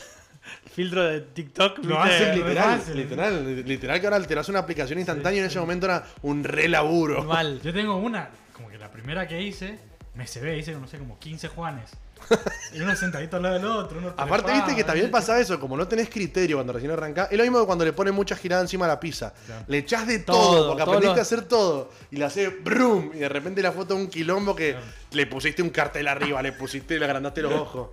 filtro de TikTok. Lo ¿viste? hacen literal, fácil. literal, li- literal que ahora alterás una aplicación instantánea y en ese momento era un re laburo. Mal. Yo tengo una, como que la primera que hice, me se ve, hice, no sé, como 15 Juanes. y uno sentadito al lado del otro. uno Aparte, trepado, eh, viste que también pasa eso, como no tenés criterio cuando recién arrancás, es lo mismo que cuando le ponen mucha girada encima a la pizza. Claro. Le echás de todo, Todo, porque todo aprendiste lo- a hacer todo. Y la haces brum, y de repente la foto es un quilombo que le pusiste un cartel arriba, le pusiste, le agrandaste los ojos.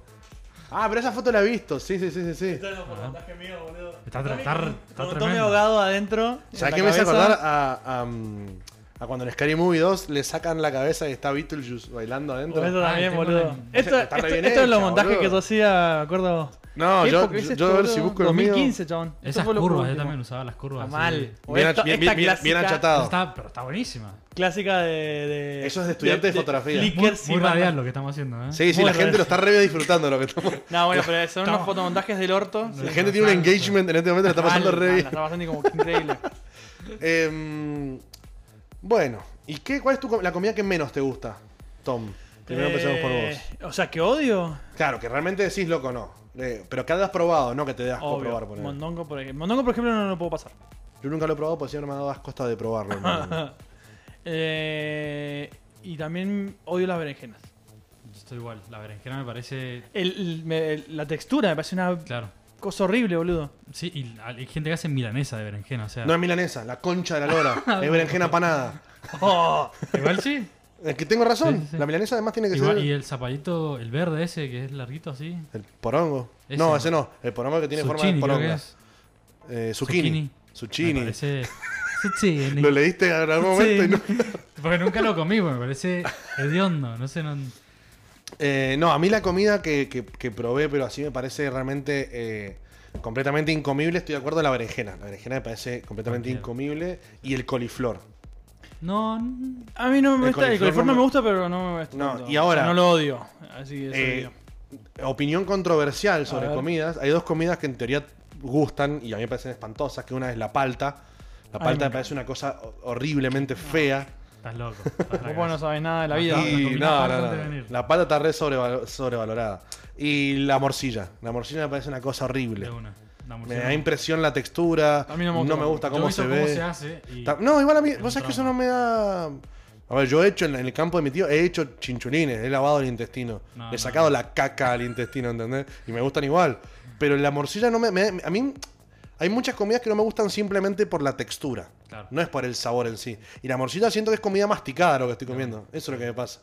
Ah, pero esa foto la he visto, sí, sí, sí, sí, sí. Está, está, está, está Como Tommy tremendo. ahogado adentro. en ¿Sabés la qué me hace cabeza. acordar a, a, mm, a cuando en Scary Movie 2 le sacan la cabeza y está Beetlejuice bailando adentro? Esto Ah, también, tengo boludo. la- Esto, Está re esto, bien esto es los hecha, montajes boludo. que yo hacía, me acuerdo. vos. No, ¿Qué yo- época es yo- esto, yo a ver boludo? si busco el mío. 2015, chabón. Esto Esas fue lo curvas, yo último. también usaba las curvas. Está así. mal. O Bien, esta- ach- bien- esta bien- bien clásica- achatado. Está, pero está buenísima. Clásica de, de- Eso es de estudiante de fotografía. Muy, Flickr, sí, muy banda. radial lo que estamos haciendo, ¿eh? Sí, sí, Muy la raro. gente lo está re disfrutando lo que estamos. No, bueno, pero son unos Estamos- fotomontajes del orto. La gente tiene un engagement en este momento, la está pasando Mal, re mal, bien. la Está pasando como que increíble. Em, bueno, ¿y qué, cuál es tu, com- la comida que menos te gusta, Tom? Primero empezamos por Eh. vos. por vos. Eh, O sea, que odio. Claro, que realmente decís loco, no. Eh, pero que has probado, no que te dé asco Obvio. probar. ponele. Mondongo, por ejemplo. Mondongo, por ejemplo, no lo puedo pasar. Yo nunca lo he probado porque siempre me ha dado asco hasta de probarlo. hermano. Eh, y también odio las berenjenas. Estoy igual. La berenjena me parece. El- el- me- el- la textura me parece una Claro. cosa horrible, boludo. Sí, y hay gente que hace milanesa de berenjena, o sea. no es milanesa, la concha de la lora. es berenjena panada. Oh, Igual sí. Es que tengo razón, Sí, sí, sí. la milanesa además tiene que Igual, ser y el, el zapallito, el verde ese que es larguito así. porongo. Ese no, no. ese no, el porongo que tiene Zucchini, forma creo de que poronga. es. Eh, zucchini. Me Zucchini. parece. Zucchini. Lo leíste en algún momento y no. Sí. Porque nunca lo comí, porque me parece hediondo. No sé, no. Eh, no, a mí la comida que, que- que probé, pero así me parece realmente eh, completamente incomible. Estoy de acuerdo en la berenjena. La berenjena me parece completamente Entiendo. incomible. Y el coliflor. No. a mí no me El gusta. El coliflor coliflor no no me- me gusta, pero no me gusta. No, tanto. y ahora- O sea, no lo odio. Así que eso Eh, digo. opinión controversial sobre A ver. comidas. Hay dos comidas que en teoría gustan y a mí me parecen espantosas. Que una es la palta. La Ay, palta me me parece una cosa ho- horriblemente fea. Estás loco. estás Vos pues, no fracaso. sabés nada de la Ah, No, vida. no. Y combinás no, patas no, antes de no. venir. La pata está re sobreval- sobrevalorada. Y la morcilla. La morcilla me parece una cosa De horrible. una. Me Una morcilla. da impresión la textura. A mí no me gusta cómo- gusta Yo cómo he visto se ve. cómo se hace y Ta- No, igual a mí, vos un sabés que eso no trauma. me da. A ver, yo he hecho en en el campo de mi tío, he hecho chinchulines, he lavado el intestino, No, he no, sacado no. la caca al intestino, ¿entendés? Y me gustan igual. Pero la morcilla no me, me- A mí hay muchas comidas que no me gustan simplemente por la textura. Claro. No es por el sabor en sí. Y la morcilla siento que es comida masticada lo que estoy comiendo. Eso es lo que me pasa.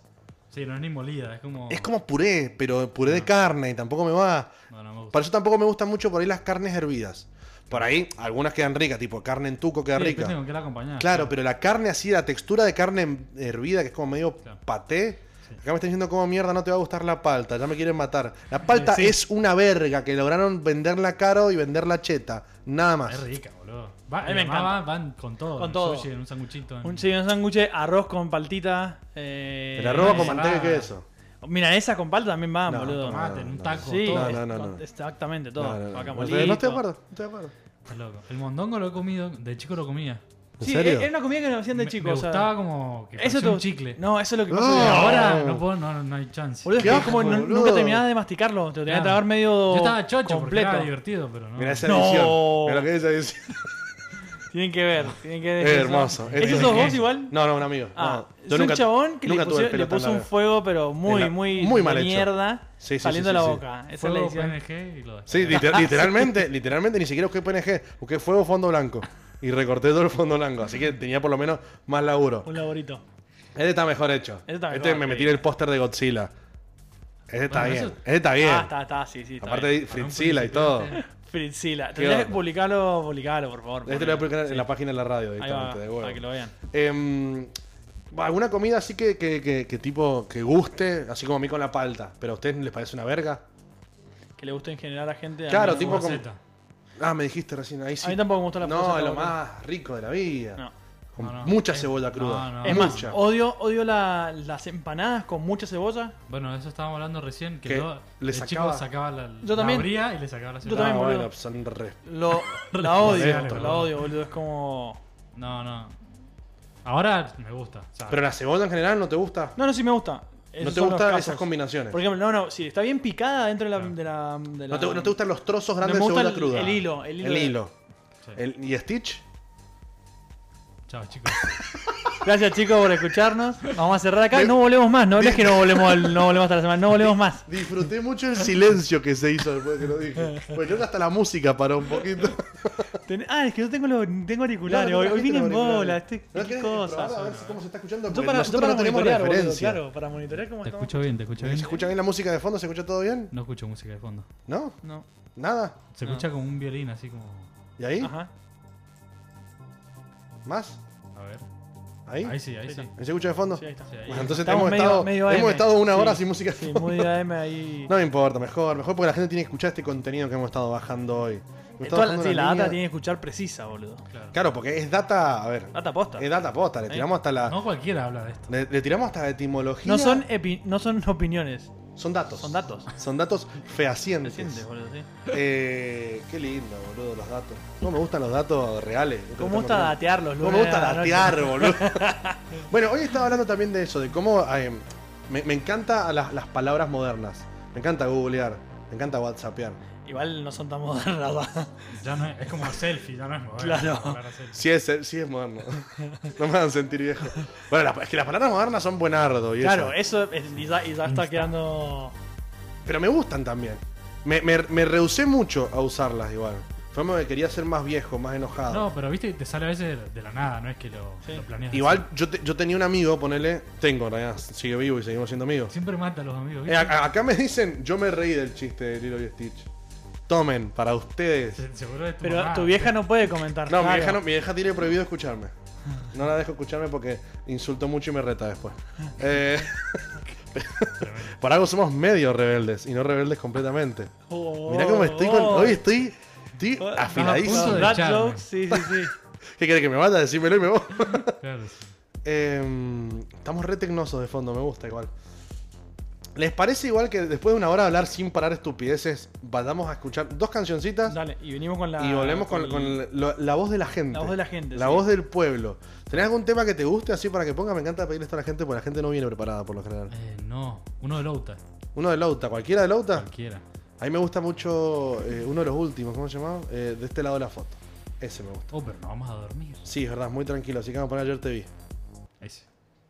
Sí, no es ni molida, es como. Es como puré, pero puré Ah. de carne y tampoco me va. No, no me gusta. Para eso tampoco me gustan mucho por ahí las carnes hervidas. Por ahí algunas quedan ricas, tipo carne en tuco queda Sí, rica. depende con qué la acompañás. Claro, pero la carne así, la textura de carne hervida, que es como medio Claro. paté. Sí. Acá me están diciendo como mierda, no te va a gustar la palta, ya me quieren matar. La palta Sí. es una verga, que lograron venderla caro y venderla cheta. Nada más. Es rica, boludo. Va, A mí y me además encanta. van, van con todo. Con en todo. Sushi, en un sanguchito. en- Un, sí, un sándwich, arroz con paltita. Eh, El arroba con eh, manteca y va. queso. Mira, esas con palta también van, No, boludo. no, tomate, en un taco. Sí, todo. No, no, no, es- no. exactamente, todo. No, no, no. Vaca No, molida, no estoy de todo. acuerdo, no estoy de acuerdo. Está loco. El mondongo lo he comido, de chico lo comía. ¿En Sí, serio? era una comida que nos hacían de me, chicos. me o sea, gustaba como que eso parecía te- un chicle. No, eso es lo que No. pasa. Y de ahora. ahora no puedo, no, no hay chance. Boludo, es Ah, Qué que asco, como nu- boludo. nunca terminabas de masticarlo. Te lo tenías que tragar medio. Yo estaba chocho completo. porque era divertido, pero no. Mira esa No. edición. Mira lo que es esa edición. Tienen que ver. Tienen que ver Es eso. hermoso, es ¿Esos hermoso. sos vos igual? No, no, un amigo. Ah, no. es un chabón que le, nunca tuve el puso, pelo le tan puso un largo. fuego, pero muy, la- muy, muy de mal hecho. mierda, Sí, sí, saliendo sí, de sí, la sí. boca. Esa es la Fuego, edición. PNG y lo dejé. Sí, liter- literalmente, literalmente ni siquiera busqué PNG, busqué fuego fondo blanco. Y recorté todo el fondo blanco, así que tenía por lo menos más laburo. Un laborito. Este está mejor hecho. Este está Este mejor, me sí. metí en el póster de Godzilla. Este está Bueno, bien. eso- Este está bien. Ah, está, está, sí, sí. Está Aparte bien. de Fritzilla y todo. Este Fritzila. Tendrías que onda? publicarlo, publicarlo, por favor. Este lo voy a publicar en la página de la radio Ahí va, directamente, de para que lo huevo. vean. Em, ¿Alguna comida así que, que- que- que tipo que guste? Así como a mí con la palta. ¿Pero a ustedes les parece una verga? Que le guste en general a gente. a Claro, mí no tipo me gusta. como- Guaceta. Ah, me dijiste recién. Ahí sí. A mí tampoco me gustó la No, fuerza, es lo tampoco. más rico de la vida. No. Con No, no. mucha Es- cebolla cruda. no, no. Es más, mucha. odio, odio la- las empanadas con mucha cebolla. Bueno, de eso estábamos hablando recién. Que Que yo, le el sacaba- chico sacaba la, la Yo también. abría y le sacaba la Yo No, cebolla. también, boludo. Ah, bueno, son re- Lo, la odio, Dale, la boludo. odio, boludo. Es como. No, no. Ahora me gusta. o sea, Pero la cebolla en general no te gusta. No, no, sí me gusta. Esos No te son los gustan casos. esas combinaciones. Ah. Por ejemplo, no, no, sí, está bien picada dentro de la. De la, de la- No te, no te gustan los trozos No grandes me de gusta cebolla el- cruda. el hilo, el hilo de- hilo. sí. El- ¿Y Stitch? Chao, chicos. Gracias, chicos, por escucharnos. Vamos a cerrar acá. No volvemos más. No hables que no volvemos, al- no volvemos hasta la semana. No volvemos más. Disfruté mucho el silencio que se hizo después que lo dije. Pues creo que hasta la música paró un poquito. Ten- Ah, es que yo tengo, los, tengo auriculares. No, no hoy trajiste hoy vine los en bola. auriculares. Este, ¿No qué querés cosa. probar a ver si cómo se está escuchando? Yo Porque para, yo nosotros para no tenemos monitorear, boludo, referencia. claro, para monitorear cómo Te estamos. escucho bien, te escucho ¿Se bien. escucha bien la música de fondo? ¿Se escucha todo bien? No escucho música de fondo. ¿No? No. ¿Nada? Se No. escucha como un violín así como. ¿Y ahí? Ajá. ¿Más? A ver. ¿Ahí? Ahí sí, ahí sí. ¿Se escucha de fondo? Sí, ahí está. Sí, ahí. Bueno, entonces Estamos hemos, medio- estado, medio AM. hemos estado una hora Sí. sin música de Sí, fondo. muy AM ahí. No me importa, mejor, mejor porque la gente tiene que escuchar este contenido que hemos estado bajando hoy. Me está Eh, Toda la- bajando sí, una la data mierda. tiene que escuchar precisa, boludo. Claro. Claro, porque es data, a ver, Data posta. es data posta, le Eh. tiramos hasta la No cualquiera habla de esto. le, le tiramos hasta la etimología. No son, epi- no son opiniones, son datos. son datos. Son datos fehacientes. Sientes, boludo, sí. Eh, qué lindo, boludo, los datos. No me gustan los datos reales. ¿Cómo me gusta datear los No lunes? me gusta a la noche? datear, boludo. bueno, hoy estaba hablando también de eso, de cómo eh, me, me encanta a las, las palabras modernas. Me encanta googlear, me encanta whatsappear. Igual no son tan modernos. Ya no es, es como selfie, ya no es moderno. Claro. hablar de selfie. Sí es, sí es moderno. No me hagan sentir viejo. Bueno, las- es que las palabras modernas son buenardo y eso. Claro, eso es, y ya, y ya está quedando. Pero me gustan también. Me, me, me rehusé mucho a usarlas igual. Fue como que quería ser más viejo, más enojado. No, pero viste, te sale a veces de la nada, no es que lo, Sí. lo planeas. igual así. yo, te- yo tenía un amigo, ponele... Tengo, en realidad, sigue vivo y seguimos siendo amigos. Siempre mata a los amigos. Eh, ¿viste? a- acá me dicen, yo me reí del chiste de Lilo y Stitch. Tomen, para ustedes. Se- seguro de tu Pero mamá. tu vieja no puede comentar. No, mi claro. vieja, no, mi vieja tiene prohibido escucharme. No la dejo escucharme porque insultó mucho y me reta después. Eh, Tremendo. por algo somos medio rebeldes y no rebeldes completamente. Oh, Mirá cómo estoy con. oh. Hoy estoy. Estoy Oh, afiladísimo. punto de Dad echarme. jokes, sí, sí, sí. ¿Qué querés que me mata? Decímelo y me voy. Claro, sí. Em, estamos re tecnosos de fondo, me gusta igual. ¿Les parece igual que después de una hora de hablar sin parar estupideces, vayamos a escuchar dos cancioncitas Dale, y venimos con la. y volvemos con, con el- lo- la voz de la gente? La voz de la gente, La sí. voz del pueblo. ¿Tenés algún tema que te guste así para que ponga? Me encanta pedir esto a la gente porque la gente no viene preparada por lo general. Eh, no, uno de Louta, Uno de Lauta, cualquiera de Lauta. cualquiera. A mí me gusta mucho eh, uno de los últimos, ¿cómo se llamaba? Eh, de este lado de la foto. Ese me gusta. Oh, pero no vamos a dormir. Sí, es verdad, es muy tranquilo, así que vamos a poner ayer te vi. Ese.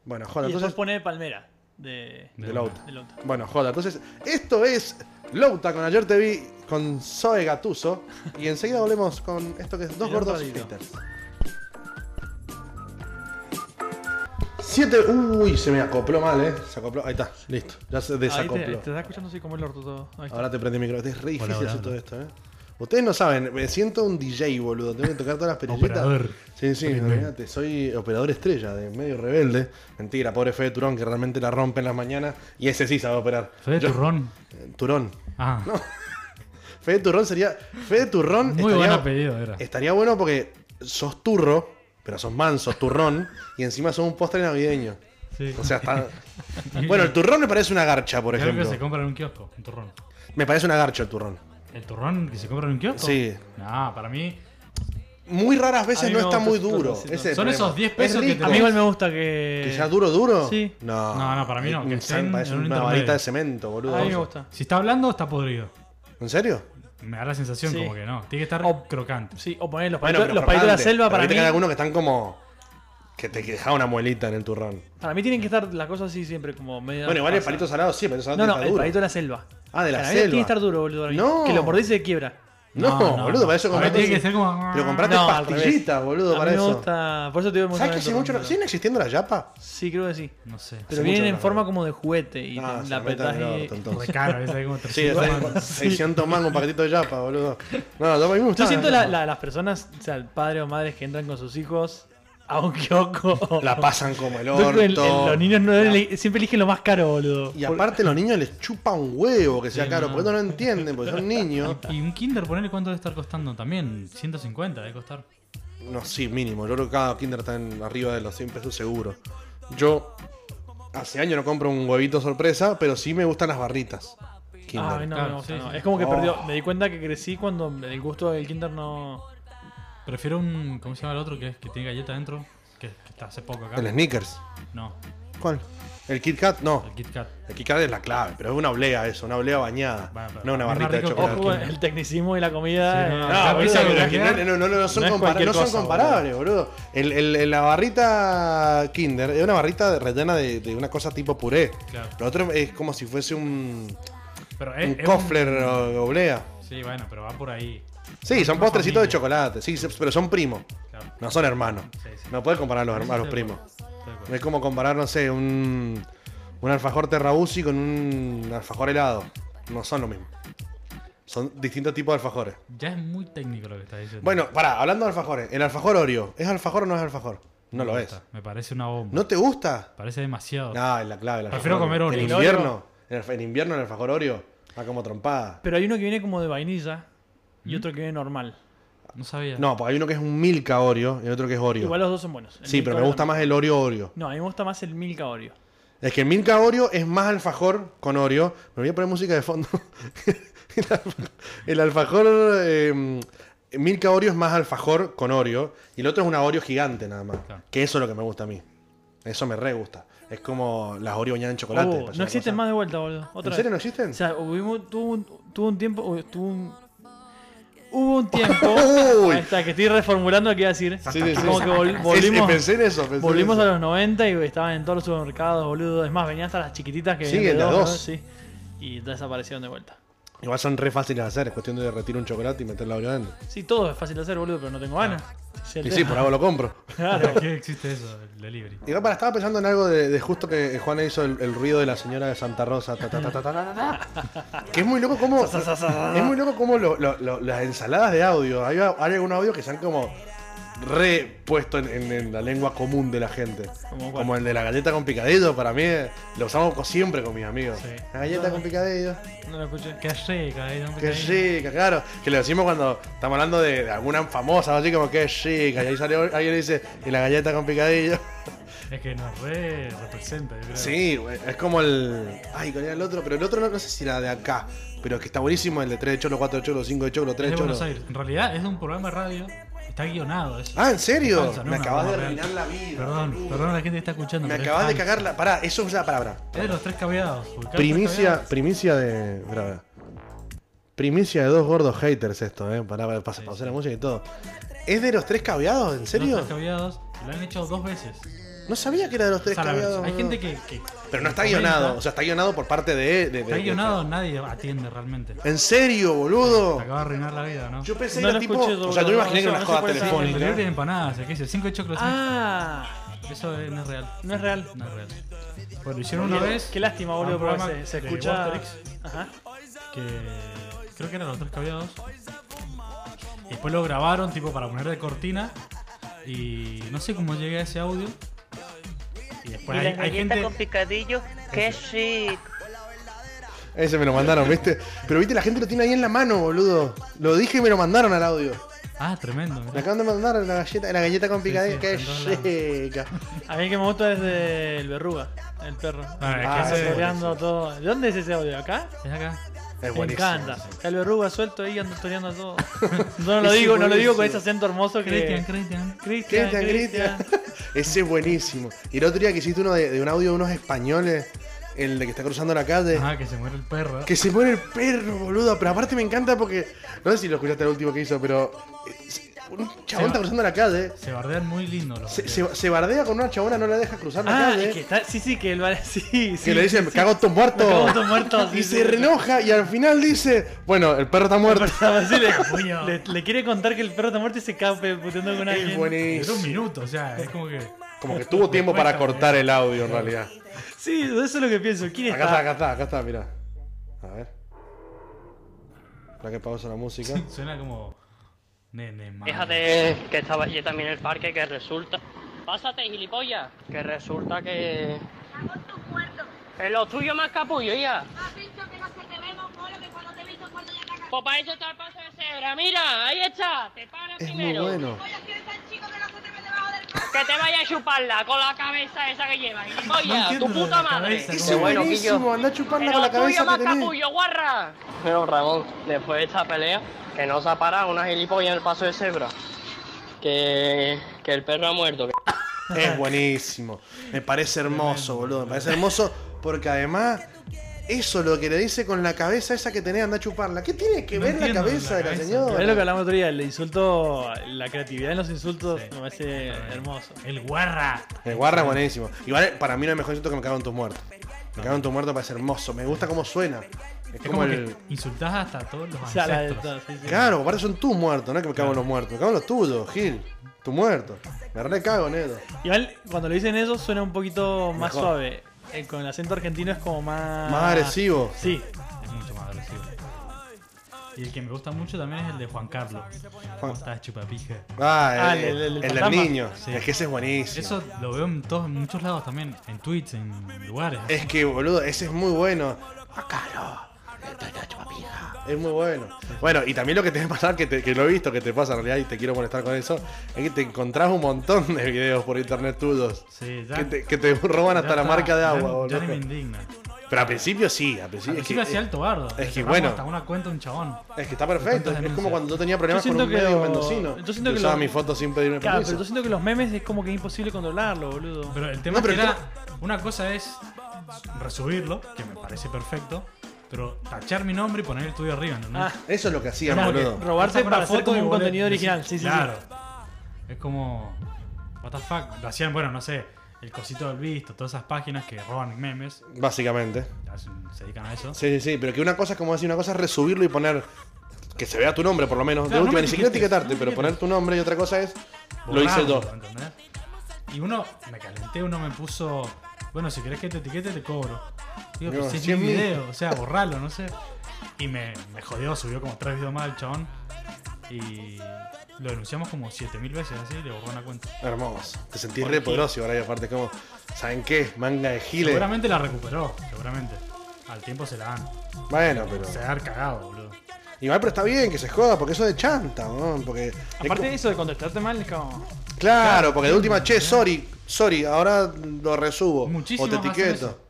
Bueno, joda, y después entonces. pone Palmera. De, pone- De Lauta. de Lauta. Bueno, joda, entonces. Esto es Lauta con ayer te vi con Zoe Gatuso. Y enseguida volvemos con esto que es dos En un gordos ratito. haters. Siete. Uy, se me acopló mal, eh. Se acopló. Ahí está, listo. Ya se Ahí te, te desacopló. está escuchando así como el orto todo. Ahí está. Ahora te prendí el micrófono. Es re difícil Colaborando. hacer todo esto, eh. Ustedes no saben, me siento un DJ, boludo. Tengo que tocar todas las perillitas. Operador. Sí, sí, Tremendo. olvídate, soy operador estrella de medio rebelde. Mentira, pobre Fede Turón que realmente la rompe en las mañanas y ese sí sabe operar. Fede Yo- Turrón. Eh, Turón. Ah, Fede Turrón sería. Fede Turrón muy buen apellido era. estaría bueno porque sos turro, pero sos manso, turrón, y encima sos un postre navideño. Sí. O sea, está. Bueno, el turrón me parece una garcha, por Creo que ejemplo. se compra en un kiosco, un turrón. Me parece una garcha el turrón. ¿El turrón que se compra en un kiosco? Sí. No, para mí. Muy raras A veces mí no me está gusta muy ese turrón, duro. sí, Ese es el Son problema. esos 10 Es pesos que te rico. A mí igual me gusta que. ¿Que sea duro, duro? Sí. No. No, no, para mí no, Un que esté en- samba es en un una intermedio. varita de cemento, boludo. A mí me gusta. Si está hablando, está podrido. ¿En serio? Me da la sensación Sí. como que no. Tiene que estar Oh. O- crocante. Sí, o poner los Bueno, palitos, pero los palitos de la crocante. selva Pero para viste mí. que hay algunos que están como. que te deja una muelita en el turrón. Para mí tienen que estar las cosas así siempre como medio. Bueno, igual el palito salado sí, pero eso No, tiene no, que el estar duro. palito de la selva. Ah, de la Para mí selva. Tiene que estar duro, boludo. para mí. No. Que lo mordís y se quiebra. No, boludo, para eso Para mí compraste. tiene que ser como. Pero compraste No, al pastillitas, boludo, a para mí me eso. gusta. Por eso te digo me gusta ¿Sabes que el si mucho. turrón, ¿Siguen existiendo las yapas? Sí, creo que sí. No sé. mucho Pero vienen que en no. forma como de juguete y Ah, te- se la la meten apretás en el orto, y... entonces. Recaro, ese hay como 300 Sí, es mangos. ahí, 600 mangos, un paquetito de yapa, boludo. No, no, a mí me gusta. Yo siento la- la- las personas, o sea, padres o madres que entran con sus hijos a un kiosco. La pasan como el Yo creo orto. que el- el- los niños no ele- siempre eligen lo más caro, boludo. Ah. Y aparte los niños les chupa un huevo que sea Sí, caro, no. porque ellos no entienden, porque son niños. Y un Kinder, ponele cuánto debe estar costando también. 150 debe costar. No, sí, mínimo. Yo creo que cada kinder está en- arriba de los 100 pesos seguro. Yo hace años no compro un huevito sorpresa, pero sí me gustan las barritas. Kinder. Ay, no, Claro, no, o sea, sí, no. sí. Es como que Oh. perdió. Me di cuenta que crecí cuando el gusto del Kinder no. Prefiero un. ¿Cómo se llama el otro? Que, es, que tiene galleta dentro. Que, que está hace poco acá. El Snickers. No, ¿Cuál? El Kit Kat, no. el Kit Kat. El Kit Kat es la clave, pero es una oblea eso, una oblea bañada. Bueno, pero no una es más barrita de rico que chocolate. el Ojo, eh, Kinder. el tecnicismo y la comida. Sí, eh. no, No, Ah, boludo, pizza pero con es que Kinder. no, no, no, no son, No es compara- cualquier no son cosa, comparables, boludo. El- el- el- la barrita Kinder es una barrita rellena de, de una cosa tipo puré. Claro. Lo otro es como si fuese un, Pero es, un es un- cofler o oblea. Sí, bueno, pero va por ahí. Sí, son Una postrecitos de familia. chocolate, sí, se- pero son primos. Claro. No son hermanos. Sí, sí. No puedes comparar a los, hermanos, Estoy de primos. acuerdo, estoy de acuerdo. Es como comparar, no sé, un, un alfajor terrabuzzi con un alfajor helado. No son lo mismo. Son distintos tipos de alfajores. Ya es muy técnico lo que estás diciendo. Bueno, pará, hablando de alfajores. El alfajor Oreo, ¿es alfajor o no es alfajor? No lo Me es. gusta, Me parece una bomba. ¿No te gusta? Parece demasiado. No, es la clave. el alfajor Prefiero comer Oreo. En El invierno, en el- en invierno el alfajor Oreo va como trompada. Pero hay uno que viene como de vainilla ¿Mm? y otro que viene normal. No sabía. No, porque hay uno que es un Milka Oreo y otro que es Oreo. Igual los dos son buenos. El sí, pero Milka me gusta también. más el Oreo Oreo. No, a mí me gusta más el Milka Oreo. Es que el Milka Oreo es más alfajor con Oreo. Me voy a poner música de fondo. el alfajor, el alfajor, eh, Milka Oreo es más alfajor con Oreo. Y el otro es una Oreo gigante nada más. Claro. Que eso es lo que me gusta a mí. Eso me re gusta. Es como las Oreo bañadas en chocolate. Oh, para hacer no una existen cosa. más de vuelta, boludo. Otra ¿En serio no vez. existen? O sea, hubimos- tuvo, un, tuvo un tiempo. hu- Tuvo un, hubo un tiempo. Uy. Ahí está, que estoy reformulando lo que iba a decir. Sí, sí, sí. Como que vol- Es- volvimos, pensé en eso. pensé en volvimos eso. a los 90 y estaban en todos los supermercados, boludo. Es más, venían hasta las chiquititas que Sí, venían de en las dos. dos, ¿no? Sí. Y desaparecieron de vuelta. Igual son re fáciles de hacer. Es cuestión de derretir un chocolate y meter la Oreo adentro. Sí, todo es fácil de hacer, boludo, pero no tengo ganas. Sí, el Y tema. sí, por algo lo compro. ¿Para qué existe eso? El delivery. Igual para, estaba pensando en algo de, de justo que Juan hizo el, el ruido de la señora de Santa Rosa. ta, ta, ta, ta, ta, ta, ta, ta. que es muy loco como. es muy loco como lo- lo- lo- las ensaladas de audio. Hay, hay algunos audios que se han como repuesto en, en- en la lengua común de la gente. ¿Como cuál? Como el de la galleta con picadillo, para mí lo usamos co- siempre con mis amigos. Sí. La galleta con picadillo. No lo escuché. Qué rica, eh. Qué chica, claro. Que le decimos cuando estamos hablando de, de alguna famosa, así como qué chica. Y ahí sale alguien y dice, y la galleta con picadillo. Es que nos re representa, yo creo. Sí, güey, es como el. Ay, ¿cuál era el otro? Pero el otro no, no sé si era de acá. Pero que está buenísimo el de 3 de Cholo, 4 de Cholo, 5 de Cholo, 3 Es de de Cholo. Buenos Aires. En realidad es de un programa de radio. Está guionado. es- Ah, ¿en serio? es falsa, no Me es una acabas de broma arruinar real. la vida. Perdón, perdón a la gente que está escuchando. Me pero es acabas de falso. cagar la. Pará, eso es una palabra. Es de los tres cabeados. porque cada tres Primicia, cabeados- primicia de. Pará, pará. Primicia de dos gordos haters esto, eh. Pará, pará, pasa, Sí, pausa sí. la música y todo. ¿Es de los tres cabeados? ¿En de los serio? tres cabeados. y Lo han hecho dos veces. No sabía que era de los O tres sea, la cabeados. verdad, hay boludo. gente que. que- Pero no está que comenta, guionado. O sea, está guionado por parte de. de- de- Está de- guionado, nadie atiende realmente. Te ¿En serio, boludo? acaba de arruinar la vida, ¿no? Yo pensé que No era lo tipo. escuché, o sea, yo me no, imaginé que no, era una no joda se puede saber. El telefónica. interior de empanadas, el que dice 5 de choclos. Ah, Eso eh, no es real. no es real. No es real. Bueno, hicieron una vez. Qué lástima, boludo, un porque programa se, se de escucha. Vorterix Ajá. que creo que eran los tres cabeados. Y Después lo grabaron, tipo, para poner de cortina. Y no sé cómo llegué a ese audio. Y después y hay, las hay galletas gente. con picadillo, qué chic. Ese me lo mandaron, ¿viste? Pero viste, la gente lo tiene ahí en la mano, boludo. Lo dije y me lo mandaron al audio. Ah, tremendo. mirá. Me acaban de mandar la galleta, la galleta con Sí, picadillo. sí, que está en todos chica. A mí el que me gusta es de el verruga, el perro. Ah, es que Ah, ese- Toreando todo. ¿De dónde es ese audio? ¿Acá? es acá. Es Me buenísimo. encanta. Está el verruga suelto ahí ando toreando todo. No lo Ese digo, no lo buenísimo. digo con ese acento hermoso Cristian, que. Cristian. Cristian, Cristian, Cristian. Ese es buenísimo. Y el otro día que hiciste uno de, de un audio de unos españoles, el de que está cruzando la calle. Ajá, que se muere el perro. Que se muere el perro, boludo. Pero aparte me encanta porque. No sé si lo escuchaste el último que hizo, pero. eh, Un va. chabón está cruzando la calle. Se bardean muy lindo los Se, bardeos. se- se bardea con una chabona, no la deja cruzar la Ah, calle. es que está. Sí, sí, que el Sí, sí. ¿eh? que le dicen, cago tu muerto. Me cago en tus muertos, y sí, se sí. renoja y al final dice, bueno, el perro está muerto. Sí, Capullo. le, le- le quiere contar que el perro está muerto y se cape puteando con Es alguien. Duró un buenísimo. minuto, o sea, es como que. Como que tuvo tiempo para cortar el audio en realidad. eh. Sí, eso es lo que pienso. ¿Quién Acá está, está? acá está, acá está, mirá. A ver. Para que pausa la música. Suena como. Nene, mano. Fíjate que estaba yo también en el parque que resulta. Pásate, gilipollas. Que resulta que. Cago en tu muerto. Es lo tuyo más capullo, ya. Has dicho que no se te ve más molo que cuando te he visto cuando ya te acabas. Pues para eso está el paso de cebra. Mira, ahí está. Te paras Es muy primero. bueno. Oye, que eres tan chico que no se te ve debajo del carro. Que te vaya a chuparla con la cabeza esa que lleva, No gilipollas. entiendo tu lo de puta la madre. cabeza, Ese Qué es bueno, buenísimo, andá a chuparla Pero con la tuyo cabeza más que tenés. capullo, guarra. Pero Ramón, después de esta pelea, que no se ha parado una gilipollas en el paso de cebra. Que, que el perro ha muerto. Es buenísimo. Me parece hermoso, boludo. Me parece hermoso porque además eso lo que le dice con la cabeza esa que tenés, anda a chuparla. ¿Qué tiene que No ver la entiendo cabeza la de la cabeza, Es lo que señora? hablamos otro día, el insulto, la creatividad en los insultos Sí. me parece hermoso. El guarra. El guarra es Eh, buenísimo. Igual para mí no es mejor insulto que me cago en tus muertos. Me cago en tus muertos parece hermoso. Me gusta cómo suena. Es Es como como el. que insultás hasta a todos los O sea, la de ancestros. todo, sí, sí. Claro, aparte son tus muertos, no es que me cago en los muertos. Me cago en los tuyos, Gil. Tu muerto. Me re cago, Nedo. Igual cuando lo dicen eso suena un poquito más Mejor. suave. Eh, con el acento argentino es como más. Más agresivo. Sí. Es mucho más agresivo. Y el que me gusta mucho también es el de Juan Carlos. ¿Cómo estás, chupapija? Ah, Ah, el, el- el- el el del fantasma. niño. Sí. Es que ese es buenísimo. Eso lo veo en, todos, en muchos lados también, en tweets, en lugares. Es que, boludo, ese es muy bueno. Bacalo, esto es la chupapija. Es muy bueno. Bueno, y también lo que te debe pasar, que, te- que lo he visto que te pasa en realidad y te quiero molestar con eso, es que te encontrás un montón de videos por internet tuyos. Sí, ya- Que te, que te roban ya hasta la está, marca de ya- agua, Ya, ni me boludo. indigna. Pero al principio sí, al principio, Al es que- principio hacía alto bardo. le que cerramos bueno. Hasta una cuenta un chabón. Es que está perfecto. Tantas Es como denuncias. cuando yo tenía problemas Yo con un siento que medio lo- mendocino. yo siento que que usaba lo- mis fotos sin pedirme Claro, permiso. pero yo siento que los memes es como que es imposible controlarlo, boludo. Pero el tema No, pero es que el era, una cosa es resubirlo, que me parece perfecto, pero tachar mi nombre y poner el tuyo arriba, ¿entendés? Ah, Eso es lo que hacían, Claro, boludo. que robarse Esa para hacer hacer como y un volver- contenido decir, original. Sí, sí, sí. claro. Es como. What the fuck. Lo hacían, bueno, no sé, el cosito del visto, todas esas páginas que roban memes, Básicamente. hacen- se dedican a eso. Sí, sí, sí, pero que una cosa es como decir, una cosa es resubirlo y poner que se vea tu nombre por lo menos. Claro, de no última, me ni siquiera etiquetes, etiquetarte, no me pero poner etiquetes. tu nombre y otra cosa es, lo hice Borrarlo, yo. ¿entendés? Y uno, me calenté, uno me puso. Bueno, si querés que te etiquete, te cobro. Digo, No, pero si es si mi es mío. video, o sea, borralo, no sé. Y me, me jodió, subió como tres videos más el chabón. Y lo denunciamos como 7000 veces así y le borró una cuenta. Hermoso. Te sentís re poderoso ahora y aparte como, ¿saben qué? Manga de giles. Seguramente la recuperó, seguramente. Al tiempo se la dan. Bueno, pero Se va a dar cagado, boludo. Igual, pero está bien que se joda, porque eso es de chanta, ¿no? Porque es Aparte co- de eso de contestarte mal, es como. Claro, porque de última, che, sorry, sorry, ahora lo resubo. Muchísimos o te hacen etiqueto. eso.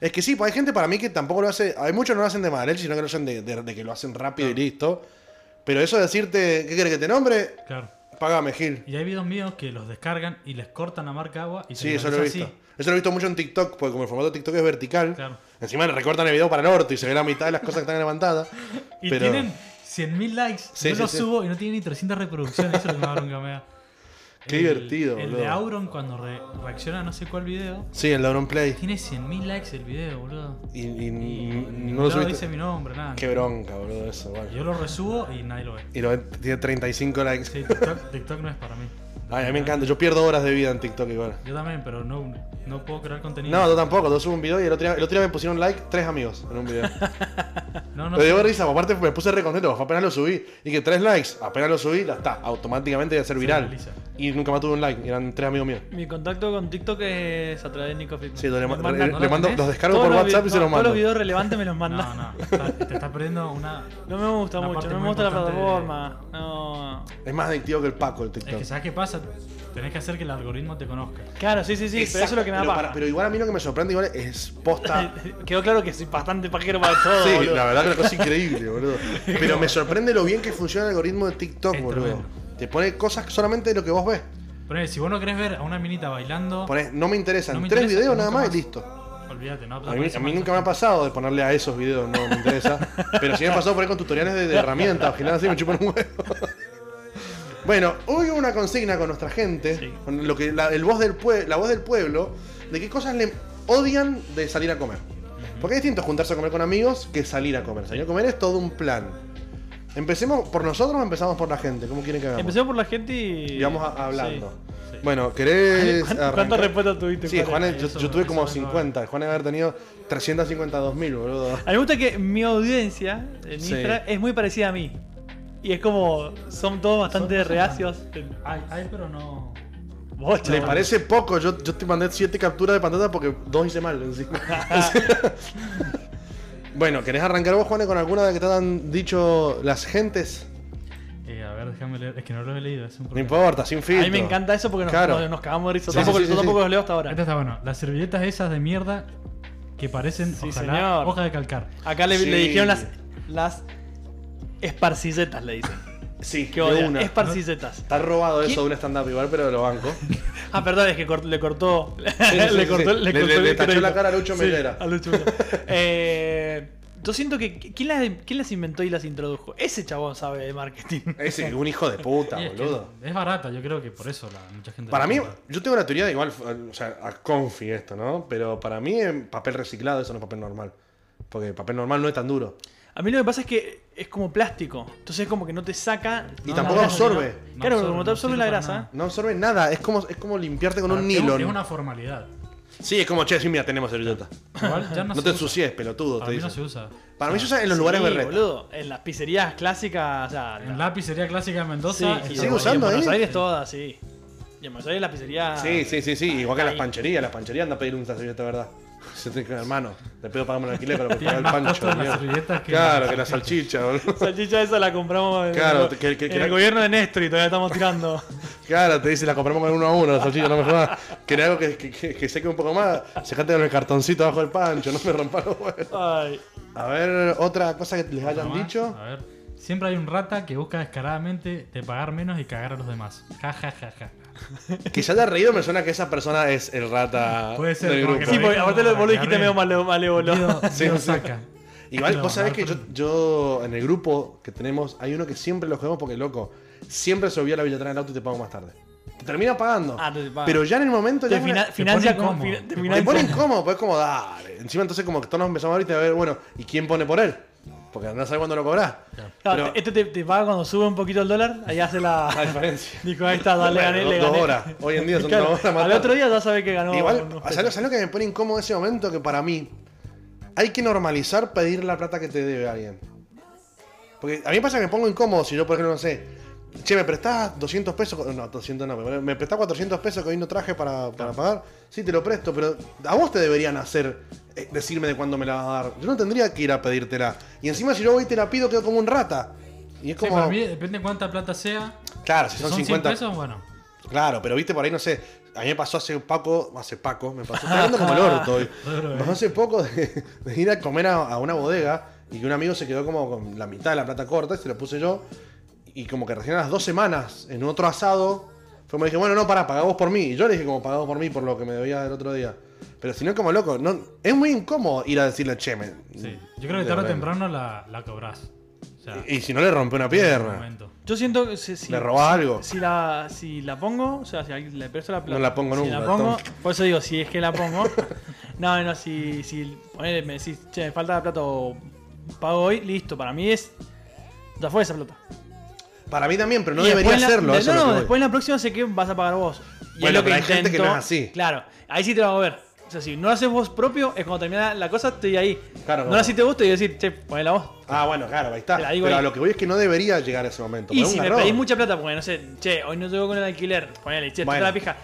Es que sí, pues hay gente para mí que tampoco lo hace. Hay muchos no lo hacen de mal, sino que lo hacen de, de- de que lo hacen rápido y listo. Pero eso de decirte, ¿qué querés que te nombre? Claro. Págame, Gil. Y hay videos míos que los descargan y les cortan la marca agua y te Sí, eso lo he viraliza visto. así. Eso lo he visto mucho en TikTok, porque como el formato de TikTok es vertical, Claro. encima le recortan el video para el orto y se ve la mitad de las cosas que están levantadas. Y pero tienen 100.000 likes. Sí, yo sí, los sí. subo y no tienen ni 300 reproducciones. Eso es lo que más bronca me da. Qué El- divertido, El de boludo. Auron cuando re- reacciona a no sé cuál video. Sí, el Lauron Play. Tiene 100.000 likes el video, boludo. Y, y Y no no lo subiste. dice mi nombre, nada. Qué bronca, boludo, eso, bueno. Yo lo resubo y nadie lo ve. Y lo ven- tiene 35 likes. Sí, TikTok, TikTok no es para mí. Ay, a mí me encanta. Yo pierdo horas de vida en TikTok igual. Yo también, pero no, no puedo crear contenido. No, yo tampoco. Yo subo un video y el otro, día, el otro día me pusieron like tres amigos en un video. no, no. Lo digo risa, porque aparte me puse re contento, porque apenas lo subí. Y que tres likes, apenas lo subí, ya está. Automáticamente iba a ser viral. viraliza. Y nunca más tuve un like. Eran tres amigos míos. Mi contacto con TikTok es a través de Nico Fitman. Sí, yo le, Me ma- mandan le- ¿no le lo mando, tenés? los descargo todos por los WhatsApp vi- y se los todos mando. los videos relevantes me los mandan. No, no. está- te estás perdiendo una. No me gusta Una mucho, parte no me muy gusta la importante plataforma. No. Es más adictivo que el Paco el Es TikTok. que, ¿sabes qué pasa? Tenés que hacer que el algoritmo te conozca. Claro, sí, sí, sí, pero eso es lo que me da pero, paja. para- pero igual a mí lo que me sorprende igual es posta. Quedó claro que soy bastante pajero para todo. Sí, boludo. la verdad que una cosa increíble, boludo. Pero me sorprende lo bien que funciona el algoritmo de TikTok, Es boludo. tremendo. Te pone cosas solamente de lo que vos ves. Pero si vos no querés ver a una minita bailando, Ponés, no me interesan. No me Tres interesa, videos nada nunca más, más. y listo. olvídate, no A mí, aparece a mí más. nunca me ha pasado de ponerle a esos videos, no me interesa. Pero sí me ha pasado por ahí con tutoriales de, de herramientas, al así me chupan un huevo. Bueno, hoy hubo una consigna con nuestra gente, con lo que la, el voz del pue- la voz del pueblo, de qué cosas le odian de salir a comer. Porque es distinto juntarse a comer con amigos que salir a comer. Salir a comer es todo un plan. Empecemos por nosotros o empezamos por la gente, ¿cómo quieren que hagamos? Empecemos por la gente y. y vamos a- hablando. Sí. Bueno, ¿querés ¿Cuántas arrancar? respuestas tuviste? Sí, Juan? Juan, yo, eso yo me tuve parece como muy 50. Juan debe haber tenido 352 mil, boludo. A mí me gusta que mi audiencia en Sí. Instagram es muy parecida a mí. Y es como. Son todos bastante Son- son- reacios. Ay, ay, pero no. Bocha, Le boludo. parece poco, yo, yo te mandé 7 capturas de pantalla porque dos hice mal encima. bueno, ¿querés arrancar vos, Juan, con alguna de que te han dicho las gentes? Eh, a ver, déjame leer. Es que no lo he leído, es un No problema. importa, sin A filtro. mí me encanta eso porque nos, Claro. nos, nos cagamos de risa. Sí, tampoco, sí, sí, yo sí. tampoco los leo hasta Esta ahora. está bueno. Las servilletas esas de mierda que parecen Sí, ojalá, señor. hoja de calcar. Acá le, le Sí. dijeron las. Las. Esparcilletas le dicen. Sí, Que que odia. una. Esparcilletas. Está robado eso ¿Quién? de un stand-up igual, pero lo banco. Ah, perdón, es que cort- le cortó. sí, sí, le sí. cortó, Le- le cortó le- el le tachó crédito. la cara a Lucho Sí, Melera. a Lucho Melera. Eh, yo siento que. ¿quién las, quién las inventó y las introdujo? Ese chabón sabe de marketing. Ese es un hijo de puta, Y es, que boludo. es barata, yo creo que por eso la, mucha gente. la Para mí, compra. yo tengo una teoría de igual, o sea, a confi esto, ¿no? Pero para mí en papel reciclado, eso no es papel normal. Porque el papel normal no es tan duro. A mí lo que pasa es que es como plástico. Entonces es como que no te saca. Y no, tampoco la grasa, absorbe. sino- No claro, absorbe, como te no absorbe sirve la para grasa. nada. No absorbe nada, es como, es como limpiarte con Ah, un es nylon. Es una formalidad. Sí, es como, che, sí, mira, tenemos servilleta. Igual ya no, No, se te usa. ensucies, pelotudo, Para te mí no dicen. se usa. Para mí se usa en los lugares Sí, berretas. boludo. En las pizzerías clásicas. O sea, En la- la pizzería clásica de sí, Mendoza. y el sigue en- Uruguay- usando, y en Buenos eh. Aires todas, sí. Y en Buenos Aires las pizzerías. Sí, sí, sí, sí. Igual que las Ahí. pancherías, las pancherías anda a pedir una servilleta, ¿verdad? Yo te digo, hermano, te pedo pagarme el alquiler, pero me paga el más pancho. costo las mierda. servilletas que Claro, las que la salchicha, boludo. Salchicha esa la compramos en, Claro, en- que- que- que en el la- gobierno de Néstor y todavía estamos tirando. Claro, te dice, la compramos con uno a uno, la salchicha, no me jodas. Querés algo que, que, que- que seque un poco más, sacate con el cartoncito abajo del pancho, no me rompa los huevos. Ay. A ver, otra cosa que les Nada hayan más, dicho. A ver. Siempre hay un rata que busca descaradamente de pagar menos y cagar a los demás. Ja, ja, ja, ja. Que se haya reído me suena que esa persona es el rata Puede ser, del como grupo. que Sí, lo porque dijo aparte lo, vos lo dijiste Carrera. medio male- malévolo. Guido- Sí, Guido sí. saca. Igual, Lo vos sabés que yo, mandaron. yo en el grupo que tenemos hay uno que siempre lo jugamos porque, loco, siempre se olvida la billetera del auto y te pago más tarde. Te termina pagando. Ah, te paga. Pero ya en el momento ya Te es fina- una- financia pone como. incómodo. fina- Te te te financia- pone incómodo, pues como dale. Encima entonces como que todos nos empezamos a ver y te va a ver, bueno, ¿y quién pone por él? Porque andás a ver cuándo lo cobrás. Claro, Pero- Este te, te paga cuando sube un poquito el dólar. Ahí hace La la. diferencia. Dijo, ahí está, dale, Bueno, gané, dos- le dos gané. horas. Hoy en día son Claro, dos horas más Al otro tarde. día ya sabe que ganó. Igual, unos ¿sabes lo- sabes lo que me pone incómodo ese momento? Que para mí hay que normalizar pedir la plata que te debe alguien. Porque a mí me pasa que me pongo incómodo si yo, por ejemplo, no sé, che, me prestás 200 pesos, no, 200 no, me- me prestás 400 pesos que hoy no traje para, para pagar. Sí, te lo presto, pero a vos te deberían hacer, eh, decirme de cuándo me la vas a dar. Yo no tendría que ir a pedírtela. Y encima si yo voy y te la pido, quedo como un rata. Y es Sí, como. para mí depende de cuánta plata sea. claro, si Si son, son 100 50. pesos, bueno. Claro, pero viste por ahí, no sé. A mí me pasó hace poco, hace Paco, me pasó. Estoy hablando como el orto hoy. Claro, Me eh. pasó hace poco de, de ir a comer a, a una bodega y que un amigo se quedó como con la mitad de la plata corta y se la puse yo. Y como que recién a las dos semanas, en otro asado, fue como dije, bueno, no, pará, pagá vos por mí. Y yo le dije como pagá vos por mí por lo que me debía del otro día. Pero si no, como loco, no, es muy incómodo ir a decirle, che, me- Sí. Mm, de Yo creo que tarde o verdad". temprano la, la cobras. O sea, Y, y si no le rompe una pierna, momento. Yo siento que si, si- le roba algo. si la, si la pongo, o sea, si alguien- le presto la plata. No la pongo si nunca, la pongo, Tom. por eso digo, si es que la pongo. no, no, si, si ponele, me decís, che, me falta la plata o pago hoy, listo. Para mí es. Ya fue esa plata. Para mí también, pero no Y debería después la- hacerlo. de- eso es no, lo no, que voy. después en la próxima sé que vas a pagar vos. es Bueno, lo pero hay gente que no es así. Claro, ahí sí te vas a ver. O sea, si no lo haces vos propio, es cuando termina la cosa, estoy ahí. Claro, no no. lo hiciste vos, te voy a decir, che, ponela vos. Ah, bueno, claro, ahí está. Te la digo Pero a ahí. lo que voy es que no debería llegar a ese momento. Y pero es si un me garrón. pedís mucha plata, porque no sé, che, hoy no llego con el alquiler, ponele, che, Bueno. toda la pija,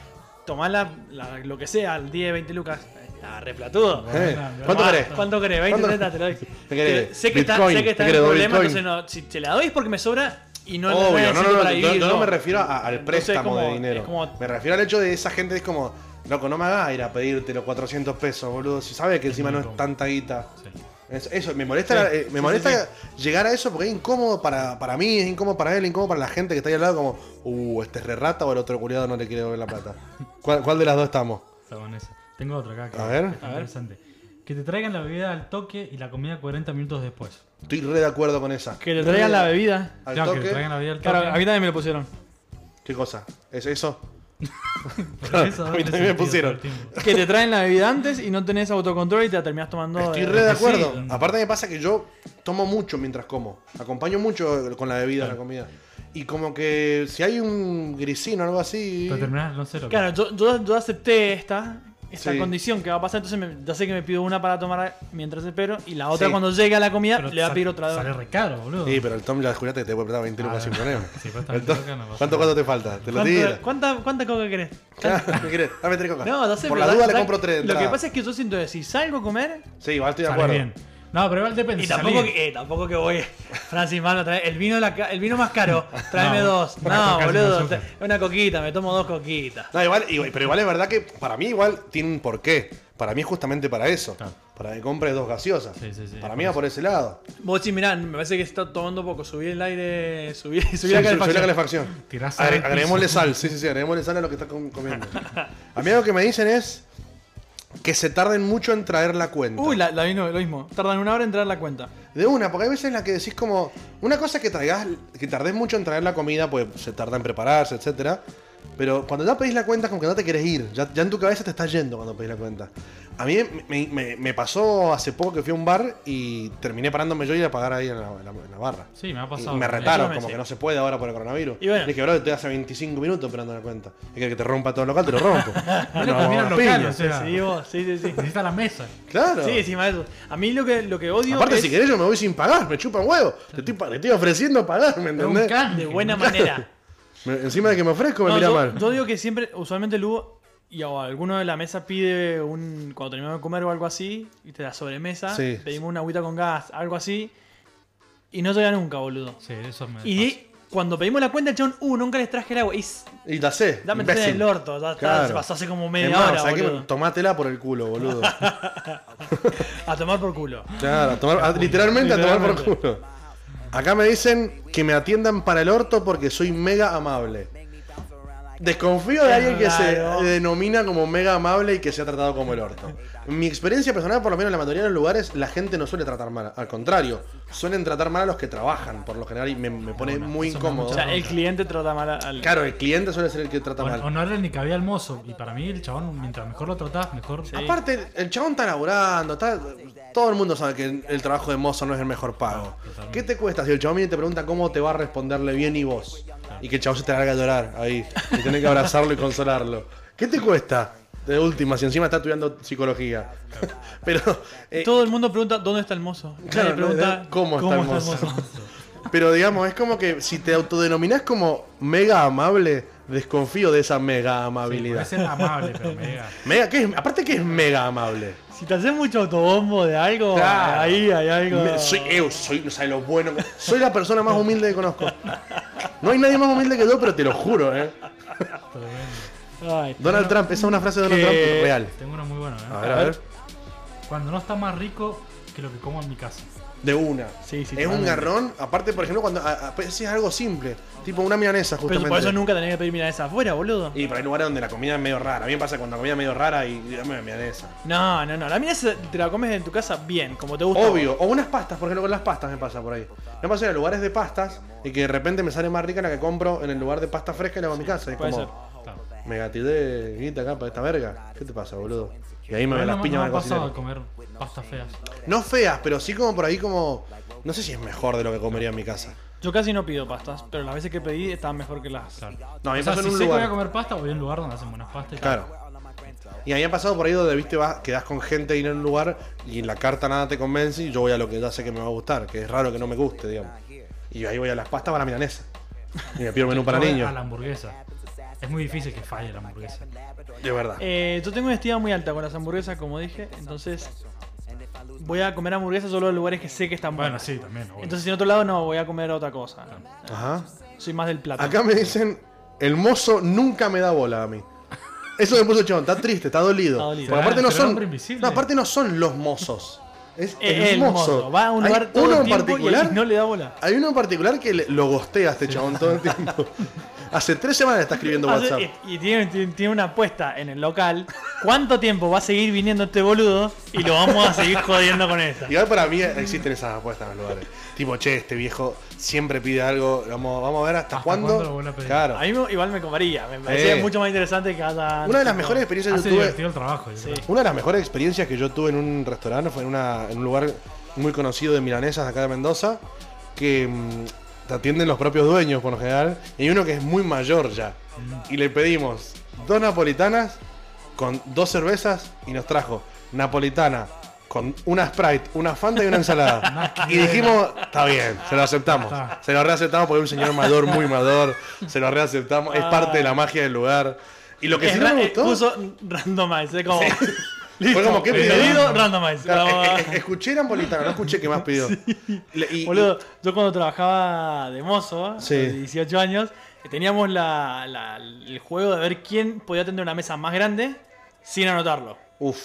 tomá la, la- lo que sea, al 10, 20 lucas, está replatudo. Eh, ¿Cuánto Tomá, querés? Ah, ¿Cuánto querés? 20, ¿Cuánto- 30, te lo doy. ¿Qué querés? Te- Sé que está, Bitcoin, sé que está ¿qué en querés, dos problema, Bitcoin? entonces no, si te la doy es porque me sobra y no voy a Obvio, no, decir no, no, para no, vivir, no, me refiero a- al Entonces, préstamo de como- dinero. es como- Me refiero al hecho de esa gente es como, loco, no me hagas ir a pedirte los 400 pesos, boludo, si sabes que encima muy no es incómodo. tanta guita. Sí. Es- Eso, me molesta, la- eh, me molesta llegar a eso porque es incómodo para, para mí, es incómodo para él, incómodo para la gente que está ahí al lado, como, uh, este es re rata o el otro culiado no le quiere devolver la plata. ¿Cuál, cuál de las dos estamos? Está buena esa. Tengo otra acá. Que A ver. que está Interesante. Que te traigan la bebida al toque y la comida 40 minutos después. Estoy re de acuerdo con esa. Eh, Que te traigan la bebida. Al Claro, que te toque. traigan la bebida al toque. Claro, a mí también me lo pusieron. ¿Qué cosa? ¿Es eso? Por eso a mí también darle me sentido pusieron. todo el tiempo. Que te traen la bebida antes y no tenés autocontrol y te la terminás tomando. Estoy de- re de que sí. acuerdo. Aparte me pasa que yo tomo mucho mientras como. Acompaño mucho con la bebida, la comida. Y como que si hay un grisino o algo así... Pero terminás, no sé lo que- Claro, yo, yo- yo acepté esta, esta Sí. condición que va a pasar, entonces me- ya sé que me pido una para tomar mientras espero y la otra Sí. cuando llegue a la comida Pero le va a sal- pedir otra. Sale vez. re caro, boludo. Sí, pero el Tom ya juraste que te puede prestar 20 lucas sin problema. Sí, pues, pero está El Tom- 20 lucas no pasa ¿Cuánto, nada. ¿Cuánto te falta? Te lo tira. ¿Cuánta, cuánta, cuánta coca querés? ¿Qué querés? Dame tres cocas. No, ya sé, Por pero la da- duda le da- compro tres. de Lo que entrada. pasa es que yo siento que si salgo a comer, Sí, igual estoy de Sale acuerdo. bien. No, pero igual depende. y si tampoco salís. que, eh, tampoco que voy, Francis Mano, trae el vino, de la ca- el vino más caro, tráeme No, dos. una coca No, sin boludo, azúcar. tra- una coquita, me tomo dos coquitas. No, igual, igual- pero igual es verdad que para mí igual tiene un porqué. Para mí es justamente para eso. Claro. Para que compres dos gaseosas. Sí, sí, sí, para por mí va eso. por ese lado. Vos sí, mirá, me parece que se está tomando poco, subí el aire, subí, Sí, subí la sí, subí calefacción. la calefacción. Tirás sal Agre- al piso. agreguémosle sal, sí, sí, sí, agreguémosle sal a lo que está com- comiendo. A mí lo que me dicen es que se tarden mucho en traer la cuenta. Uy, la, la mismo- lo mismo. Tardan una hora en traer la cuenta. De una, porque hay veces en la que decís como. Una cosa es que traigas, que tardes mucho en traer la comida, pues se tarda en prepararse, etcétera. Pero cuando ya pedís la cuenta, como que no te querés ir. Ya, ya en tu cabeza te estás yendo cuando pedís la cuenta. A mí me, me- me pasó hace poco que fui a un bar y terminé parándome yo y a pagar ahí en la, en la- en la barra. Sí, me ha pasado. Y me Eso retaron, me como sé. que no se puede ahora por el coronavirus. Y bueno. Le dije, bro, te hace 25 minutos esperando la cuenta. Es que que te rompa todo el local, te lo rompo. No Nos le conviene al vamos a local, piña. o sea. Ah, Sí, vos, sí, sí, sí. Necesita la mesa. Claro. Sí, encima de eso. A mí lo que, lo que odio Aparte, es si querés, yo me voy sin pagar, me chupan huevo. Te estoy, pa- te estoy ofreciendo pagar, ¿me Es un entendés? canje. de buena manera. Me- encima de que me ofrezco, me No, mira yo, mal. yo digo que siempre, usualmente Lugo y o alguno de la mesa pide un. Cuando terminamos de comer o algo así, y te da sobremesa, Sí. pedimos una agüita con gas, algo así, y no llega nunca, boludo. Sí, eso me. Y cuando pedimos la cuenta, el chabón, uh, nunca les traje el agua. Y s- y la sé. dame imbécil. el orto, ya está, Claro. se pasó hace como Es media más, hora, saqué- boludo. tomátela por el culo, boludo. A tomar por culo. claro, a tomar- a- literalmente a tomar por Literalmente. culo. Acá me dicen que me atiendan para el orto porque soy mega amable. Desconfío de Es alguien que se raro. denomina como mega amable y que se ha tratado como el orto. En Mi experiencia personal, por lo menos en la mayoría de los lugares, la gente no suele tratar mal. Al contrario, suelen tratar mal a los que trabajan, por lo general, y me, me pone muy eso me da incómodo. O sea, el Nunca. cliente trata mal al. Claro, el cliente suele ser el que trata O, mal. o no era ni cabía al mozo. Y para mí, el chabón, mientras mejor lo tratás, mejor. Aparte, el- el chabón está laburando, está- todo el mundo sabe que el, el trabajo de mozo no es el mejor pago. ¿Qué te cuesta si el chabón viene y te pregunta cómo te va a responderle bien y vos? Y que el chabón se te larga a llorar ahí, y tenés que abrazarlo y consolarlo. ¿Qué te cuesta? De última, si encima está estudiando psicología. Pero, eh, Todo el mundo pregunta dónde está el mozo. Claro, Nadie pregunta ¿no? ¿Cómo está el mozo? pero digamos, es como que si te autodenominás como mega amable, desconfío de esa mega Puede amabilidad. ser amable, pero mega. Mega, ¿qué es? Aparte, que es mega amable? Si te haces mucho autobombo de algo, Claro. ahí hay algo. Me- soy eu, soy, no sabes lo bueno. que- Soy la persona más humilde que conozco. No hay nadie más humilde que yo, pero te lo juro, eh. Tremendo. Ay, Eh, Donald bueno, Trump, esa es una frase de Donald Que- Trump real. Tengo una muy buena, ¿eh? A ver, a ver. Cuando no está más rico que lo que como en mi casa. De una. Sí, sí, es un totalmente. garrón. Aparte, por ejemplo, cuando a- a- pues, es algo simple, tipo una milanesa, Pero justamente. por eso nunca tenés que pedir milanesa afuera, boludo. Y pero hay lugares donde la comida es medio rara. A mí me pasa cuando la comida es medio rara y dame una milanesa. No, no, no. La milanesa te la comes en tu casa bien, como te gusta. Obvio. O unas pastas, por ejemplo, con las pastas me pasa por ahí. Me pasa ir a lugares de pastas y que de repente me sale más rica la que compro en el lugar de pasta fresca y la hago en mi casa. Y es puede ser. como, Claro. me gatillé guita acá para esta verga. ¿Qué te pasa, boludo? Y ahí me Pero ven las no- piñas en no me el ha pasado cocinero. de comer pastas feas. No feas, pero sí como por ahí como... No sé si es mejor de lo que comería en mi casa. Yo casi no pido pastas, pero las veces que pedí estaban mejor que las. Claro. No, a mí me o sea, pasó en si un sé que voy lugar. a comer pasta, voy a un lugar donde hacen buenas pastas. y tal. Claro. Y a mí me ha pasado por ahí donde, viste, vas, quedás con gente y en un lugar y en la carta nada te convence y yo voy a lo que ya sé que me va a gustar, que es raro que no me guste, digamos. Y ahí voy a las pastas para la milanesa. Y me pido menú para Yo voy niños. A la hamburguesa. Es muy difícil que falle la hamburguesa. De verdad. Eh, yo tengo una estima muy alta con las hamburguesas, como dije, entonces voy a comer hamburguesas solo en lugares que sé que están Bueno, buenas. sí, también. obvio. Entonces, en otro lado, no, voy a comer otra cosa. Ajá. Soy más del plato. Acá me dicen, el mozo nunca me da bola a mí. Eso me puso chon, está triste, está dolido. Está dolido. Porque aparte no Pero era son. hombre invisible. No, aparte no son los mozos. Es el, Es el mozo. mozo. Va a un Hay lugar todo uno el en tiempo particular. y el- no le da bola. Hay uno en particular que le- lo gostea a este chabón todo el tiempo. Hace tres semanas le está escribiendo Hace- WhatsApp. y y tiene, tiene- tiene una apuesta en el local. ¿Cuánto tiempo va a seguir viniendo este boludo? Y lo vamos a seguir jodiendo con esa. Igual para mí existen esas apuestas en los lugares. Tipo, che, este viejo siempre pide algo. Vamos, vamos a ver hasta, ¿Hasta cuándo. cuándo lo vuelve a pedir? Claro. A mí me- igual me comería. Me parecía Eh. mucho más interesante que haya. Una de las mejores experiencias Hace que yo tuve. divertido el trabajo. Ah, yo Sí. creo. Una de las mejores experiencias que yo tuve en un restaurante fue en, una- en un lugar muy conocido de milanesas de acá de Mendoza, que mm, te atienden los propios dueños por lo general. Y hay uno que es muy mayor ya. Mm. Y le pedimos dos napolitanas con dos cervezas y nos trajo napolitana con una Sprite, una Fanta y una ensalada. y dijimos, está bien, se lo aceptamos. Está. Se lo reaceptamos porque es un señor mayor, muy mayor. Se lo reaceptamos, es parte de la magia del lugar. Y lo que Ah. Es sí no ra- me eh, gustó... Puso randomize. es como. Fue como que Pedido randomize. Claro, Vamos eh, a- eh, eh, escuché napolitano, no escuché qué más pidió. Le- y- Boludo, yo cuando trabajaba de mozo, Sí. de 18 años, teníamos la, la- el juego de ver quién podía tener una mesa más grande sin anotarlo. y- uf.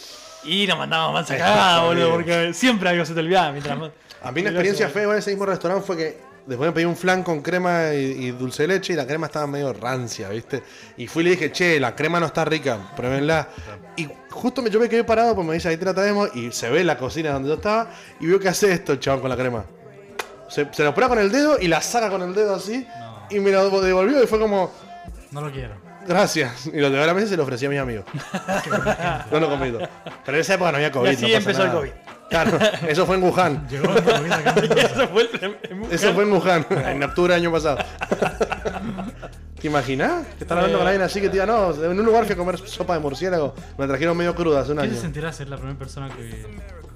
Y nos mandábamos mansa Está cagada, boludo, jodido. porque siempre algo se te olvidaba mientras más- A mí una experiencia Mirá, fea igual en ese mismo restaurante fue que después me pedí un flan con crema y, y dulce de leche y la crema estaba medio rancia, ¿viste? Y fui y le dije, che, la crema no está rica, pruébenla. Y justo me, yo me quedé parado porque me dice, ahí te la traemos y se ve la cocina donde yo estaba y veo que hace esto el chabón con la crema. Se, se la prueba con el dedo y la saca con el dedo así No. y me la devolvió y fue como, No lo quiero. Gracias. Y lo llevé a la mesa y se lo ofrecí a mis amigos. no lo comí. Pero en esa época no había COVID. Y así no pasa empezó el nada. COVID. Claro, eso fue en Wuhan. Llegó la hamburguesa acá en Mendoza. Eso fue el- el- el- Eso fue en Wuhan, en octubre del año pasado. ¿Te imaginas? Que están hablando con alguien así que te diga, no, en un lugar fui a comer sopa de murciélago, me la trajeron medio cruda hace un ¿Qué año. se sentirá ser la primera persona que,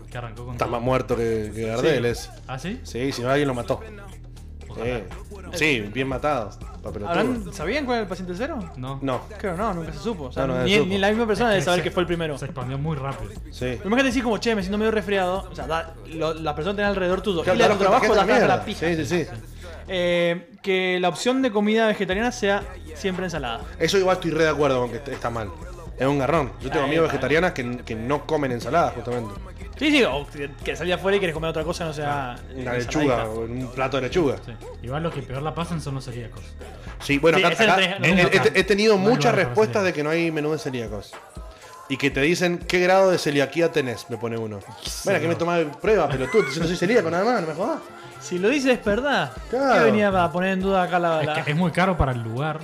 que arrancó con Está más muerto que, que Gardel, es. ¿Ah, sí? Sí, si no alguien lo mató. Ojalá. Sí, Sí, bien matado. papelotudo. ¿Habrán- ¿Sabían cuál era el paciente cero? No. No, Creo no, nunca se supo. O sea, No, no se ni, supo. ni la misma persona debe Se- saber que fue el primero. Se expandió muy rápido. sí. Pero Imagínate decir como, che, me siento medio resfriado. O sea, da- lo- la persona que tenés alrededor tuyo. Claro, y la de todos tu los trabajo contagiados la de estás a la mierda. Sí, sí, pija. sí. Eh, que la opción de comida vegetariana sea siempre ensalada. Eso igual estoy re de acuerdo con que est- está mal. Es un garrón. Yo tengo amigos vegetarianas que, que no comen ensaladas, justamente. Sí, sí, o que- que salí afuera y quieres comer otra cosa, no sea. Una eh, lechuga, ensaladita. o un plato de lechuga. Sí. Igual los que peor la pasan son los celíacos. Sí, bueno, Sí, acá- ese lo acá tenés- lo he, tenés he- acá. he tenido No hay muchas lugar para respuestas de celíacos. que no hay menú de celíacos. Y que te dicen qué grado de celiaquía tenés, me pone uno. Bueno, que me tomás prueba, pero tú, yo no soy celíaco nada más, no me jodas. Si lo dices, es verdad. Claro. ¿Qué venía a poner en duda acá la. la- Es que es muy caro para el lugar.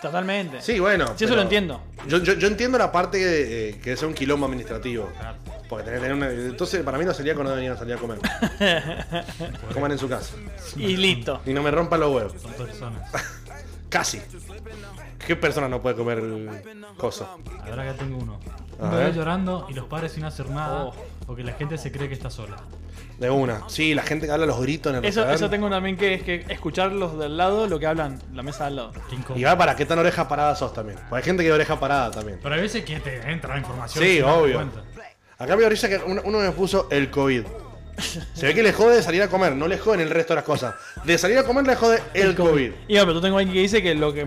Totalmente. Sí, bueno. Sí, eso pero lo entiendo. Yo, yo- yo entiendo la parte que, eh, que es un quilombo administrativo. Porque tenés que tener una- Entonces, para mí los celíacos no deberían salir a comer. Coman en su casa. Y listo. Y no me rompan los huevos. Son personas. Casi. ¿Qué persona no puede comer cosas? Ahora acá tengo uno. A Un bebé ver. llorando y los padres sin hacer nada. Oh. O que la gente se cree que está sola. De una. Sí, la gente que habla los gritos en el Eso, restaurante. eso tengo también que es que escuchar los del lado lo que hablan, la mesa del lado. Qué incómodo. Y va para qué tan oreja parada sos también. Porque hay gente que de oreja parada también. Pero hay veces que te entra la información. Sí, sin darte obvio. cuenta. Acá me orilla que uno, uno me puso el COVID. Se ve que le jode de salir a comer, no le joden el resto de las cosas. De salir a comer le jode el, COVID. Y bueno, pero tengo alguien que dice que lo que,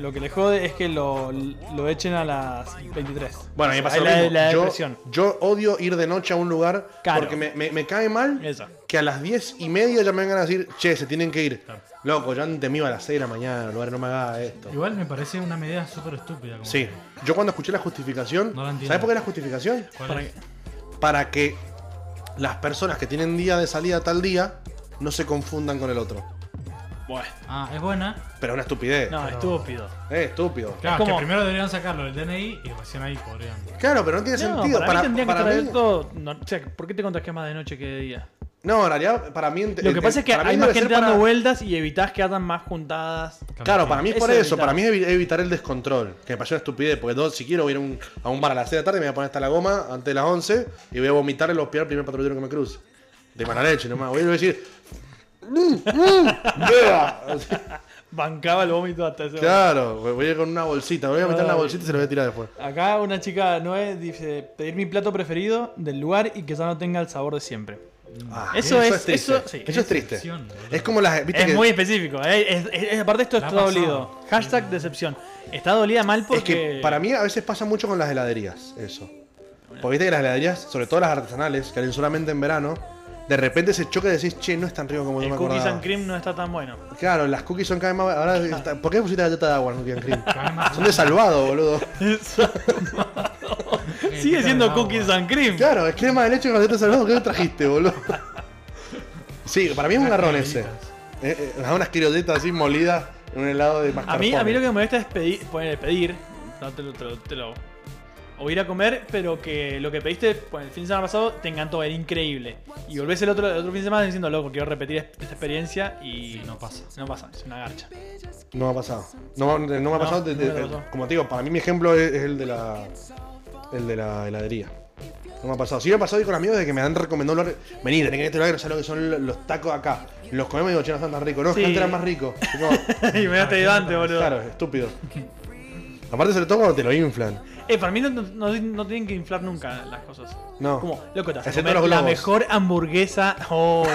lo que le jode es que lo, lo echen a las 23. Bueno, a mí me pasa Ahí lo la, mismo. la yo, depresión. yo odio ir de noche a un lugar Claro. porque me, me- me cae mal Esa. que a las diez y media ya me vengan a decir, che, se tienen que ir. Loco, yo antes me iba a las 6 de la mañana, lugar, no me haga esto. Igual me parece una medida súper estúpida. como- Sí, yo cuando escuché la justificación, No la entiendo. ¿sabes por qué la justificación? ¿Cuál Para es? que- Para que las personas que tienen día de salida tal día no se confundan con el otro. Bueno, Ah, es buena. Pero es una estupidez. no, estúpido. Es estúpido. Claro, como- que primero deberían sacarlo del DNI y recién ahí podrían. Claro, pero no tiene No, sentido. para, Para, mí tendrían para que estar mí- abierto- no, o sea, ¿por qué te contagias más de noche que de día? No, en realidad, para mí. Lo que pasa es que hay más gente dando vueltas y evitás que hagan más juntadas. Claro, para mí es Eso por es eso. evitar. Para mí es evi- evitar el descontrol. Que me pareció una estupidez. Porque dos, si quiero voy a ir a un- a un bar a las 6 de la tarde, me voy a poner hasta la goma antes de las 11 y voy a vomitar en los pies al primer patrullero que me cruce. De mala leche nomás. Voy a decir. "Mm, mm, yeah". Así, Bancaba el vómito hasta ese momento. Claro, voy voy a ir con una bolsita. Voy a meter en la bolsita y se la voy a tirar después. Acá una chica nueve dice pedir mi plato preferido del lugar y que ya no tenga el sabor de siempre. Ah, Mm. Eso es- triste. eso- sí. eso es triste. Decepción, boludo. Es como las. ¿viste Es que- muy específico. eh, es- es- es- aparte esto La está ha dolido. Hashtag decepción. Está dolida mal porque... Es que para mí a veces pasa mucho con las heladerías, eso. Porque viste que las heladerías, sobre todo las artesanales, que hacen solamente en verano, de repente se choca y decís, che, no es tan rico como yo el me cookies acordaba. and cream no está tan bueno. Claro, las cookies son cada vez más... Ahora, está- ¿Por qué pusiste galleta de agua en cookie and cream? Cada vez más- Son de salvado, boludo. Sigue siendo cookies and cream. Claro, es crema de leche con galleta de salvado, ¿qué trajiste, boludo? Sí, para mí es un Unas garrón ese. criollitas. Eh, eh, unas criollitas así molidas en un helado de A mascarpone. mí, a mí lo que me molesta es pedir, poner, pedir no te lo, te lo- te lo- o ir a comer, pero que lo que pediste pues, el fin de semana pasado te encantó, era increíble. Y volvés el otro, el otro fin de semana diciendo, loco, quiero repetir es- esta experiencia y Sí, no pasa. No pasa, es una garcha. No me ha pasado. No, no me ha No, pasado. de- de- no me de- pasó. como te digo, para mí mi ejemplo es, es el de la. El de la heladería. No me ha pasado. Sí me ha pasado y con amigos de que me han recomendado un lugar- venir, tenés que ir a este lugar, que sabés lo que son lo- los tacos acá. Los comemos y digo, che, no están tan ricos. No, Sí. antes eran más ricos. Y como, y me daste antes, boludo. claro, estúpido. Aparte, sobre todo cuando te lo inflan. Eh, para mí no, no- no tienen que inflar nunca las cosas. No. Como, loco, te vas a Excepto comer los la globos. mejor hamburguesa. Oh,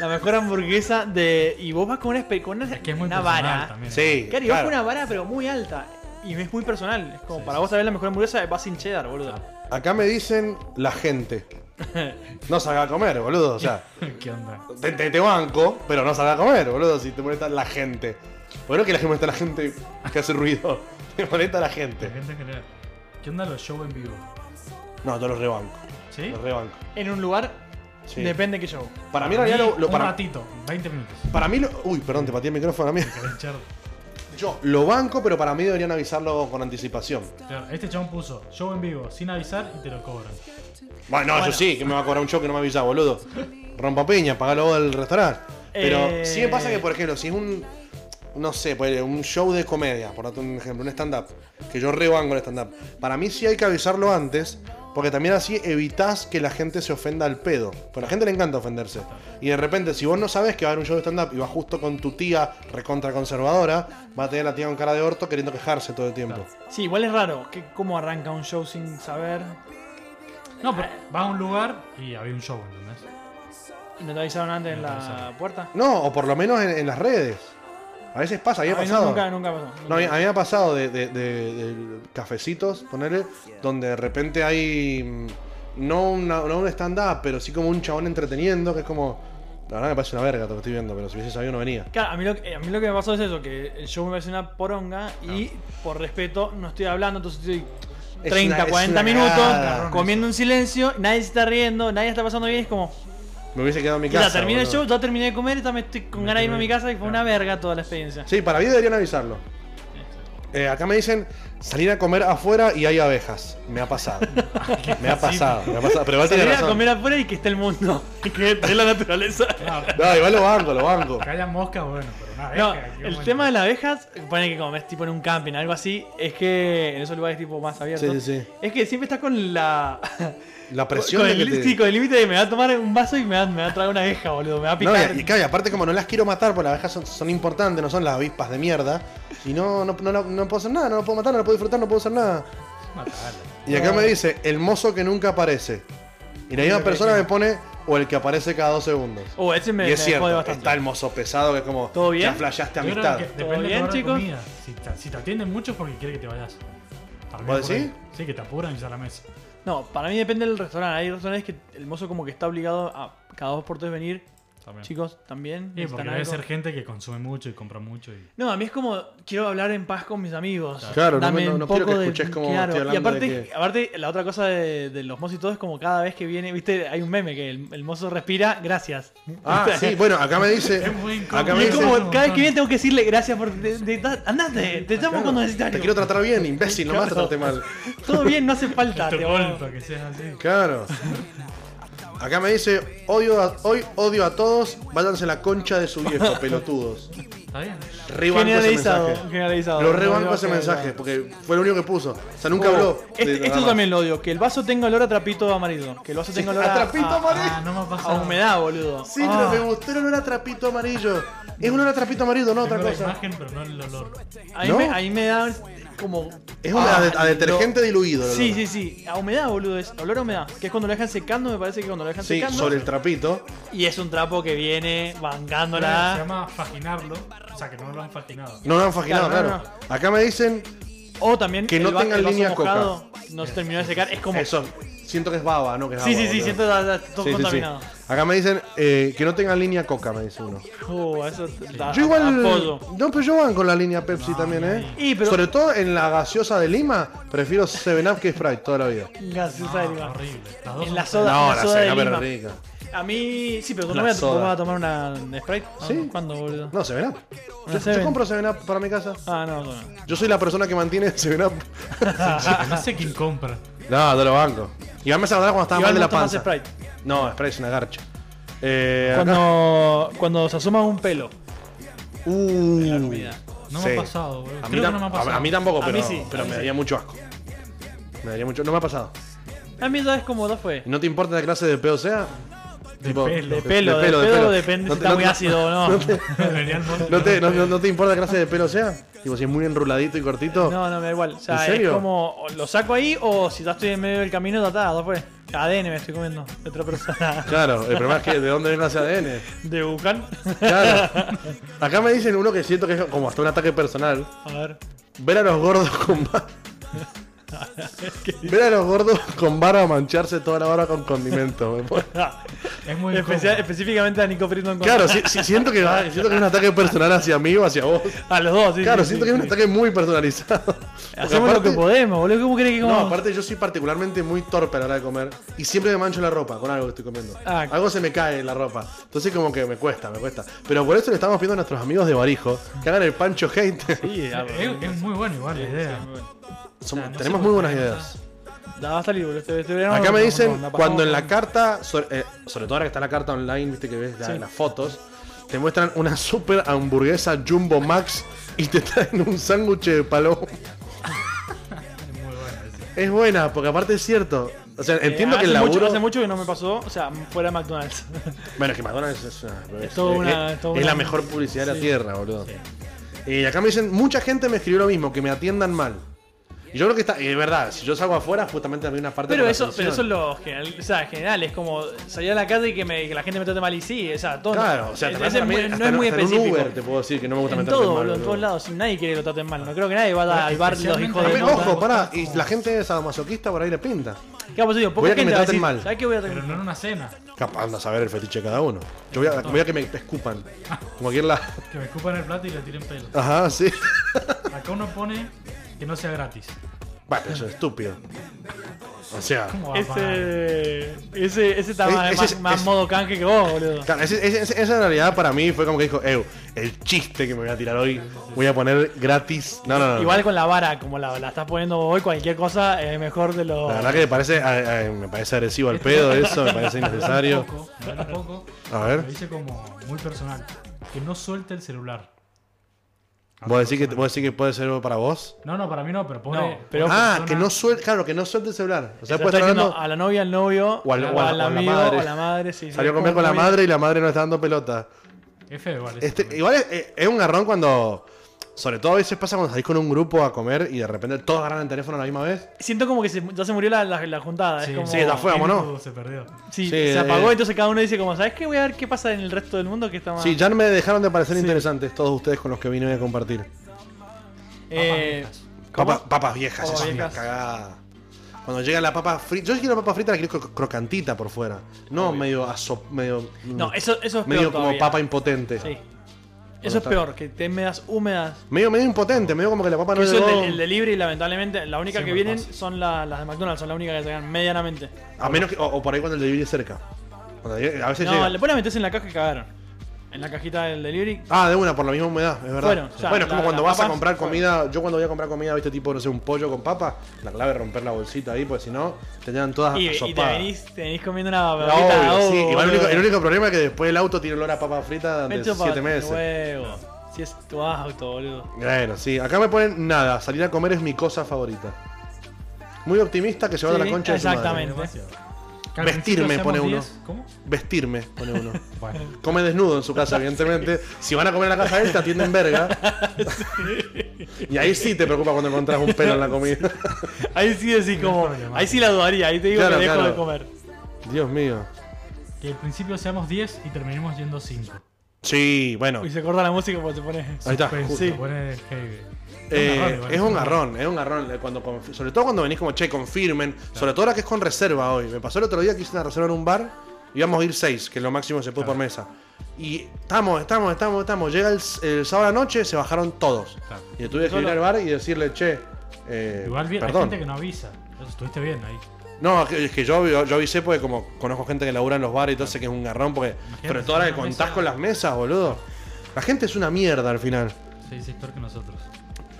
la mejor hamburguesa de. Y vos vas con una, espe- con una, Es que es muy una personal vara. también. Sí. Claro, y vas con una vara, pero muy alta. Y es muy personal. Es como Sí, para sí, vos saber la mejor hamburguesa, vas sin cheddar, boludo. Acá me dicen la gente. No salga a comer, boludo. O sea. ¿Qué onda? Te, te- te banco, pero no salgas a comer, boludo, si te molesta la gente. Bueno, que la gente molesta a la gente que hace ruido. Te molesta a la La gente. gente en general. ¿Qué onda los shows en vivo? No, yo los rebanco. ¿Sí? Los rebanco. En un lugar, Sí. depende que yo. Para mí, en realidad, lo, lo- un para, ratito, 20 minutos. para mí lo- Uy, perdón, te pateé el micrófono a mí. Para hinchar. Yo lo banco, pero para mí deberían avisarlo con anticipación. Claro, este chabón puso show en vivo sin avisar y te lo cobran. Bueno, no, yo sí, que me va a cobrar un show que no me avisa, boludo. Rompa piña, pagalo vos del restaurante. Pero Eh. sí me pasa que, por ejemplo, si es un. No sé, ponele, un show de comedia, por darte un ejemplo, un stand-up, que yo rebango el stand-up. Para mí sí hay que avisarlo antes, porque también así evitás que la gente se ofenda al pedo. Porque a la gente le encanta ofenderse. Y de repente, si vos no sabés que va a haber un show de stand-up y vas justo con tu tía recontra conservadora, va a tener la tía con cara de orto queriendo quejarse todo el tiempo. Sí, igual es raro. Que, ¿Cómo arranca un show sin saber? No, pero vas a un lugar y había un show, ¿entendés? ¿Y no te avisaron antes en No te la avisaron. puerta? No, o por lo menos en, en las redes. A veces pasa, había A mí no, pasado. nunca, nunca pasó. No, a mí, a mí me ha pasado de, de- de- de cafecitos, ponerle, donde de repente hay. mm, No, una- no un stand-up, pero sí como un chabón entreteniendo, que es como. La verdad me parece una verga todo lo que estoy viendo, pero si hubiese sabido no venía. Claro, a mí, lo, que- eh, a mí lo que me pasó es eso, que el show me parece una poronga y por respeto no estoy hablando, entonces estoy Ah. Es 30, una- es 40 una minutos cagada. comiendo en silencio, nadie se está riendo, nadie está pasando bien, es como, Me hubiese quedado en mi ya casa. terminé el boludo. show, ya terminé de comer, ya me estoy con Me ganas de quiero irme a mi ir. casa y fue una verga toda la experiencia. Sí, para mí deberían avisarlo. Este. Eh, acá me dicen salir a comer afuera y hay abejas. Me ha pasado. me ha pasado, me ha pasado. Pero igual tiene Salir a razón. comer afuera y que esté el mundo, que esté la naturaleza. Claro, No, igual lo banco, lo banco. que haya mosca, bueno, pero nada. No, el tema de las abejas, pone que como es tipo en un camping, algo así, es que en esos lugares tipo más abiertos, Sí, sí, sí. es que siempre estás con la... La presión Con de que el, te- sí, con el límite de me va a tomar un vaso y me va, me va a traer una abeja, boludo. Me va a No, picar. y, y claro, y aparte como no las quiero matar, porque las abejas son, son importantes, no son las avispas de mierda. Y no, no, no, la- no puedo hacer nada, no la puedo matar, no la puedo disfrutar, no puedo hacer nada. Y acá me dice, el mozo que nunca aparece. Y la misma persona me pone o el que aparece cada dos segundos. Oh, ese me, y es me jode cierto, bastante. está el mozo pesado que es como. ¿Todo bien? Ya flashaste Yo creo amistad. que ¿Todo depende bien, del lugar de chicos? comida. Si te, si te atienden mucho es porque quiere que te vayas. Tal vez ¿Vos por ahí. decís? Sí, que te apuran y ya a la mesa. No, para mí depende del restaurante. Hay restaurantes que el mozo como que está obligado a cada dos por tres venir. También. Chicos, también. Sí, porque necesitan debe algo. ser gente que consume mucho y compra mucho. Y... No, a mí es como quiero hablar en paz con mis amigos. Claro, no Dame me- no- un no quiero poco que de- escuches cómo claro. estoy Y hablando aparte, de que- aparte, la otra cosa de, de los mozos y todo es como cada vez que viene, viste, hay un meme que el, el mozo respira, gracias. Ah, sí, bueno, acá me dice. Es muy incómodo. acá Y me es dice. como un cada vez montón. que viene tengo que decirle gracias por. de- de- da- andate, te llamo cuando necesitas. Te quiero tratar bien, imbécil, no me vas a Claro. tratarte mal. Todo bien, no hace falta. Te Ah, te golpa, que seas así. Claro. Acá me dice, odio a- hoy odio a todos, váyanse la concha de su viejo, pelotudos. Está bien. Rebanco ese Generalizado, mensaje. generalizado. Lo No, rebanco no, ese generalizado. mensaje, porque fue lo único que puso. O sea, nunca Oh, habló. de este- nada esto más. también lo odio, que el vaso tenga olor a trapito amarillo. Que el vaso tenga olor a, a trapito a- amarillo. Ah, no me ha a pasado. humedad, boludo. Sí, Ah. pero me gustó el olor a trapito amarillo. Es un olor a trapito amarillo, no Tengo otra la cosa. imagen, pero no el olor. Ahí, ¿No? me, ahí me da como. Es un a, de- a Ah, detergente diluido. el lo- Sí, olor. sí, sí. A humedad, boludo. Es olor a humedad. Que es cuando lo dejan secando, me parece que cuando lo dejan Sí, secando. sobre el trapito. Y es un trapo que viene Se bancándola. llama faginarlo. O sea, que no lo han faginado. No lo han faginado, Claro, claro. no, Acá me dicen, O también. Que no el va- tengan el vaso línea coca. mojado No se terminó de secar. Es como. eso, siento que es baba, no que es Sí, agua, sí, sí. boludo. Siento la- la- todo Sí, sí, sí. contaminado. Acá me dicen eh, que no tengan línea coca, me dice uno. Uh, eso da- Yo igual. apoyo. No, pero yo van con la línea Pepsi también, ¿eh? Y, pero- Sobre todo en la gaseosa de Lima, prefiero 7-Up que Sprite toda la vida. Gaseosa de Ah, lima. horrible. Las dos En son la soda, no, en la soda de pero lima. rica. A mí, sí, pero La no me soda. vas a tomar una Sprite. Ah, Sí. ¿Cuándo, boludo? No, 7-Up. Una Yo, yo Seven. compro 7-Up para mi casa. Ah, no, no. no. Yo soy la persona que mantiene 7-Up. No sé quién compra. no, no lo banco. Y además, a acordar cuando estaba Igual mal de no la tomas panza. Sprite. No, Sprite es una garcha. Eh, acá- Cuando, cuando se asoma un pelo. Uh, No sí. me ha pasado, boludo. A Creo mí, que tam- no me ha a- pasado. a mí tampoco, A pero, mí sí, pero a mí me sí. daría mucho asco. Me daría mucho. No me ha pasado. A mí sabes cómo fue. ¿No te importa la clase de peo sea? De Tipo, pelo. De pelo, de pelo, depende No si te- está no muy te- ácido o no. Venía al monte. ¿No te, no, no- no te importa la clase de pelo sea? Tipo, si es muy enruladito y cortito. No, no, me da igual. O sea, ¿En serio? es como o lo saco ahí o si ya estoy en medio del camino, tratado fue. ADN me estoy comiendo. de Otra persona. Claro, el problema es que ¿de dónde viene ese ADN? De Bucan. Claro. Acá me dicen uno que siento que es como hasta un ataque personal. A ver. Ver a los gordos con barba. Ver a los gordos con barba mancharse toda la barba con condimento. me pone. Es muy Ah, Especia- incómodo. específicamente a Nico Friedman. con- Claro, sí- sí, siento, que, va- siento que es un ataque personal hacia mí o hacia vos. A Ah, los dos, sí. Claro, sí, siento sí, que es un sí. ataque muy personalizado. Hacemos Porque lo que podemos, boludo. ¿Cómo crees que No, como? aparte yo soy particularmente muy torpe a la hora de comer y siempre me mancho la ropa con algo que estoy comiendo. Ah. Algo se me cae en la ropa. Entonces como que me cuesta, me cuesta. Pero por eso le estamos pidiendo a nuestros amigos de Barijo que hagan el pancho hate. Sí, Ah, da, Es, es muy bueno igual la idea. Somos- no sé tenemos muy por qué buenas no ideas. da, va a salir, boludo. Este, este verano Acá me nos- dicen, nos la pasamos cuando en la con- carta, sobre, eh, sobre todo ahora que está la carta online, viste que ves la- Sí. las fotos, te muestran una super hamburguesa Jumbo Max y te traen un sándwich de palomo. Es muy bueno. ese. Es buena, porque aparte es cierto. O sea, entiendo Eh, que el hace mucho- laburo... hace mucho que no me pasó, o sea, fuera de McDonald's. Bueno, es que McDonald's es una. Es toda una- es- toda es una- la mejor publicidad de la sí. tierra, boludo. Y acá me dicen, mucha gente me escribió lo mismo, que me atiendan mal. Y yo creo que está. y Es verdad, si yo salgo afuera, justamente también una parte Pero de la eso, pero eso atención. es lo general, o sea, general, es como salir a la calle y que, me- que la gente me trate mal y sí, o sea, todo. Claro, o sea, es- también- ese es muy- también no hasta es en- muy hasta en un específico. Uber te puedo decir que no me gusta en meterme todo, mal, boludo, en todos boludo. lados, nadie quiere que lo traten mal. No creo que nadie va a- al bar los hijos Especialmente- de También, no, ojo, no, pará, no. y la gente sadomasoquista por ahí le pinta. ¿Qué vamos a decir? Voy Poca a que me gente va a traten decir, mal. ¿sabes qué voy a Pero tener? no en una cena. Capaz anda a saber el fetiche de cada uno. Yo voy a, voy a que me escupan. Como aquí en la. Que me escupan el plato y le tiren pelo. Ajá, sí. Acá uno pone que no sea gratis. Bueno, pero eso es estúpido. O sea. ¿Cómo va a pagar? Ese, ese, ese está Es- más, ese- más- más ese- modo canje que vos, boludo. Claro, ese- ese- ese- esa en realidad para mí fue como que dijo, Ew, el chiste que me voy a tirar hoy, voy a poner gratis. No, no, no, no. Igual con la vara, como la, la estás poniendo hoy, cualquier cosa es mejor de lo. La verdad que me parece, a- a- me parece agresivo al pedo eso, me parece innecesario. Un poco, me duele un poco. A ver. Lo dice como muy personal. Que no suelte el celular. ¿Vos decís, que, ¿Vos decís que puede ser algo para vos? No, no, para mí no, pero pone. No, pero- ah, persona- que no suelte, claro, que no suelte el celular. O sea, Se puede está estar diciendo ah, hablando, a la novia, al novio, O al- o al- al o a la amigo, madre. o a la madre, sí, sí, salió a es comer con como la muy- madre y la madre no le está dando pelota. Es feo igual. eso Este, también. igual es, es un garrón cuando Sobre todo a veces pasa cuando salís con un grupo a comer y de repente todos agarran el teléfono a la misma vez. Siento como que se- ya se murió la, la- la juntada. es como- Sí, está fuera, Espíritu mono. Se perdió. sí, sí, se eh, apagó, entonces cada uno dice como, ¿sabes qué? Voy a ver qué pasa en el resto del mundo que está más... Sí, ya me dejaron de parecer interesantes todos ustedes con los que vine hoy a compartir. Eh, ¿cómo? Papa- papas viejas, Papas eso es una viejas. cagada. Cuando llega la papa frita, yo quiero la papa frita, la quiero cro- crocantita por fuera. No medio asop, medio. No, eso, eso es medio peor como todavía. papa impotente. Sí. Eso es está. peor, que te medias húmedas. Medio, medio impotente, medio como que la papa no Que eso llegó. es el, el delivery, lamentablemente, la única que Siempre vienen pasa. son la- las de McDonald's, son la única que llegan medianamente. A menos que, o, o por ahí cuando el delivery es cerca. Cuando llegue- a veces No, llega. le ponen a meterse en la caja que cagaron. En la cajita del delivery. Ah, de una, por la misma humedad, es verdad. Fueron, o sea, bueno, es como la- cuando las vas a papas comprar fueron. comida. Yo cuando voy a comprar comida, viste, tipo, no sé, un pollo con papa, la clave es romper la bolsita ahí, porque si no, te llegan todas Y, y te, asopadas. venís, te venís comiendo Ah, una No, babita de obvio, sí. adobo, Igual el, único, boludo. el único problema es que después el auto tiene olor a papa frita de Meto 7 pa- meses. Huevo. Si es tu auto, boludo. Bueno, sí. Acá me ponen nada. Salir a comer es mi cosa favorita. Muy optimista que se va a Sí, la concha de su madre. exactamente. Demasiado. Vestirme, Carmencito, pone seamos uno. 10. ¿Cómo? Vestirme, pone uno. Bueno. Come desnudo en su casa, evidentemente. Si van a comer en la casa de él, te atienden verga. y ahí sí te preocupa cuando encontrás un pelo en la comida. Ahí sí decís como. No es problema. Ahí sí la dudaría, ahí te digo Claro, que dejo claro. de comer. Dios mío. Que al principio seamos 10 y terminemos yendo 5. Sí, bueno. Y se corta la música porque se pone. Ahí está. Pensi, justo. Sí. pone heavy. Eh, garrón igual, es un garrón, es un garrón. eh, Cuando, conf- sobre todo cuando venís como, che, confirmen. Sobre todo la que es con reserva hoy. Me pasó el otro día que hice una reserva en un bar. Íbamos a ir seis, que es lo máximo que se puede por mesa. Y estamos, estamos, estamos, estamos. Llega el, s- el sábado a la noche, se bajaron todos. Claro. Y le tuve que escribir al bar y decirle, che, eh, Igual bien, hay perdón. gente que no avisa. Entonces, estuviste bien ahí. No, es que- es que yo, yo, yo avisé porque como conozco gente que labura en los bares y todo, sé que es un garrón porque... Pero toda la que una contás mesa- con las mesas, boludo. La gente es una mierda al final. Sí, sí, peor que nosotros.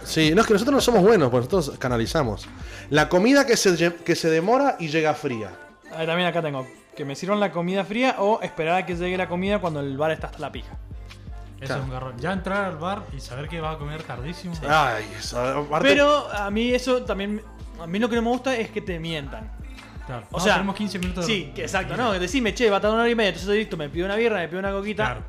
Sí, no, es que nosotros no somos buenos, porque nosotros canalizamos. La comida que se, lle- que se demora y llega fría. Ah, también acá tengo. Que me sirvan la comida fría o esperar a que llegue la comida cuando el bar está hasta la pija. Eso Claro. es un garrón. Ya entrar al bar y saber que vas a comer tardísimo. Ay, eso, aparte- Pero a mí eso también. A mí lo que no me gusta es que te mientan. Ah, Claro. O No, sea, tenemos 15 minutos de- Sí, que exacto, ¿no? Que Decime, che, va a tardar una hora y media, entonces listo, me pido una birra, me pido una coquita. Claro.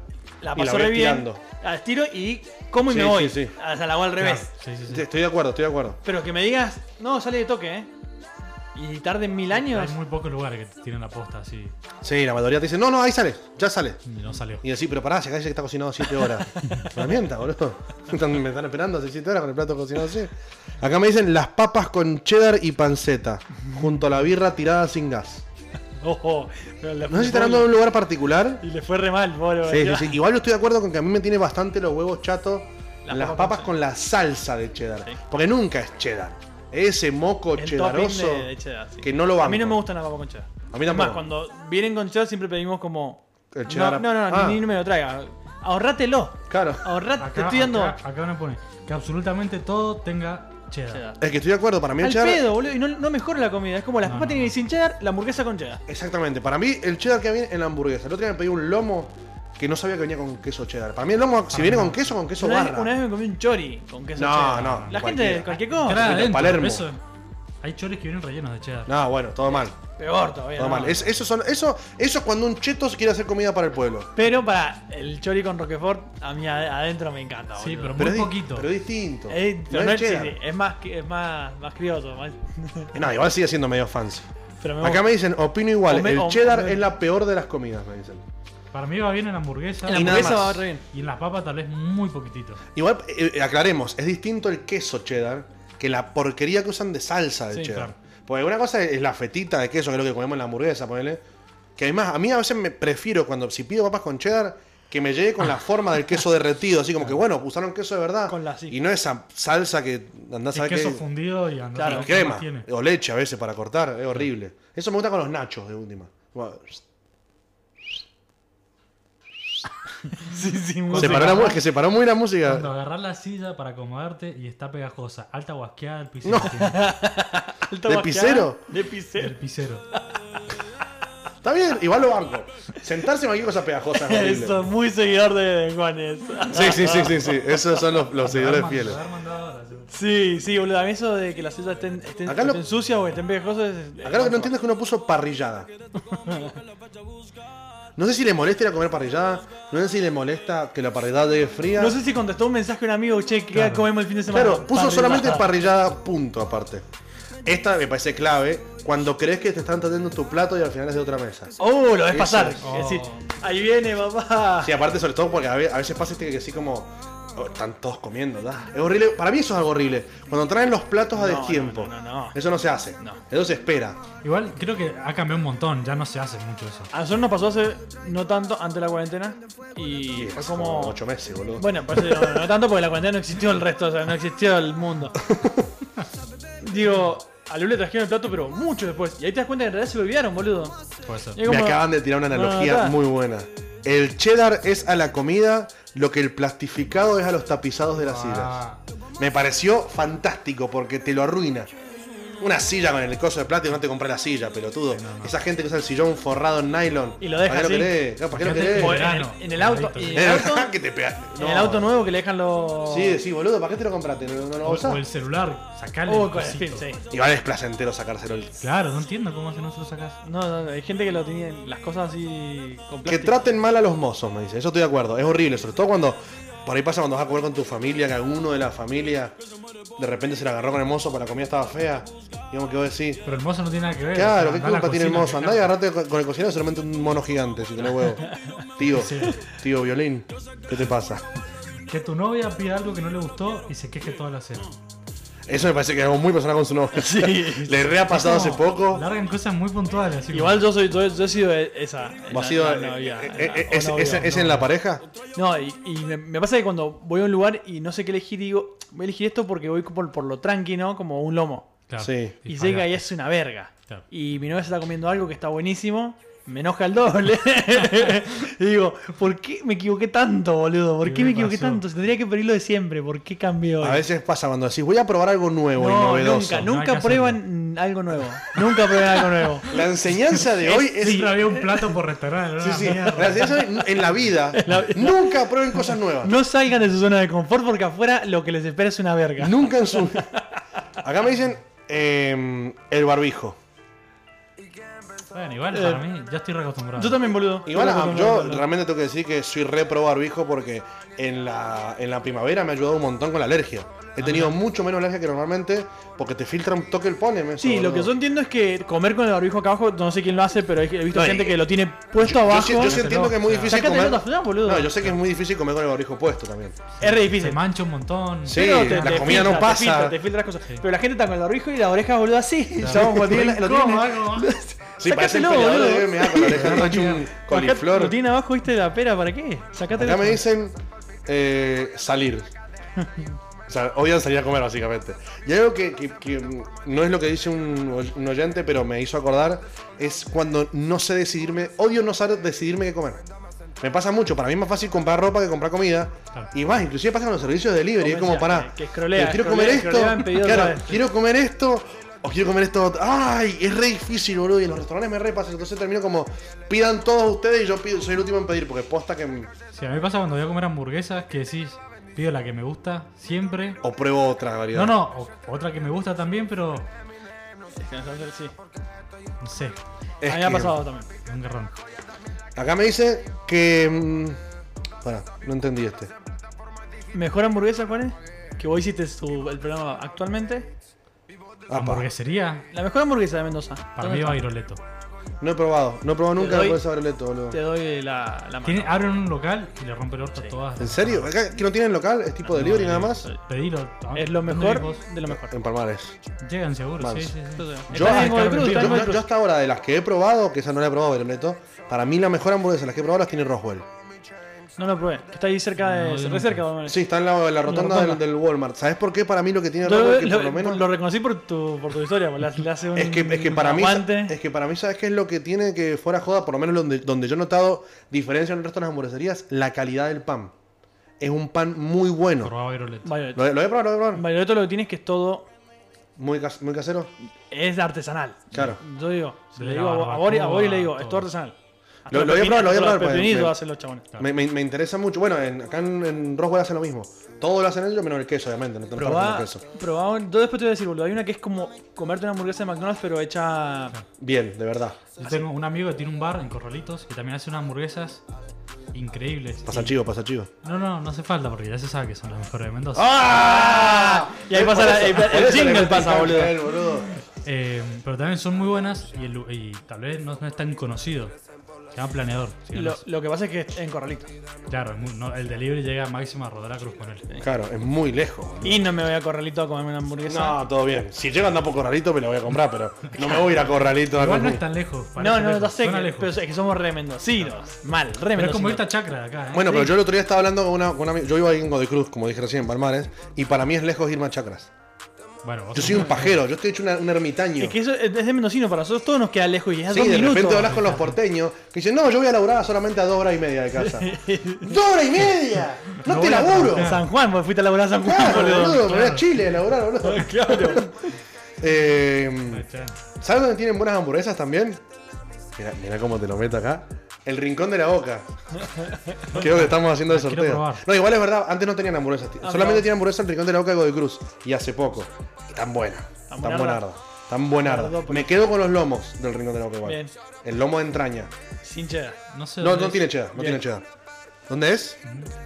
La Y la paso voy re bien. estirando. Al tiro y como y Sí, me voy. sí, sí. O sea, la hago al Claro. revés. Sí, sí, sí. Te- Estoy de acuerdo, estoy de acuerdo. Pero que me digas, no, sale de toque, ¿eh? Y tarden mil años. Hay muy pocos lugares que tienen la posta así. Sí, la mayoría te dice, no, no, ahí sale, ya sale. Y no salió. Y decís, pero pará, si acá dice que está cocinado 7 horas. No me mienta, boludo. Están- me están esperando hace 7 horas con el plato cocinado así. Acá me dicen las papas con cheddar y panceta, junto a la birra tirada sin gas. Ojo. Oh, pero le No sé si fue- están dando en un lugar particular. Y le fue re mal, boludo. Sí, sí, sí. Igual yo estoy de acuerdo con que a mí me tiene bastante los huevos chatos las, Las papas papas con- con la salsa de cheddar. Sí. Porque nunca es cheddar. Ese moco El cheddaroso. topping de- de cheddar, sí. que no lo A mí no banco. me gustan las papas con cheddar. A mí Es más, tampoco. cuando vienen con cheddar siempre pedimos como. El cheddar- No, no, no, Ah. ni, ni me lo traiga. Ahorrátelo. Claro. Ahorrate, Acá, te estoy dando. acá, acá me pone que absolutamente todo tenga cheddar. cheddar. Es que estoy de acuerdo. Para mí el Al cheddar. pedo, boludo. Y no, no mejora la comida. Es como las No, no. papas tienen que ir sin cheddar, la hamburguesa con cheddar. Exactamente. Para mí el cheddar que viene en la hamburguesa. El otro día me pedí un lomo que no sabía que venía con queso cheddar. Para mí el lomo, si mí viene no. con queso, con queso Una vez, barra. una vez me comí un chori con queso No, cheddar. no, La cualquiera. gente, cualquier Entrá cosa. adentro, Palermo. eso. Hay choris que vienen rellenos de cheddar. No, bueno, todo mal. Peor todavía. Todo no. mal. Es- eso, son, eso, eso es cuando un cheto quiere hacer comida para el pueblo. Pero para el chori con Roquefort, a mí ad- adentro me encanta. Sí, pero boludo. muy Pero es, di- poquito. pero es distinto. Eh, pero no, no es es, cheddar. sí, eh. sí, es más, es más, más crioso. más- No, igual sigue siendo medio fancy. pero me Acá gusta. me dicen, opino igual. Come- el o- cheddar come- es la peor de las comidas, me dicen. Para mí va bien en la hamburguesa. En la y nada hamburguesa más. va re bien. Y en las papas tal vez muy poquitito. Igual, eh, eh, aclaremos, es distinto el queso cheddar que la porquería que usan de salsa de Sí, cheddar. claro. Porque una cosa es la fetita de queso, que es lo que comemos en la hamburguesa, ponele. Que además, a mí a veces me prefiero, cuando si pido papas con cheddar, que me llegue con la forma del queso derretido. Así como que, bueno, usaron queso de verdad. Con la- sí. Y no esa salsa que andás a Es ver queso qué- fundido y andar y Claro, crema. O leche a veces para cortar. Es horrible. Eso me gusta con los nachos, de última. Sí, sí, muy Se rico. paró la, mu- es que se paró muy la música. Cuando agarrás la silla para acomodarte y está pegajosa. Alta guasqueada del No. pisero. tiene. Alta ¿De basqueada, pisero? De pisero. Del pisero. Está bien, igual lo banco. Sentarse en cualquier cosa pegajosa. es horrible. Eso, muy seguidor de Juanes. Sí, sí, sí, sí, sí. Esos son los, los seguidores Haber fieles. mandado- haber mandado ahora, seguro. Sí, sí, boludo. A mí eso de que las sillas estén, estén, Acá lo- estén sucias o que estén pegajosas. es- Acá lo que es- no entiendo es que uno puso parrillada. No sé si le molesta ir a comer parrillada. No sé si le molesta que la parrillada llegue fría. No sé si contestó un mensaje a un amigo, che, ¿qué Claro. comemos el fin de semana? Claro, puso Parrillada. solamente parrillada, punto aparte. Esta me parece clave cuando crees que te están trayendo tu plato y al final es de otra mesa. Oh, lo ves pasar. Eso. Es decir, ahí viene, papá. Sí, aparte sobre todo porque a ve- a veces pasa este que así como "Oh, están todos comiendo, da. Es horrible, para mí eso es algo horrible. Cuando traen los platos a No, destiempo. no, no, no, no. Eso no se hace. No. Eso se espera. Igual creo que ha cambiado un montón, ya no se hace mucho eso. A nosotros nos pasó hace no tanto, antes de la cuarentena. Y fue Hace como 8 meses, boludo. Bueno, por eso digo, no, no tanto porque la cuarentena no existió el resto, o sea, no existió el mundo. Digo, a Lul le trajeron el plato, pero mucho después. Y ahí te das cuenta que en realidad se olvidaron, boludo. Puede ser. Y es como- Me acaban de tirar una analogía No, no, no. muy buena. El cheddar es a la comida lo que el plastificado es a los tapizados de las sillas. Ah, Me pareció fantástico porque te lo arruina. Una silla con el coso de plástico, no te compré la silla, pelotudo. Esa gente que usa el sillón forrado en nylon. Y lo deja ¿Para qué así. lo querés? No, ¿Para qué lo Imagínate, querés? o joder, en, el, verano, en el auto. clarito. y en Eh, el auto, que te pegaste. en No. el auto nuevo que le dejan los. Sí, sí, boludo, ¿para qué te lo compraste? No, no lo O, o el usás. celular, sacarle. Oh, el con el cosito. film, sí. Igual es placentero sacárselo. el- Claro, no entiendo cómo hacen eso lo sacas. No, no, no, hay gente que lo tenía las cosas así con Que plástico. traten mal a los mozos, me dice. Eso estoy de acuerdo. Es horrible, sobre todo cuando. Por ahí pasa cuando vas a comer con tu familia, que alguno de la familia de repente se la agarró con el mozo porque la comida estaba fea. Digamos que vos decís. Pero el mozo no tiene nada que ver. Claro, o sea, ¿qué anda a la culpa tiene el cocina, mozo? Andá y fíjate. agarrate con con el cocinero solamente un mono gigante, si tenés huevo. Tío, tío violín, ¿qué te pasa? Que tu novia pida algo que no le gustó y se queje toda la cena. Eso me parece que es algo muy personal con su novio. Le re ha pasado hace Como, poco. Largan cosas muy puntuales. así como- Igual yo soy, yo, yo he sido e-, esa. ¿Vos la- has ido- la novia, eh, la- eh, eh, o ¿Es novio, es- es no. en la pareja? No, y, y me, me pasa que cuando voy a un lugar y no sé qué elegir, digo, voy a elegir esto porque voy por, por lo tranqui, ¿no? Como un lomo. Claro, Sí. Y llega y es una verga. Claro. Y mi novia se está comiendo algo que está buenísimo. Me enoja el doble. y digo, ¿por qué me equivoqué tanto, boludo? ¿Por ¿Qué qué me me equivoqué pasó? tanto? Si tendría que pedir lo de siempre, ¿por qué cambió? A veces pasa cuando decís, voy a probar algo nuevo y no, novedoso. nunca, No hay nunca que prueban algo nuevo. Nunca prueban algo nuevo. La enseñanza de hoy es. Siempre había un plato por restaurante. era Sí, una sí. mierda. La enseñanza de- en la vida. Nunca prueben cosas nuevas. No salgan de su zona de confort porque afuera lo que les espera es una verga. Nunca en su. Acá me dicen eh, el barbijo. Bueno, igual Eh, para mí, ya estoy reacostumbrado. Yo también, boludo. Igual Yo ah, también, yo boludo. realmente tengo que decir que soy re pro barbijo porque en la, en la primavera me ha ayudado un montón con la alergia. Ah, He tenido mucho menos alergia que normalmente porque te filtra un toque el polen. eso, Sí, lo que boludo. yo entiendo es que comer con el barbijo acá abajo, no sé quién lo hace, pero he he visto No, gente y- que lo tiene puesto Yo, abajo. sí- yo sí entiendo que es muy Sácate difícil la comer. tafudá, boludo. No, yo sé que es muy difícil comer con el barbijo puesto también. Es re difícil. Se mancha un montón. Sí. Pero te- la te comida no filtra, te pasa. filtra, te filtra las cosas. Pero la gente está con el barbijo y las orejas, boludo, así. Chabón, cuando tiene la- lo tiene- ¿Cómo? ¿Cómo? Sí, parece el Sácatelo, peleador de boludo. MMA con la oreja Agarra ancha, un tía. coliflor. Lo tiene abajo, viste, la pera, ¿para qué? Sacate Acá me dicen eh, salir. O sea, odian salir a comer, básicamente. Y algo que, que- que, mm, no es lo que dice un, oy- un oyente, pero me hizo acordar, es cuando no sé decidirme, odio no saber decidirme qué comer. Me pasa mucho, para mí es más fácil comprar ropa que comprar comida. Claro. Y más, inclusive pasa con los servicios de delivery, es Como como decía, para... eh, que- que scrollea, quiero scrollea, comer scrollea en esto, pedidos, claro, ¿sabes? quiero comer esto, o quiero comer esto... ¡Ay! Es re difícil, boludo, y en los restaurantes me re pasa. Entonces termino como, pidan todos ustedes y yo pido- soy el último en pedir, porque posta que... mm, Sí, a mí me pasa cuando voy a comer hamburguesas que decís, pido la que me gusta siempre. O pruebo otra variedad. No, no, o- otra que me gusta también, pero Sí. no sé, Es A mí me ha que pasado también. es un garrón. Acá me dice que. mm, Pará, no entendí este. ¿Mejor hamburguesa, cuál es? Que vos hiciste su- el programa actualmente. Ah, pa. Hamburguesería, La mejor hamburguesa de Mendoza. para ¿Dónde mí está? va Iroleto. No he probado, no he probado nunca doy- por ese sabroleto, boludo. Te doy la, la mano. Tiene, abren un local y le rompe el orto a todas. ¿En serio? ¿Acá que no tienen local? ¿Es tipo delivery nada más? Pedilo. Es lo mejor de lo mejor. En Palmares. Llegan seguro, sí, Vamos. sí, sí. Yo- Está en Godoy Ah, Cruz, Yo, está en Godoy yo- Cruz. yo hasta ahora, de las que he probado, que esa no la he probado, Berleto, para mí la mejor hamburguesa, las que he probado las tiene Roswell. No lo probé. Que está ahí cerca de. No, yo re no. cerca, vamos. Sí, está en la, en la rotonda rotonda. del, del Walmart. ¿Sabes por qué para mí lo que tiene Yo Roswell, que lo, por lo menos. lo reconocí por tu, por tu historia, le hace- le hace un Es que, es que para mí, aguante. es que para mí, ¿sabes qué es lo que tiene que fuera joda? Por lo menos donde, donde yo he notado diferencia en el resto de las hamburgueserías, la calidad del pan. Es un pan muy bueno. Probaba Iroleto. Violet. Lo, lo voy a probar, lo voy a probar. Violet lo que tiene es que es todo Muy, cas- muy casero. es artesanal. Claro. Yo digo, si De le la digo a Bo- a barbacoa, Bori, a Bori le digo, todo. es todo artesanal. Lo, lo voy a probar, lo voy a probar. Los pues, pepinitos me- hacen los chabones. Me, me- me interesa mucho. Bueno, en- acá en, en Roswell hacen lo mismo. Todo lo hacen ellos menos el queso, obviamente. No te Probá, el queso. probá un- yo después te voy a decir, boludo. Hay una que es como comerte una hamburguesa de McDonald's, pero hecha. Bien, de verdad. Yo tengo un amigo que tiene un bar en Corralitos que también hace unas hamburguesas increíbles. Pasa Y- chivo, pasa chivo. No, no, no hace falta porque ya se sabe que son las mejores de Mendoza. ¡Ah! Y ahí pasa la- el- el jingle pasa, boludo. boludo. Eh, pero también son muy buenas y, el lu- y tal vez no, no es tan conocido. Se llama Planeador. si no Lo, lo sé. lo que pasa es que es en Corralito. Claro, es muy- no, el delivery llega a máxima Rodera Cruz con él. Claro, es muy lejos. boludo. Y no me voy a Corralito a comerme una hamburguesa. No, todo bien. Si llego andando por Corralito, me la voy a comprar, pero no me voy a ir a Corralito a Igual no comer. es tan lejos. no, parece no, lejos, ya sé suena que- lejos. pero es que somos re mendocinos. Mal, re Pero es como mendocinos. esta chacra de acá. ¿eh? Bueno, pero yo el otro día estaba hablando con una, con una ami- Yo vivo ahí en Godoy Cruz, como dije recién, en Palmares, y para mí es lejos irme a Chacras. Bueno, vos Yo sos soy un muy- pajero, yo estoy hecho una- un ermitaño. Es que eso es de mendocino para nosotros, todos nos queda lejos y es a Sí, dos de repente minutos. hablas con los porteños que dicen, no, yo voy a laburar solamente a dos horas y media de casa. ¡Dos horas y media! ¡No, No te voy a laburo! trabajar. Claro, San Juan, vos fuiste a laburar a San Juan, boludo. boludo, me voy a Chile a laburar, boludo. Claro. Eh, Ahí está. ¿Sabes dónde tienen buenas hamburguesas también? Mira, mira cómo te lo meto acá. El rincón de la boca. Creo que estamos haciendo el La quiero sorteo. probar. No, igual es verdad, antes no tenían hamburguesas. tío. Ah, Solamente no. tienen hamburguesas el rincón de la boca de Godoy Cruz. Y hace poco. Y tan buena. Tan Tan buenarda. buenarda. Tan buenarda. Buenardópolis. Me quedo con los lomos del rincón de la boca igual. Bien. El lomo de entraña. Sin cheddar. No sé. No, dónde no es. tiene cheddar, no tiene Bien. cheddar. ¿Dónde es?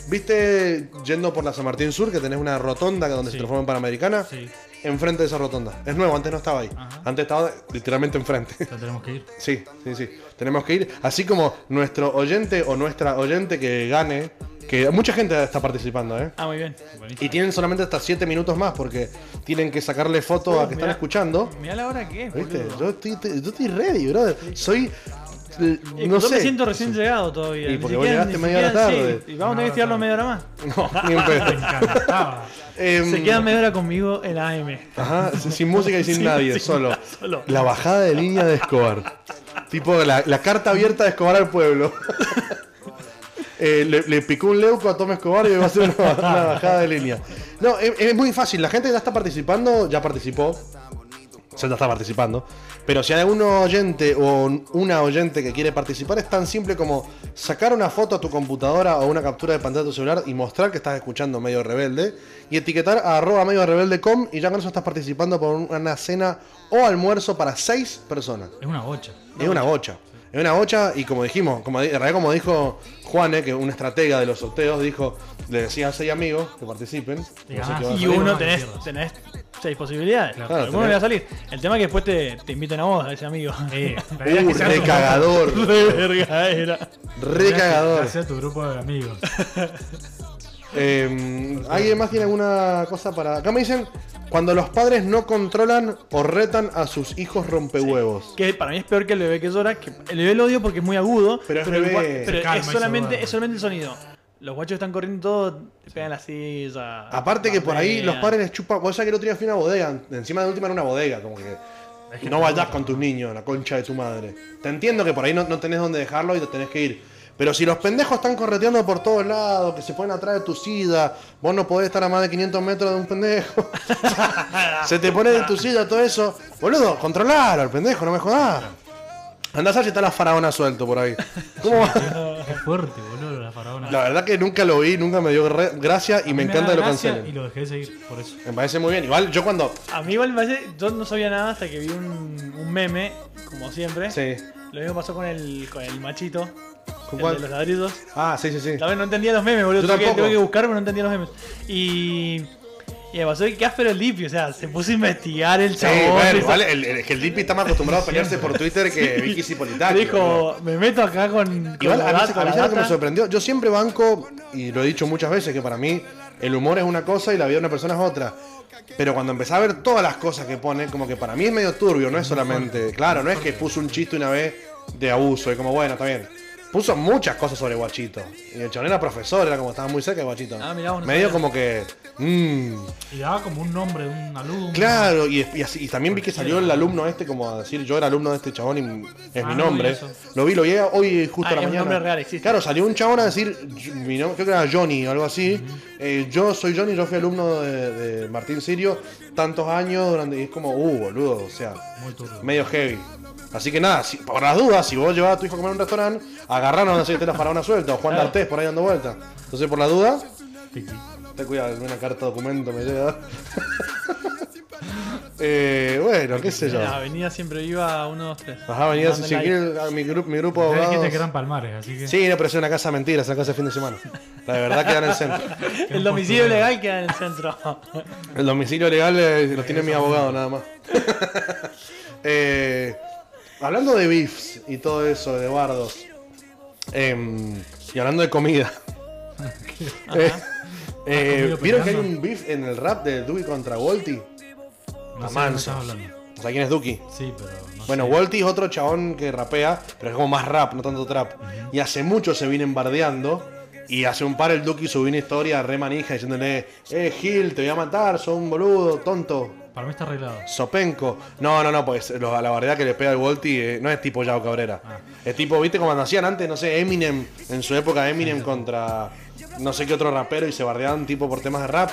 ¿Viste yendo por la San Martín Sur que tenés una rotonda donde se Sí. transforma en Panamericana? Sí, Enfrente de esa rotonda. Es nuevo, antes no estaba ahí. Ajá. Antes estaba literalmente enfrente. ya tenemos que ir. sí, sí, sí. Tenemos que ir. Así como nuestro oyente o nuestra oyente que gane, que mucha gente está participando, ¿eh? Ah, muy bien. Y Buenísimo. tienen solamente hasta 7 minutos más porque tienen que sacarle fotos a que están mirá. escuchando. Mirá la hora que es, ¿Viste? boludo. Yo estoy, yo estoy ready, brother. Soy. eh, Eh, No yo sé. me siento recién llegado todavía. Y ni porque vos siquiera- llegaste ni media hora siquiera- tarde. sí, Y vamos a tener que Una estirarlo hora media hora más. No, ni en pedo. Me encantaba. Em, Se queda media hora conmigo en la AM. Ajá, sin sin música y sin nadie, solo. solo. La bajada de línea de Escobar. tipo la, la carta abierta de Escobar al pueblo. Eh, le, le picó un leuco a Tom Escobar y va a hacer una, una bajada de línea. No, es, es muy fácil. La gente ya está participando, ya participó. O sea, ya está participando. Pero si hay algún oyente o un- una oyente que quiere participar, es tan simple como sacar una foto a tu computadora o una captura de pantalla de tu celular y mostrar que estás escuchando Medio Rebelde y etiquetar a arroba medio rebelde.com y ya con eso estás participando por una cena o almuerzo para seis personas. Es una bocha. Es una bocha. Es una bocha y como dijimos, como, di- en realidad como dijo Juane, que un estratega de los sorteos, dijo, le decía a seis amigos que participen. No sé qué va a Y Y salir. Salió uno más tenés, izquierdas. tenés seis posibilidades. Claro. Claro, Claro, le va a tenés- salir. El tema es que después te, te inviten a vos, a ese amigo. Eh, la idea es Uh, que sea tu- recagador. Re la verga era. idea es que Recagador. sea tu grupo de amigos. Eh, ¿Alguien más tiene alguna cosa para.? Acá me dicen. Cuando los padres no controlan o retan a sus hijos rompehuevos. Que para mí es peor que el bebé que llora. Que el bebé lo odio porque es muy agudo. Pero es el bebé. gua- pero Se calma es, y se solamente, duerme. es solamente el sonido. Los guachos están corriendo todo, te pegan la silla. Ah, Aparte que por ahí bambean. los padres les chupan. Vos sabés que el otro día fui a una bodega. Encima de la última era una bodega, como que. que no no vayas gusta. con tus niños, la concha de tu madre. Te entiendo que por ahí no, no tenés dónde dejarlo y te tenés que ir. Pero si los pendejos están correteando por todos lados, que se ponen atrás de tu sida, vos no podés estar a más de 500 metros de un pendejo. se te pone de tu sida todo eso. Boludo, controlalo al pendejo, no me jodás. Andás a ver si está la faraona suelto por ahí. ¿Cómo va? Qué fuerte, boludo, la faraona. La verdad que nunca lo vi, nunca me dio re- gracia y A me mí encanta da que lo gracia Y cancelen. lo dejé de seguir, por eso. Me parece muy bien. Igual yo cuando. A mí igual me parece, yo no sabía nada hasta que vi un, un meme, como siempre. Sí. Lo mismo pasó con el, con el machito. ¿Con el cuál? de los ladrillos. Ah, sí, sí, sí. Tal vez no entendía los memes, boludo. Yo Tuve que, tampoco. tuve que buscar, pero no entendía los memes. Y. Y me pasó que áspero el Lipi, o sea, se puso a investigar el Sí, chabón. bueno, hizo- igual el, el- es que el Dipi está más acostumbrado a pelearse por Twitter que Vicky Cipolitaki. boludo. Dijo, me meto acá con. con Igual la a mí, data, a mí ¿sabes la lo que me data". sorprendió. Yo siempre banco, y lo he dicho muchas veces, que para mí el humor es una cosa y la vida de una persona es otra. Pero cuando empecé a ver todas las cosas que pone, como que para mí es medio turbio, no es solamente. Claro, no es que puso un chiste una vez de abuso, y como bueno, está bien. Puso muchas cosas sobre Guachito. Y el chabón era profesor, era como estaba muy cerca de Guachito. Ah, mirá, vos no medio sabías. como que. Mmm, Y daba como un nombre de un alumno. Claro, y, y así- y también vi que salió el alumno este como a decir yo era alumno de este chabón y es Ah, mi no vi nombre. eso. Lo vi, lo vi hoy justo Ah, a la es un mañana. nombre real, existe. Claro, salió un chabón a decir, yo- mi nombre, creo que era Johnny o algo así. Eh, yo soy Johnny, yo fui alumno de, de Martín Sirio tantos años durante. Y es como, uh, boludo, o sea, Muy turbio. medio heavy. Así que nada, si- por las dudas, si vos llevás a tu hijo a comer a un restaurante, agarraron a telas para una suelta o Juan Claro. D'Artés por ahí dando vuelta. Entonces, por la duda, Tiki. te cuidado, una carta documento me llega. Eh, bueno, qué sé yo. La avenida siempre viva 1, 2, 3. Ajá, venía si quieren a mi, grupo mi grupo de Ustedes gente abogados. que eran palmares, así que. Oh, Sí, no, pero es una casa mentira, es una casa de fin de semana. La de verdad queda en el centro. El domicilio legal queda en el centro. El domicilio legal eh, lo tiene mi abogado nada más. Eh, hablando de beefs y todo eso, de bardos. em, y hablando de comida. Eh, eh, comido ¿Vieron que hay Ah, peleando? un beef en el rap de Duki contra Wolty? No sé de qué Manso. estás hablando. O sea, ¿quién es Duki? Sí, pero. No Bueno, sé. Wolty es otro chabón que rapea, pero es como más rap, no tanto trap. Y hace mucho se vienen bardeando. Y hace un par el Duki subió una historia re manija diciéndole: Eh, Gil, te voy a matar, sos un boludo, tonto, Para mí está arreglado. Sopenco. No, no, no, pues lo- la bardeada que le pega el Volti eh, no es tipo Yao Cabrera. Es tipo, viste, como hacían antes, no sé, Eminem, en su época Eminem contra no sé qué otro rapero y se bardeaban tipo por temas de rap.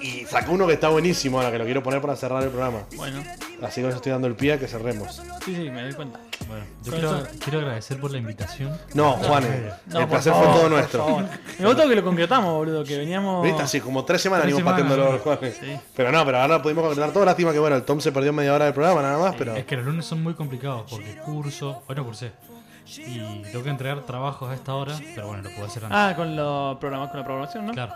Y sacó uno que está buenísimo, ahora que lo quiero poner para cerrar el programa. Bueno, Así que os estoy dando el pie a que cerremos. sí, sí, me doy cuenta. Bueno, yo Con quiero, eso- quiero agradecer por la invitación. No, Juanes, No, el por placer favor, fue todo por nuestro. favor. Me gusta que lo concretamos, boludo, que veníamos. Viste, así como tres semanas Tres venimos semanas, pateándolo, ¿no? Juanes. Sí. Pero no, pero ahora pudimos concretar todo. Lástima que, bueno, el Tom se perdió media hora del programa nada más, pero... Es que los lunes son muy complicados porque curso. Hoy no cursé. Y tengo que entregar trabajos a esta hora, pero bueno, lo puedo hacer antes. Ah, con, los programas, con la programación, Ah. ¿no? Claro.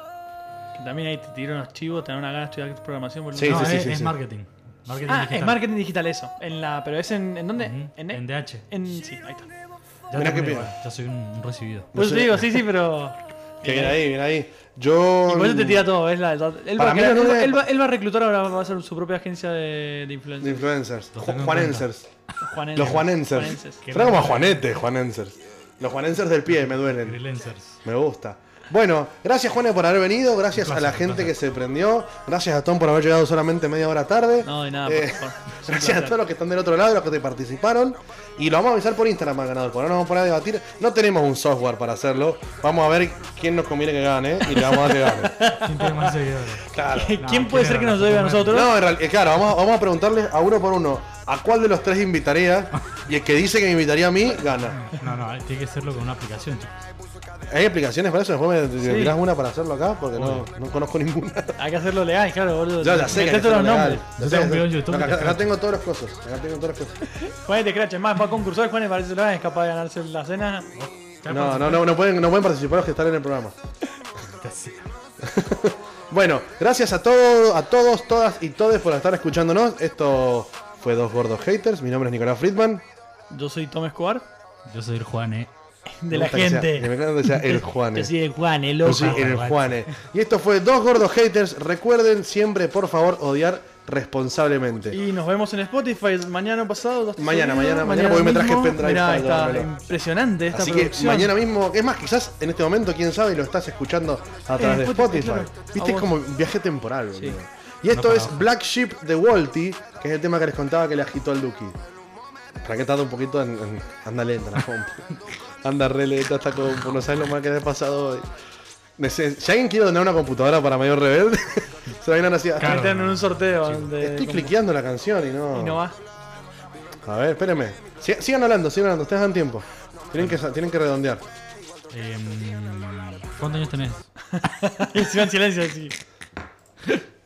Que también ahí te tiran los chivos, te dan una gana de estudiar programación, boludo. Sí, no, sí, sí, es, sí, es sí. marketing. Marketing Ah, digital. es marketing digital eso. En la, pero es en, ¿en dónde? Ujú, ¿En, E? en en, DH. sí, ahí está. Por Ya, Mirá qué terminé, piola. igual, ya soy un recibido. eso te digo, sí, sí, pero. Que viene ahí, viene ahí. Yo... Y por eso te tira todo, es la, la- él, va Para a mí crear- no él, debe- va- él va, él va a reclutar ahora, va a hacer su propia agencia de, de influencers. mm, De influencers. Los tengo en Juanensers. Juanenses. Los Juanensers. Juanenses. Suena como a Juanete, Juanensers. Los Juanensers del pie me duelen. Freelancers. Me gusta. Bueno, gracias Juanes por haber venido, gracias Un a placer, la un gente que placer. se prendió, gracias a Tom por haber llegado solamente media hora tarde. No, de nada, Eh, por favor. Es un Gracias a placer. todos los que están del otro lado, los que te participaron. Y lo vamos a avisar por Instagram al ganador, porque no nos vamos a poner a debatir. No tenemos un software para hacerlo. Vamos a ver quién nos conviene que gane y le vamos a dar que gane. ¿Quién tiene más seguidores? Claro. ¿Quién No, ¿quién puede ser era que la nos lleve a puta nosotros? No, en realidad, claro, vamos, vamos a preguntarles a uno por uno a cuál de los tres invitaría y el que dice que me invitaría a mí gana. No, no, tiene que serlo con una aplicación, chicos. ¿Hay explicaciones para eso? Después me me tirás una para hacerlo acá porque no, no conozco ninguna. Hay que hacerlo legal, claro, boludo. Ya, ya sé que Metete hay que los hacerlo nombres. legal. Ya Yo sé, tengo un video en ya- YouTube acá, que te acá tengo todas las cosas. Acá tengo todas las cosas. Juan te crache, más va a concursar, Juan parece que lo haga, es capaz de ganarse la cena. No, no, no, no pueden, no pueden participar los que están en el programa. Bueno, gracias a todos, a todos, todas y todes por estar escuchándonos. Esto fue Dos Gordos Haters. Mi nombre es Nicolás Friedman. Yo soy Tom Escobar, Yo soy el Juan, eh. de Me la gusta que sea- gente. que me encanta que sea el Juan. Yo soy el Juan, el Yo loco. soy el Juane. Y esto fue Dos Gordos Haters. Recuerden siempre, por favor, odiar responsablemente. Y nos vemos en Spotify mañana pasado. dos- Mañana, mañana, mañana, porque me traje mismo. pendrive Mirá, para está llevármelo. impresionante esta Así que producción. mañana mismo, es más, quizás en este momento, quién sabe, lo estás escuchando a través de Eh, Spotify, Spotify. claro. A Viste, es vos. como un viaje temporal. boludo. Y No esto para es abajo. Black Sheep de Walty, que es el tema que les contaba que le agitó al Duki. Para que tarde un poquito en, en- anda lenta la compu. Anda re lenta esta compu, no sabes lo mal que le ha pasado hoy. Nece- Si alguien quiere donar una computadora para Mayor Rebelde, se vayan así. Me meten en un sorteo. de- Estoy como- cliqueando la canción y no. Y no va. A ver, espérenme. Si- sigan hablando, sigan hablando, ustedes dan tiempo. Tienen que, tienen que redondear. Em, ¿Cuántos años tenés? Y se va en silencio así.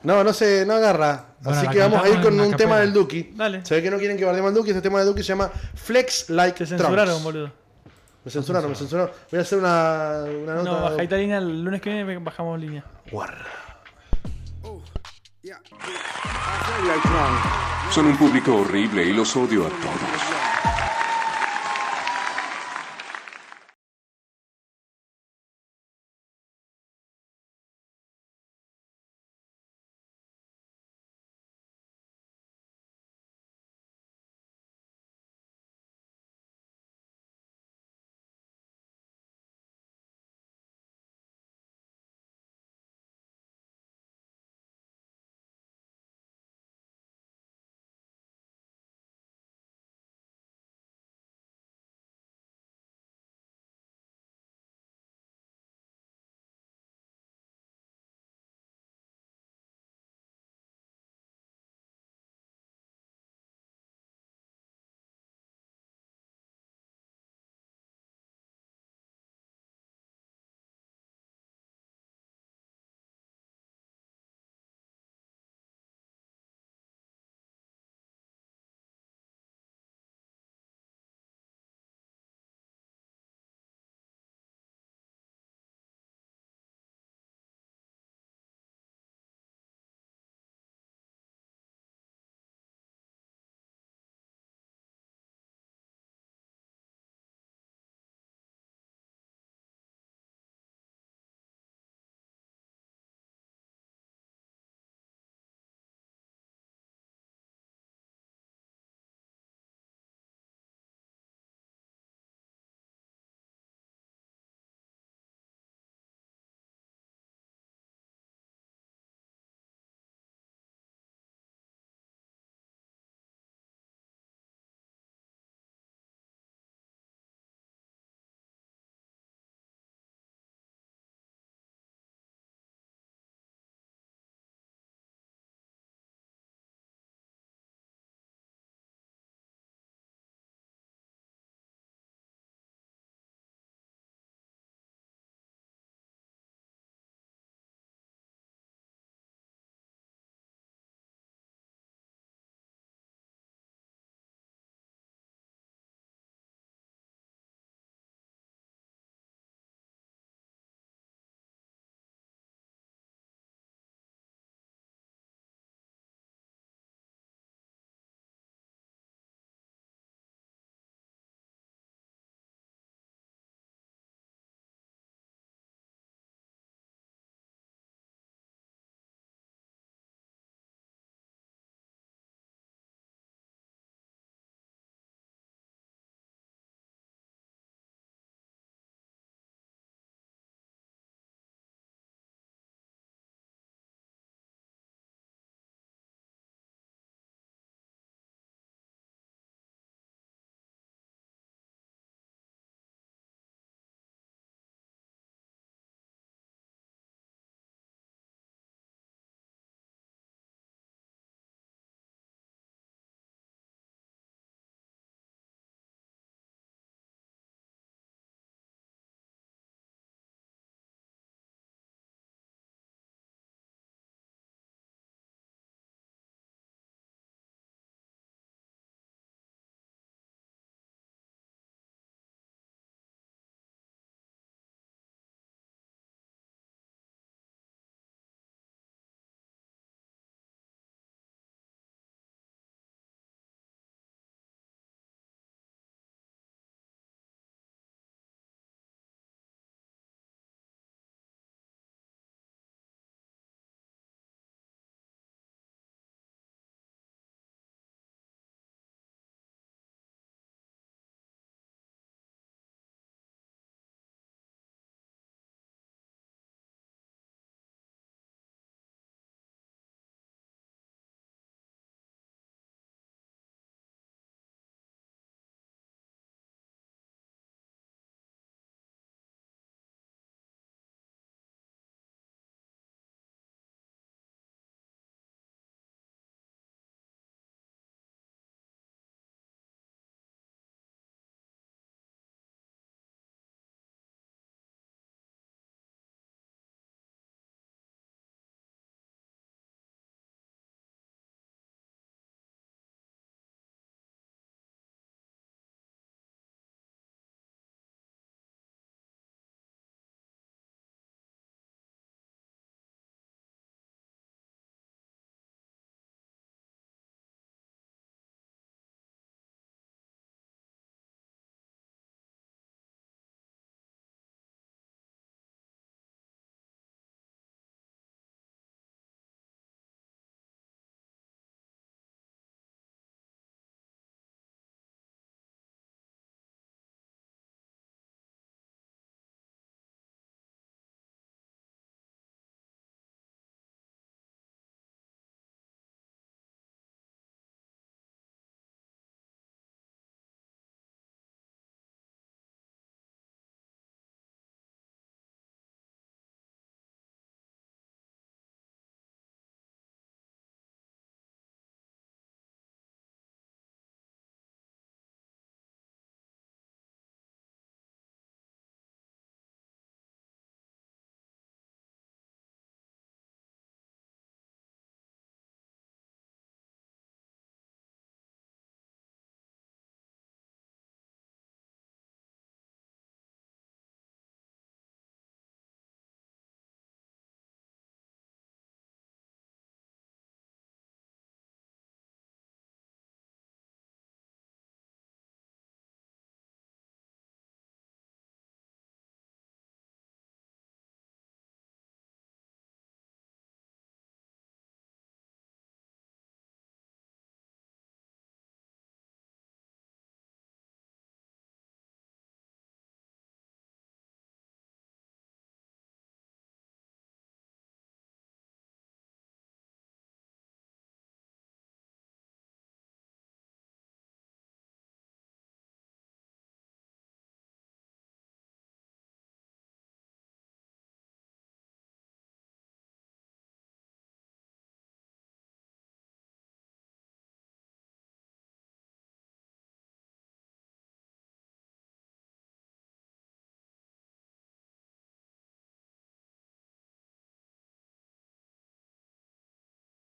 No, no se, no agarra. Bueno, Así la que vamos a ir cantamos con en un la tema capela. del Duki. Dale. Se ve que no quieren que guardemos al Duki. Este tema del Duki se llama Flex Like Te Trunks. censuraron, boludo. Me censuraron, me censuraron. Voy a hacer una, una nota. No, bajadita línea el lunes que viene bajamos línea. Guarda. Son un público horrible y los odio a todos.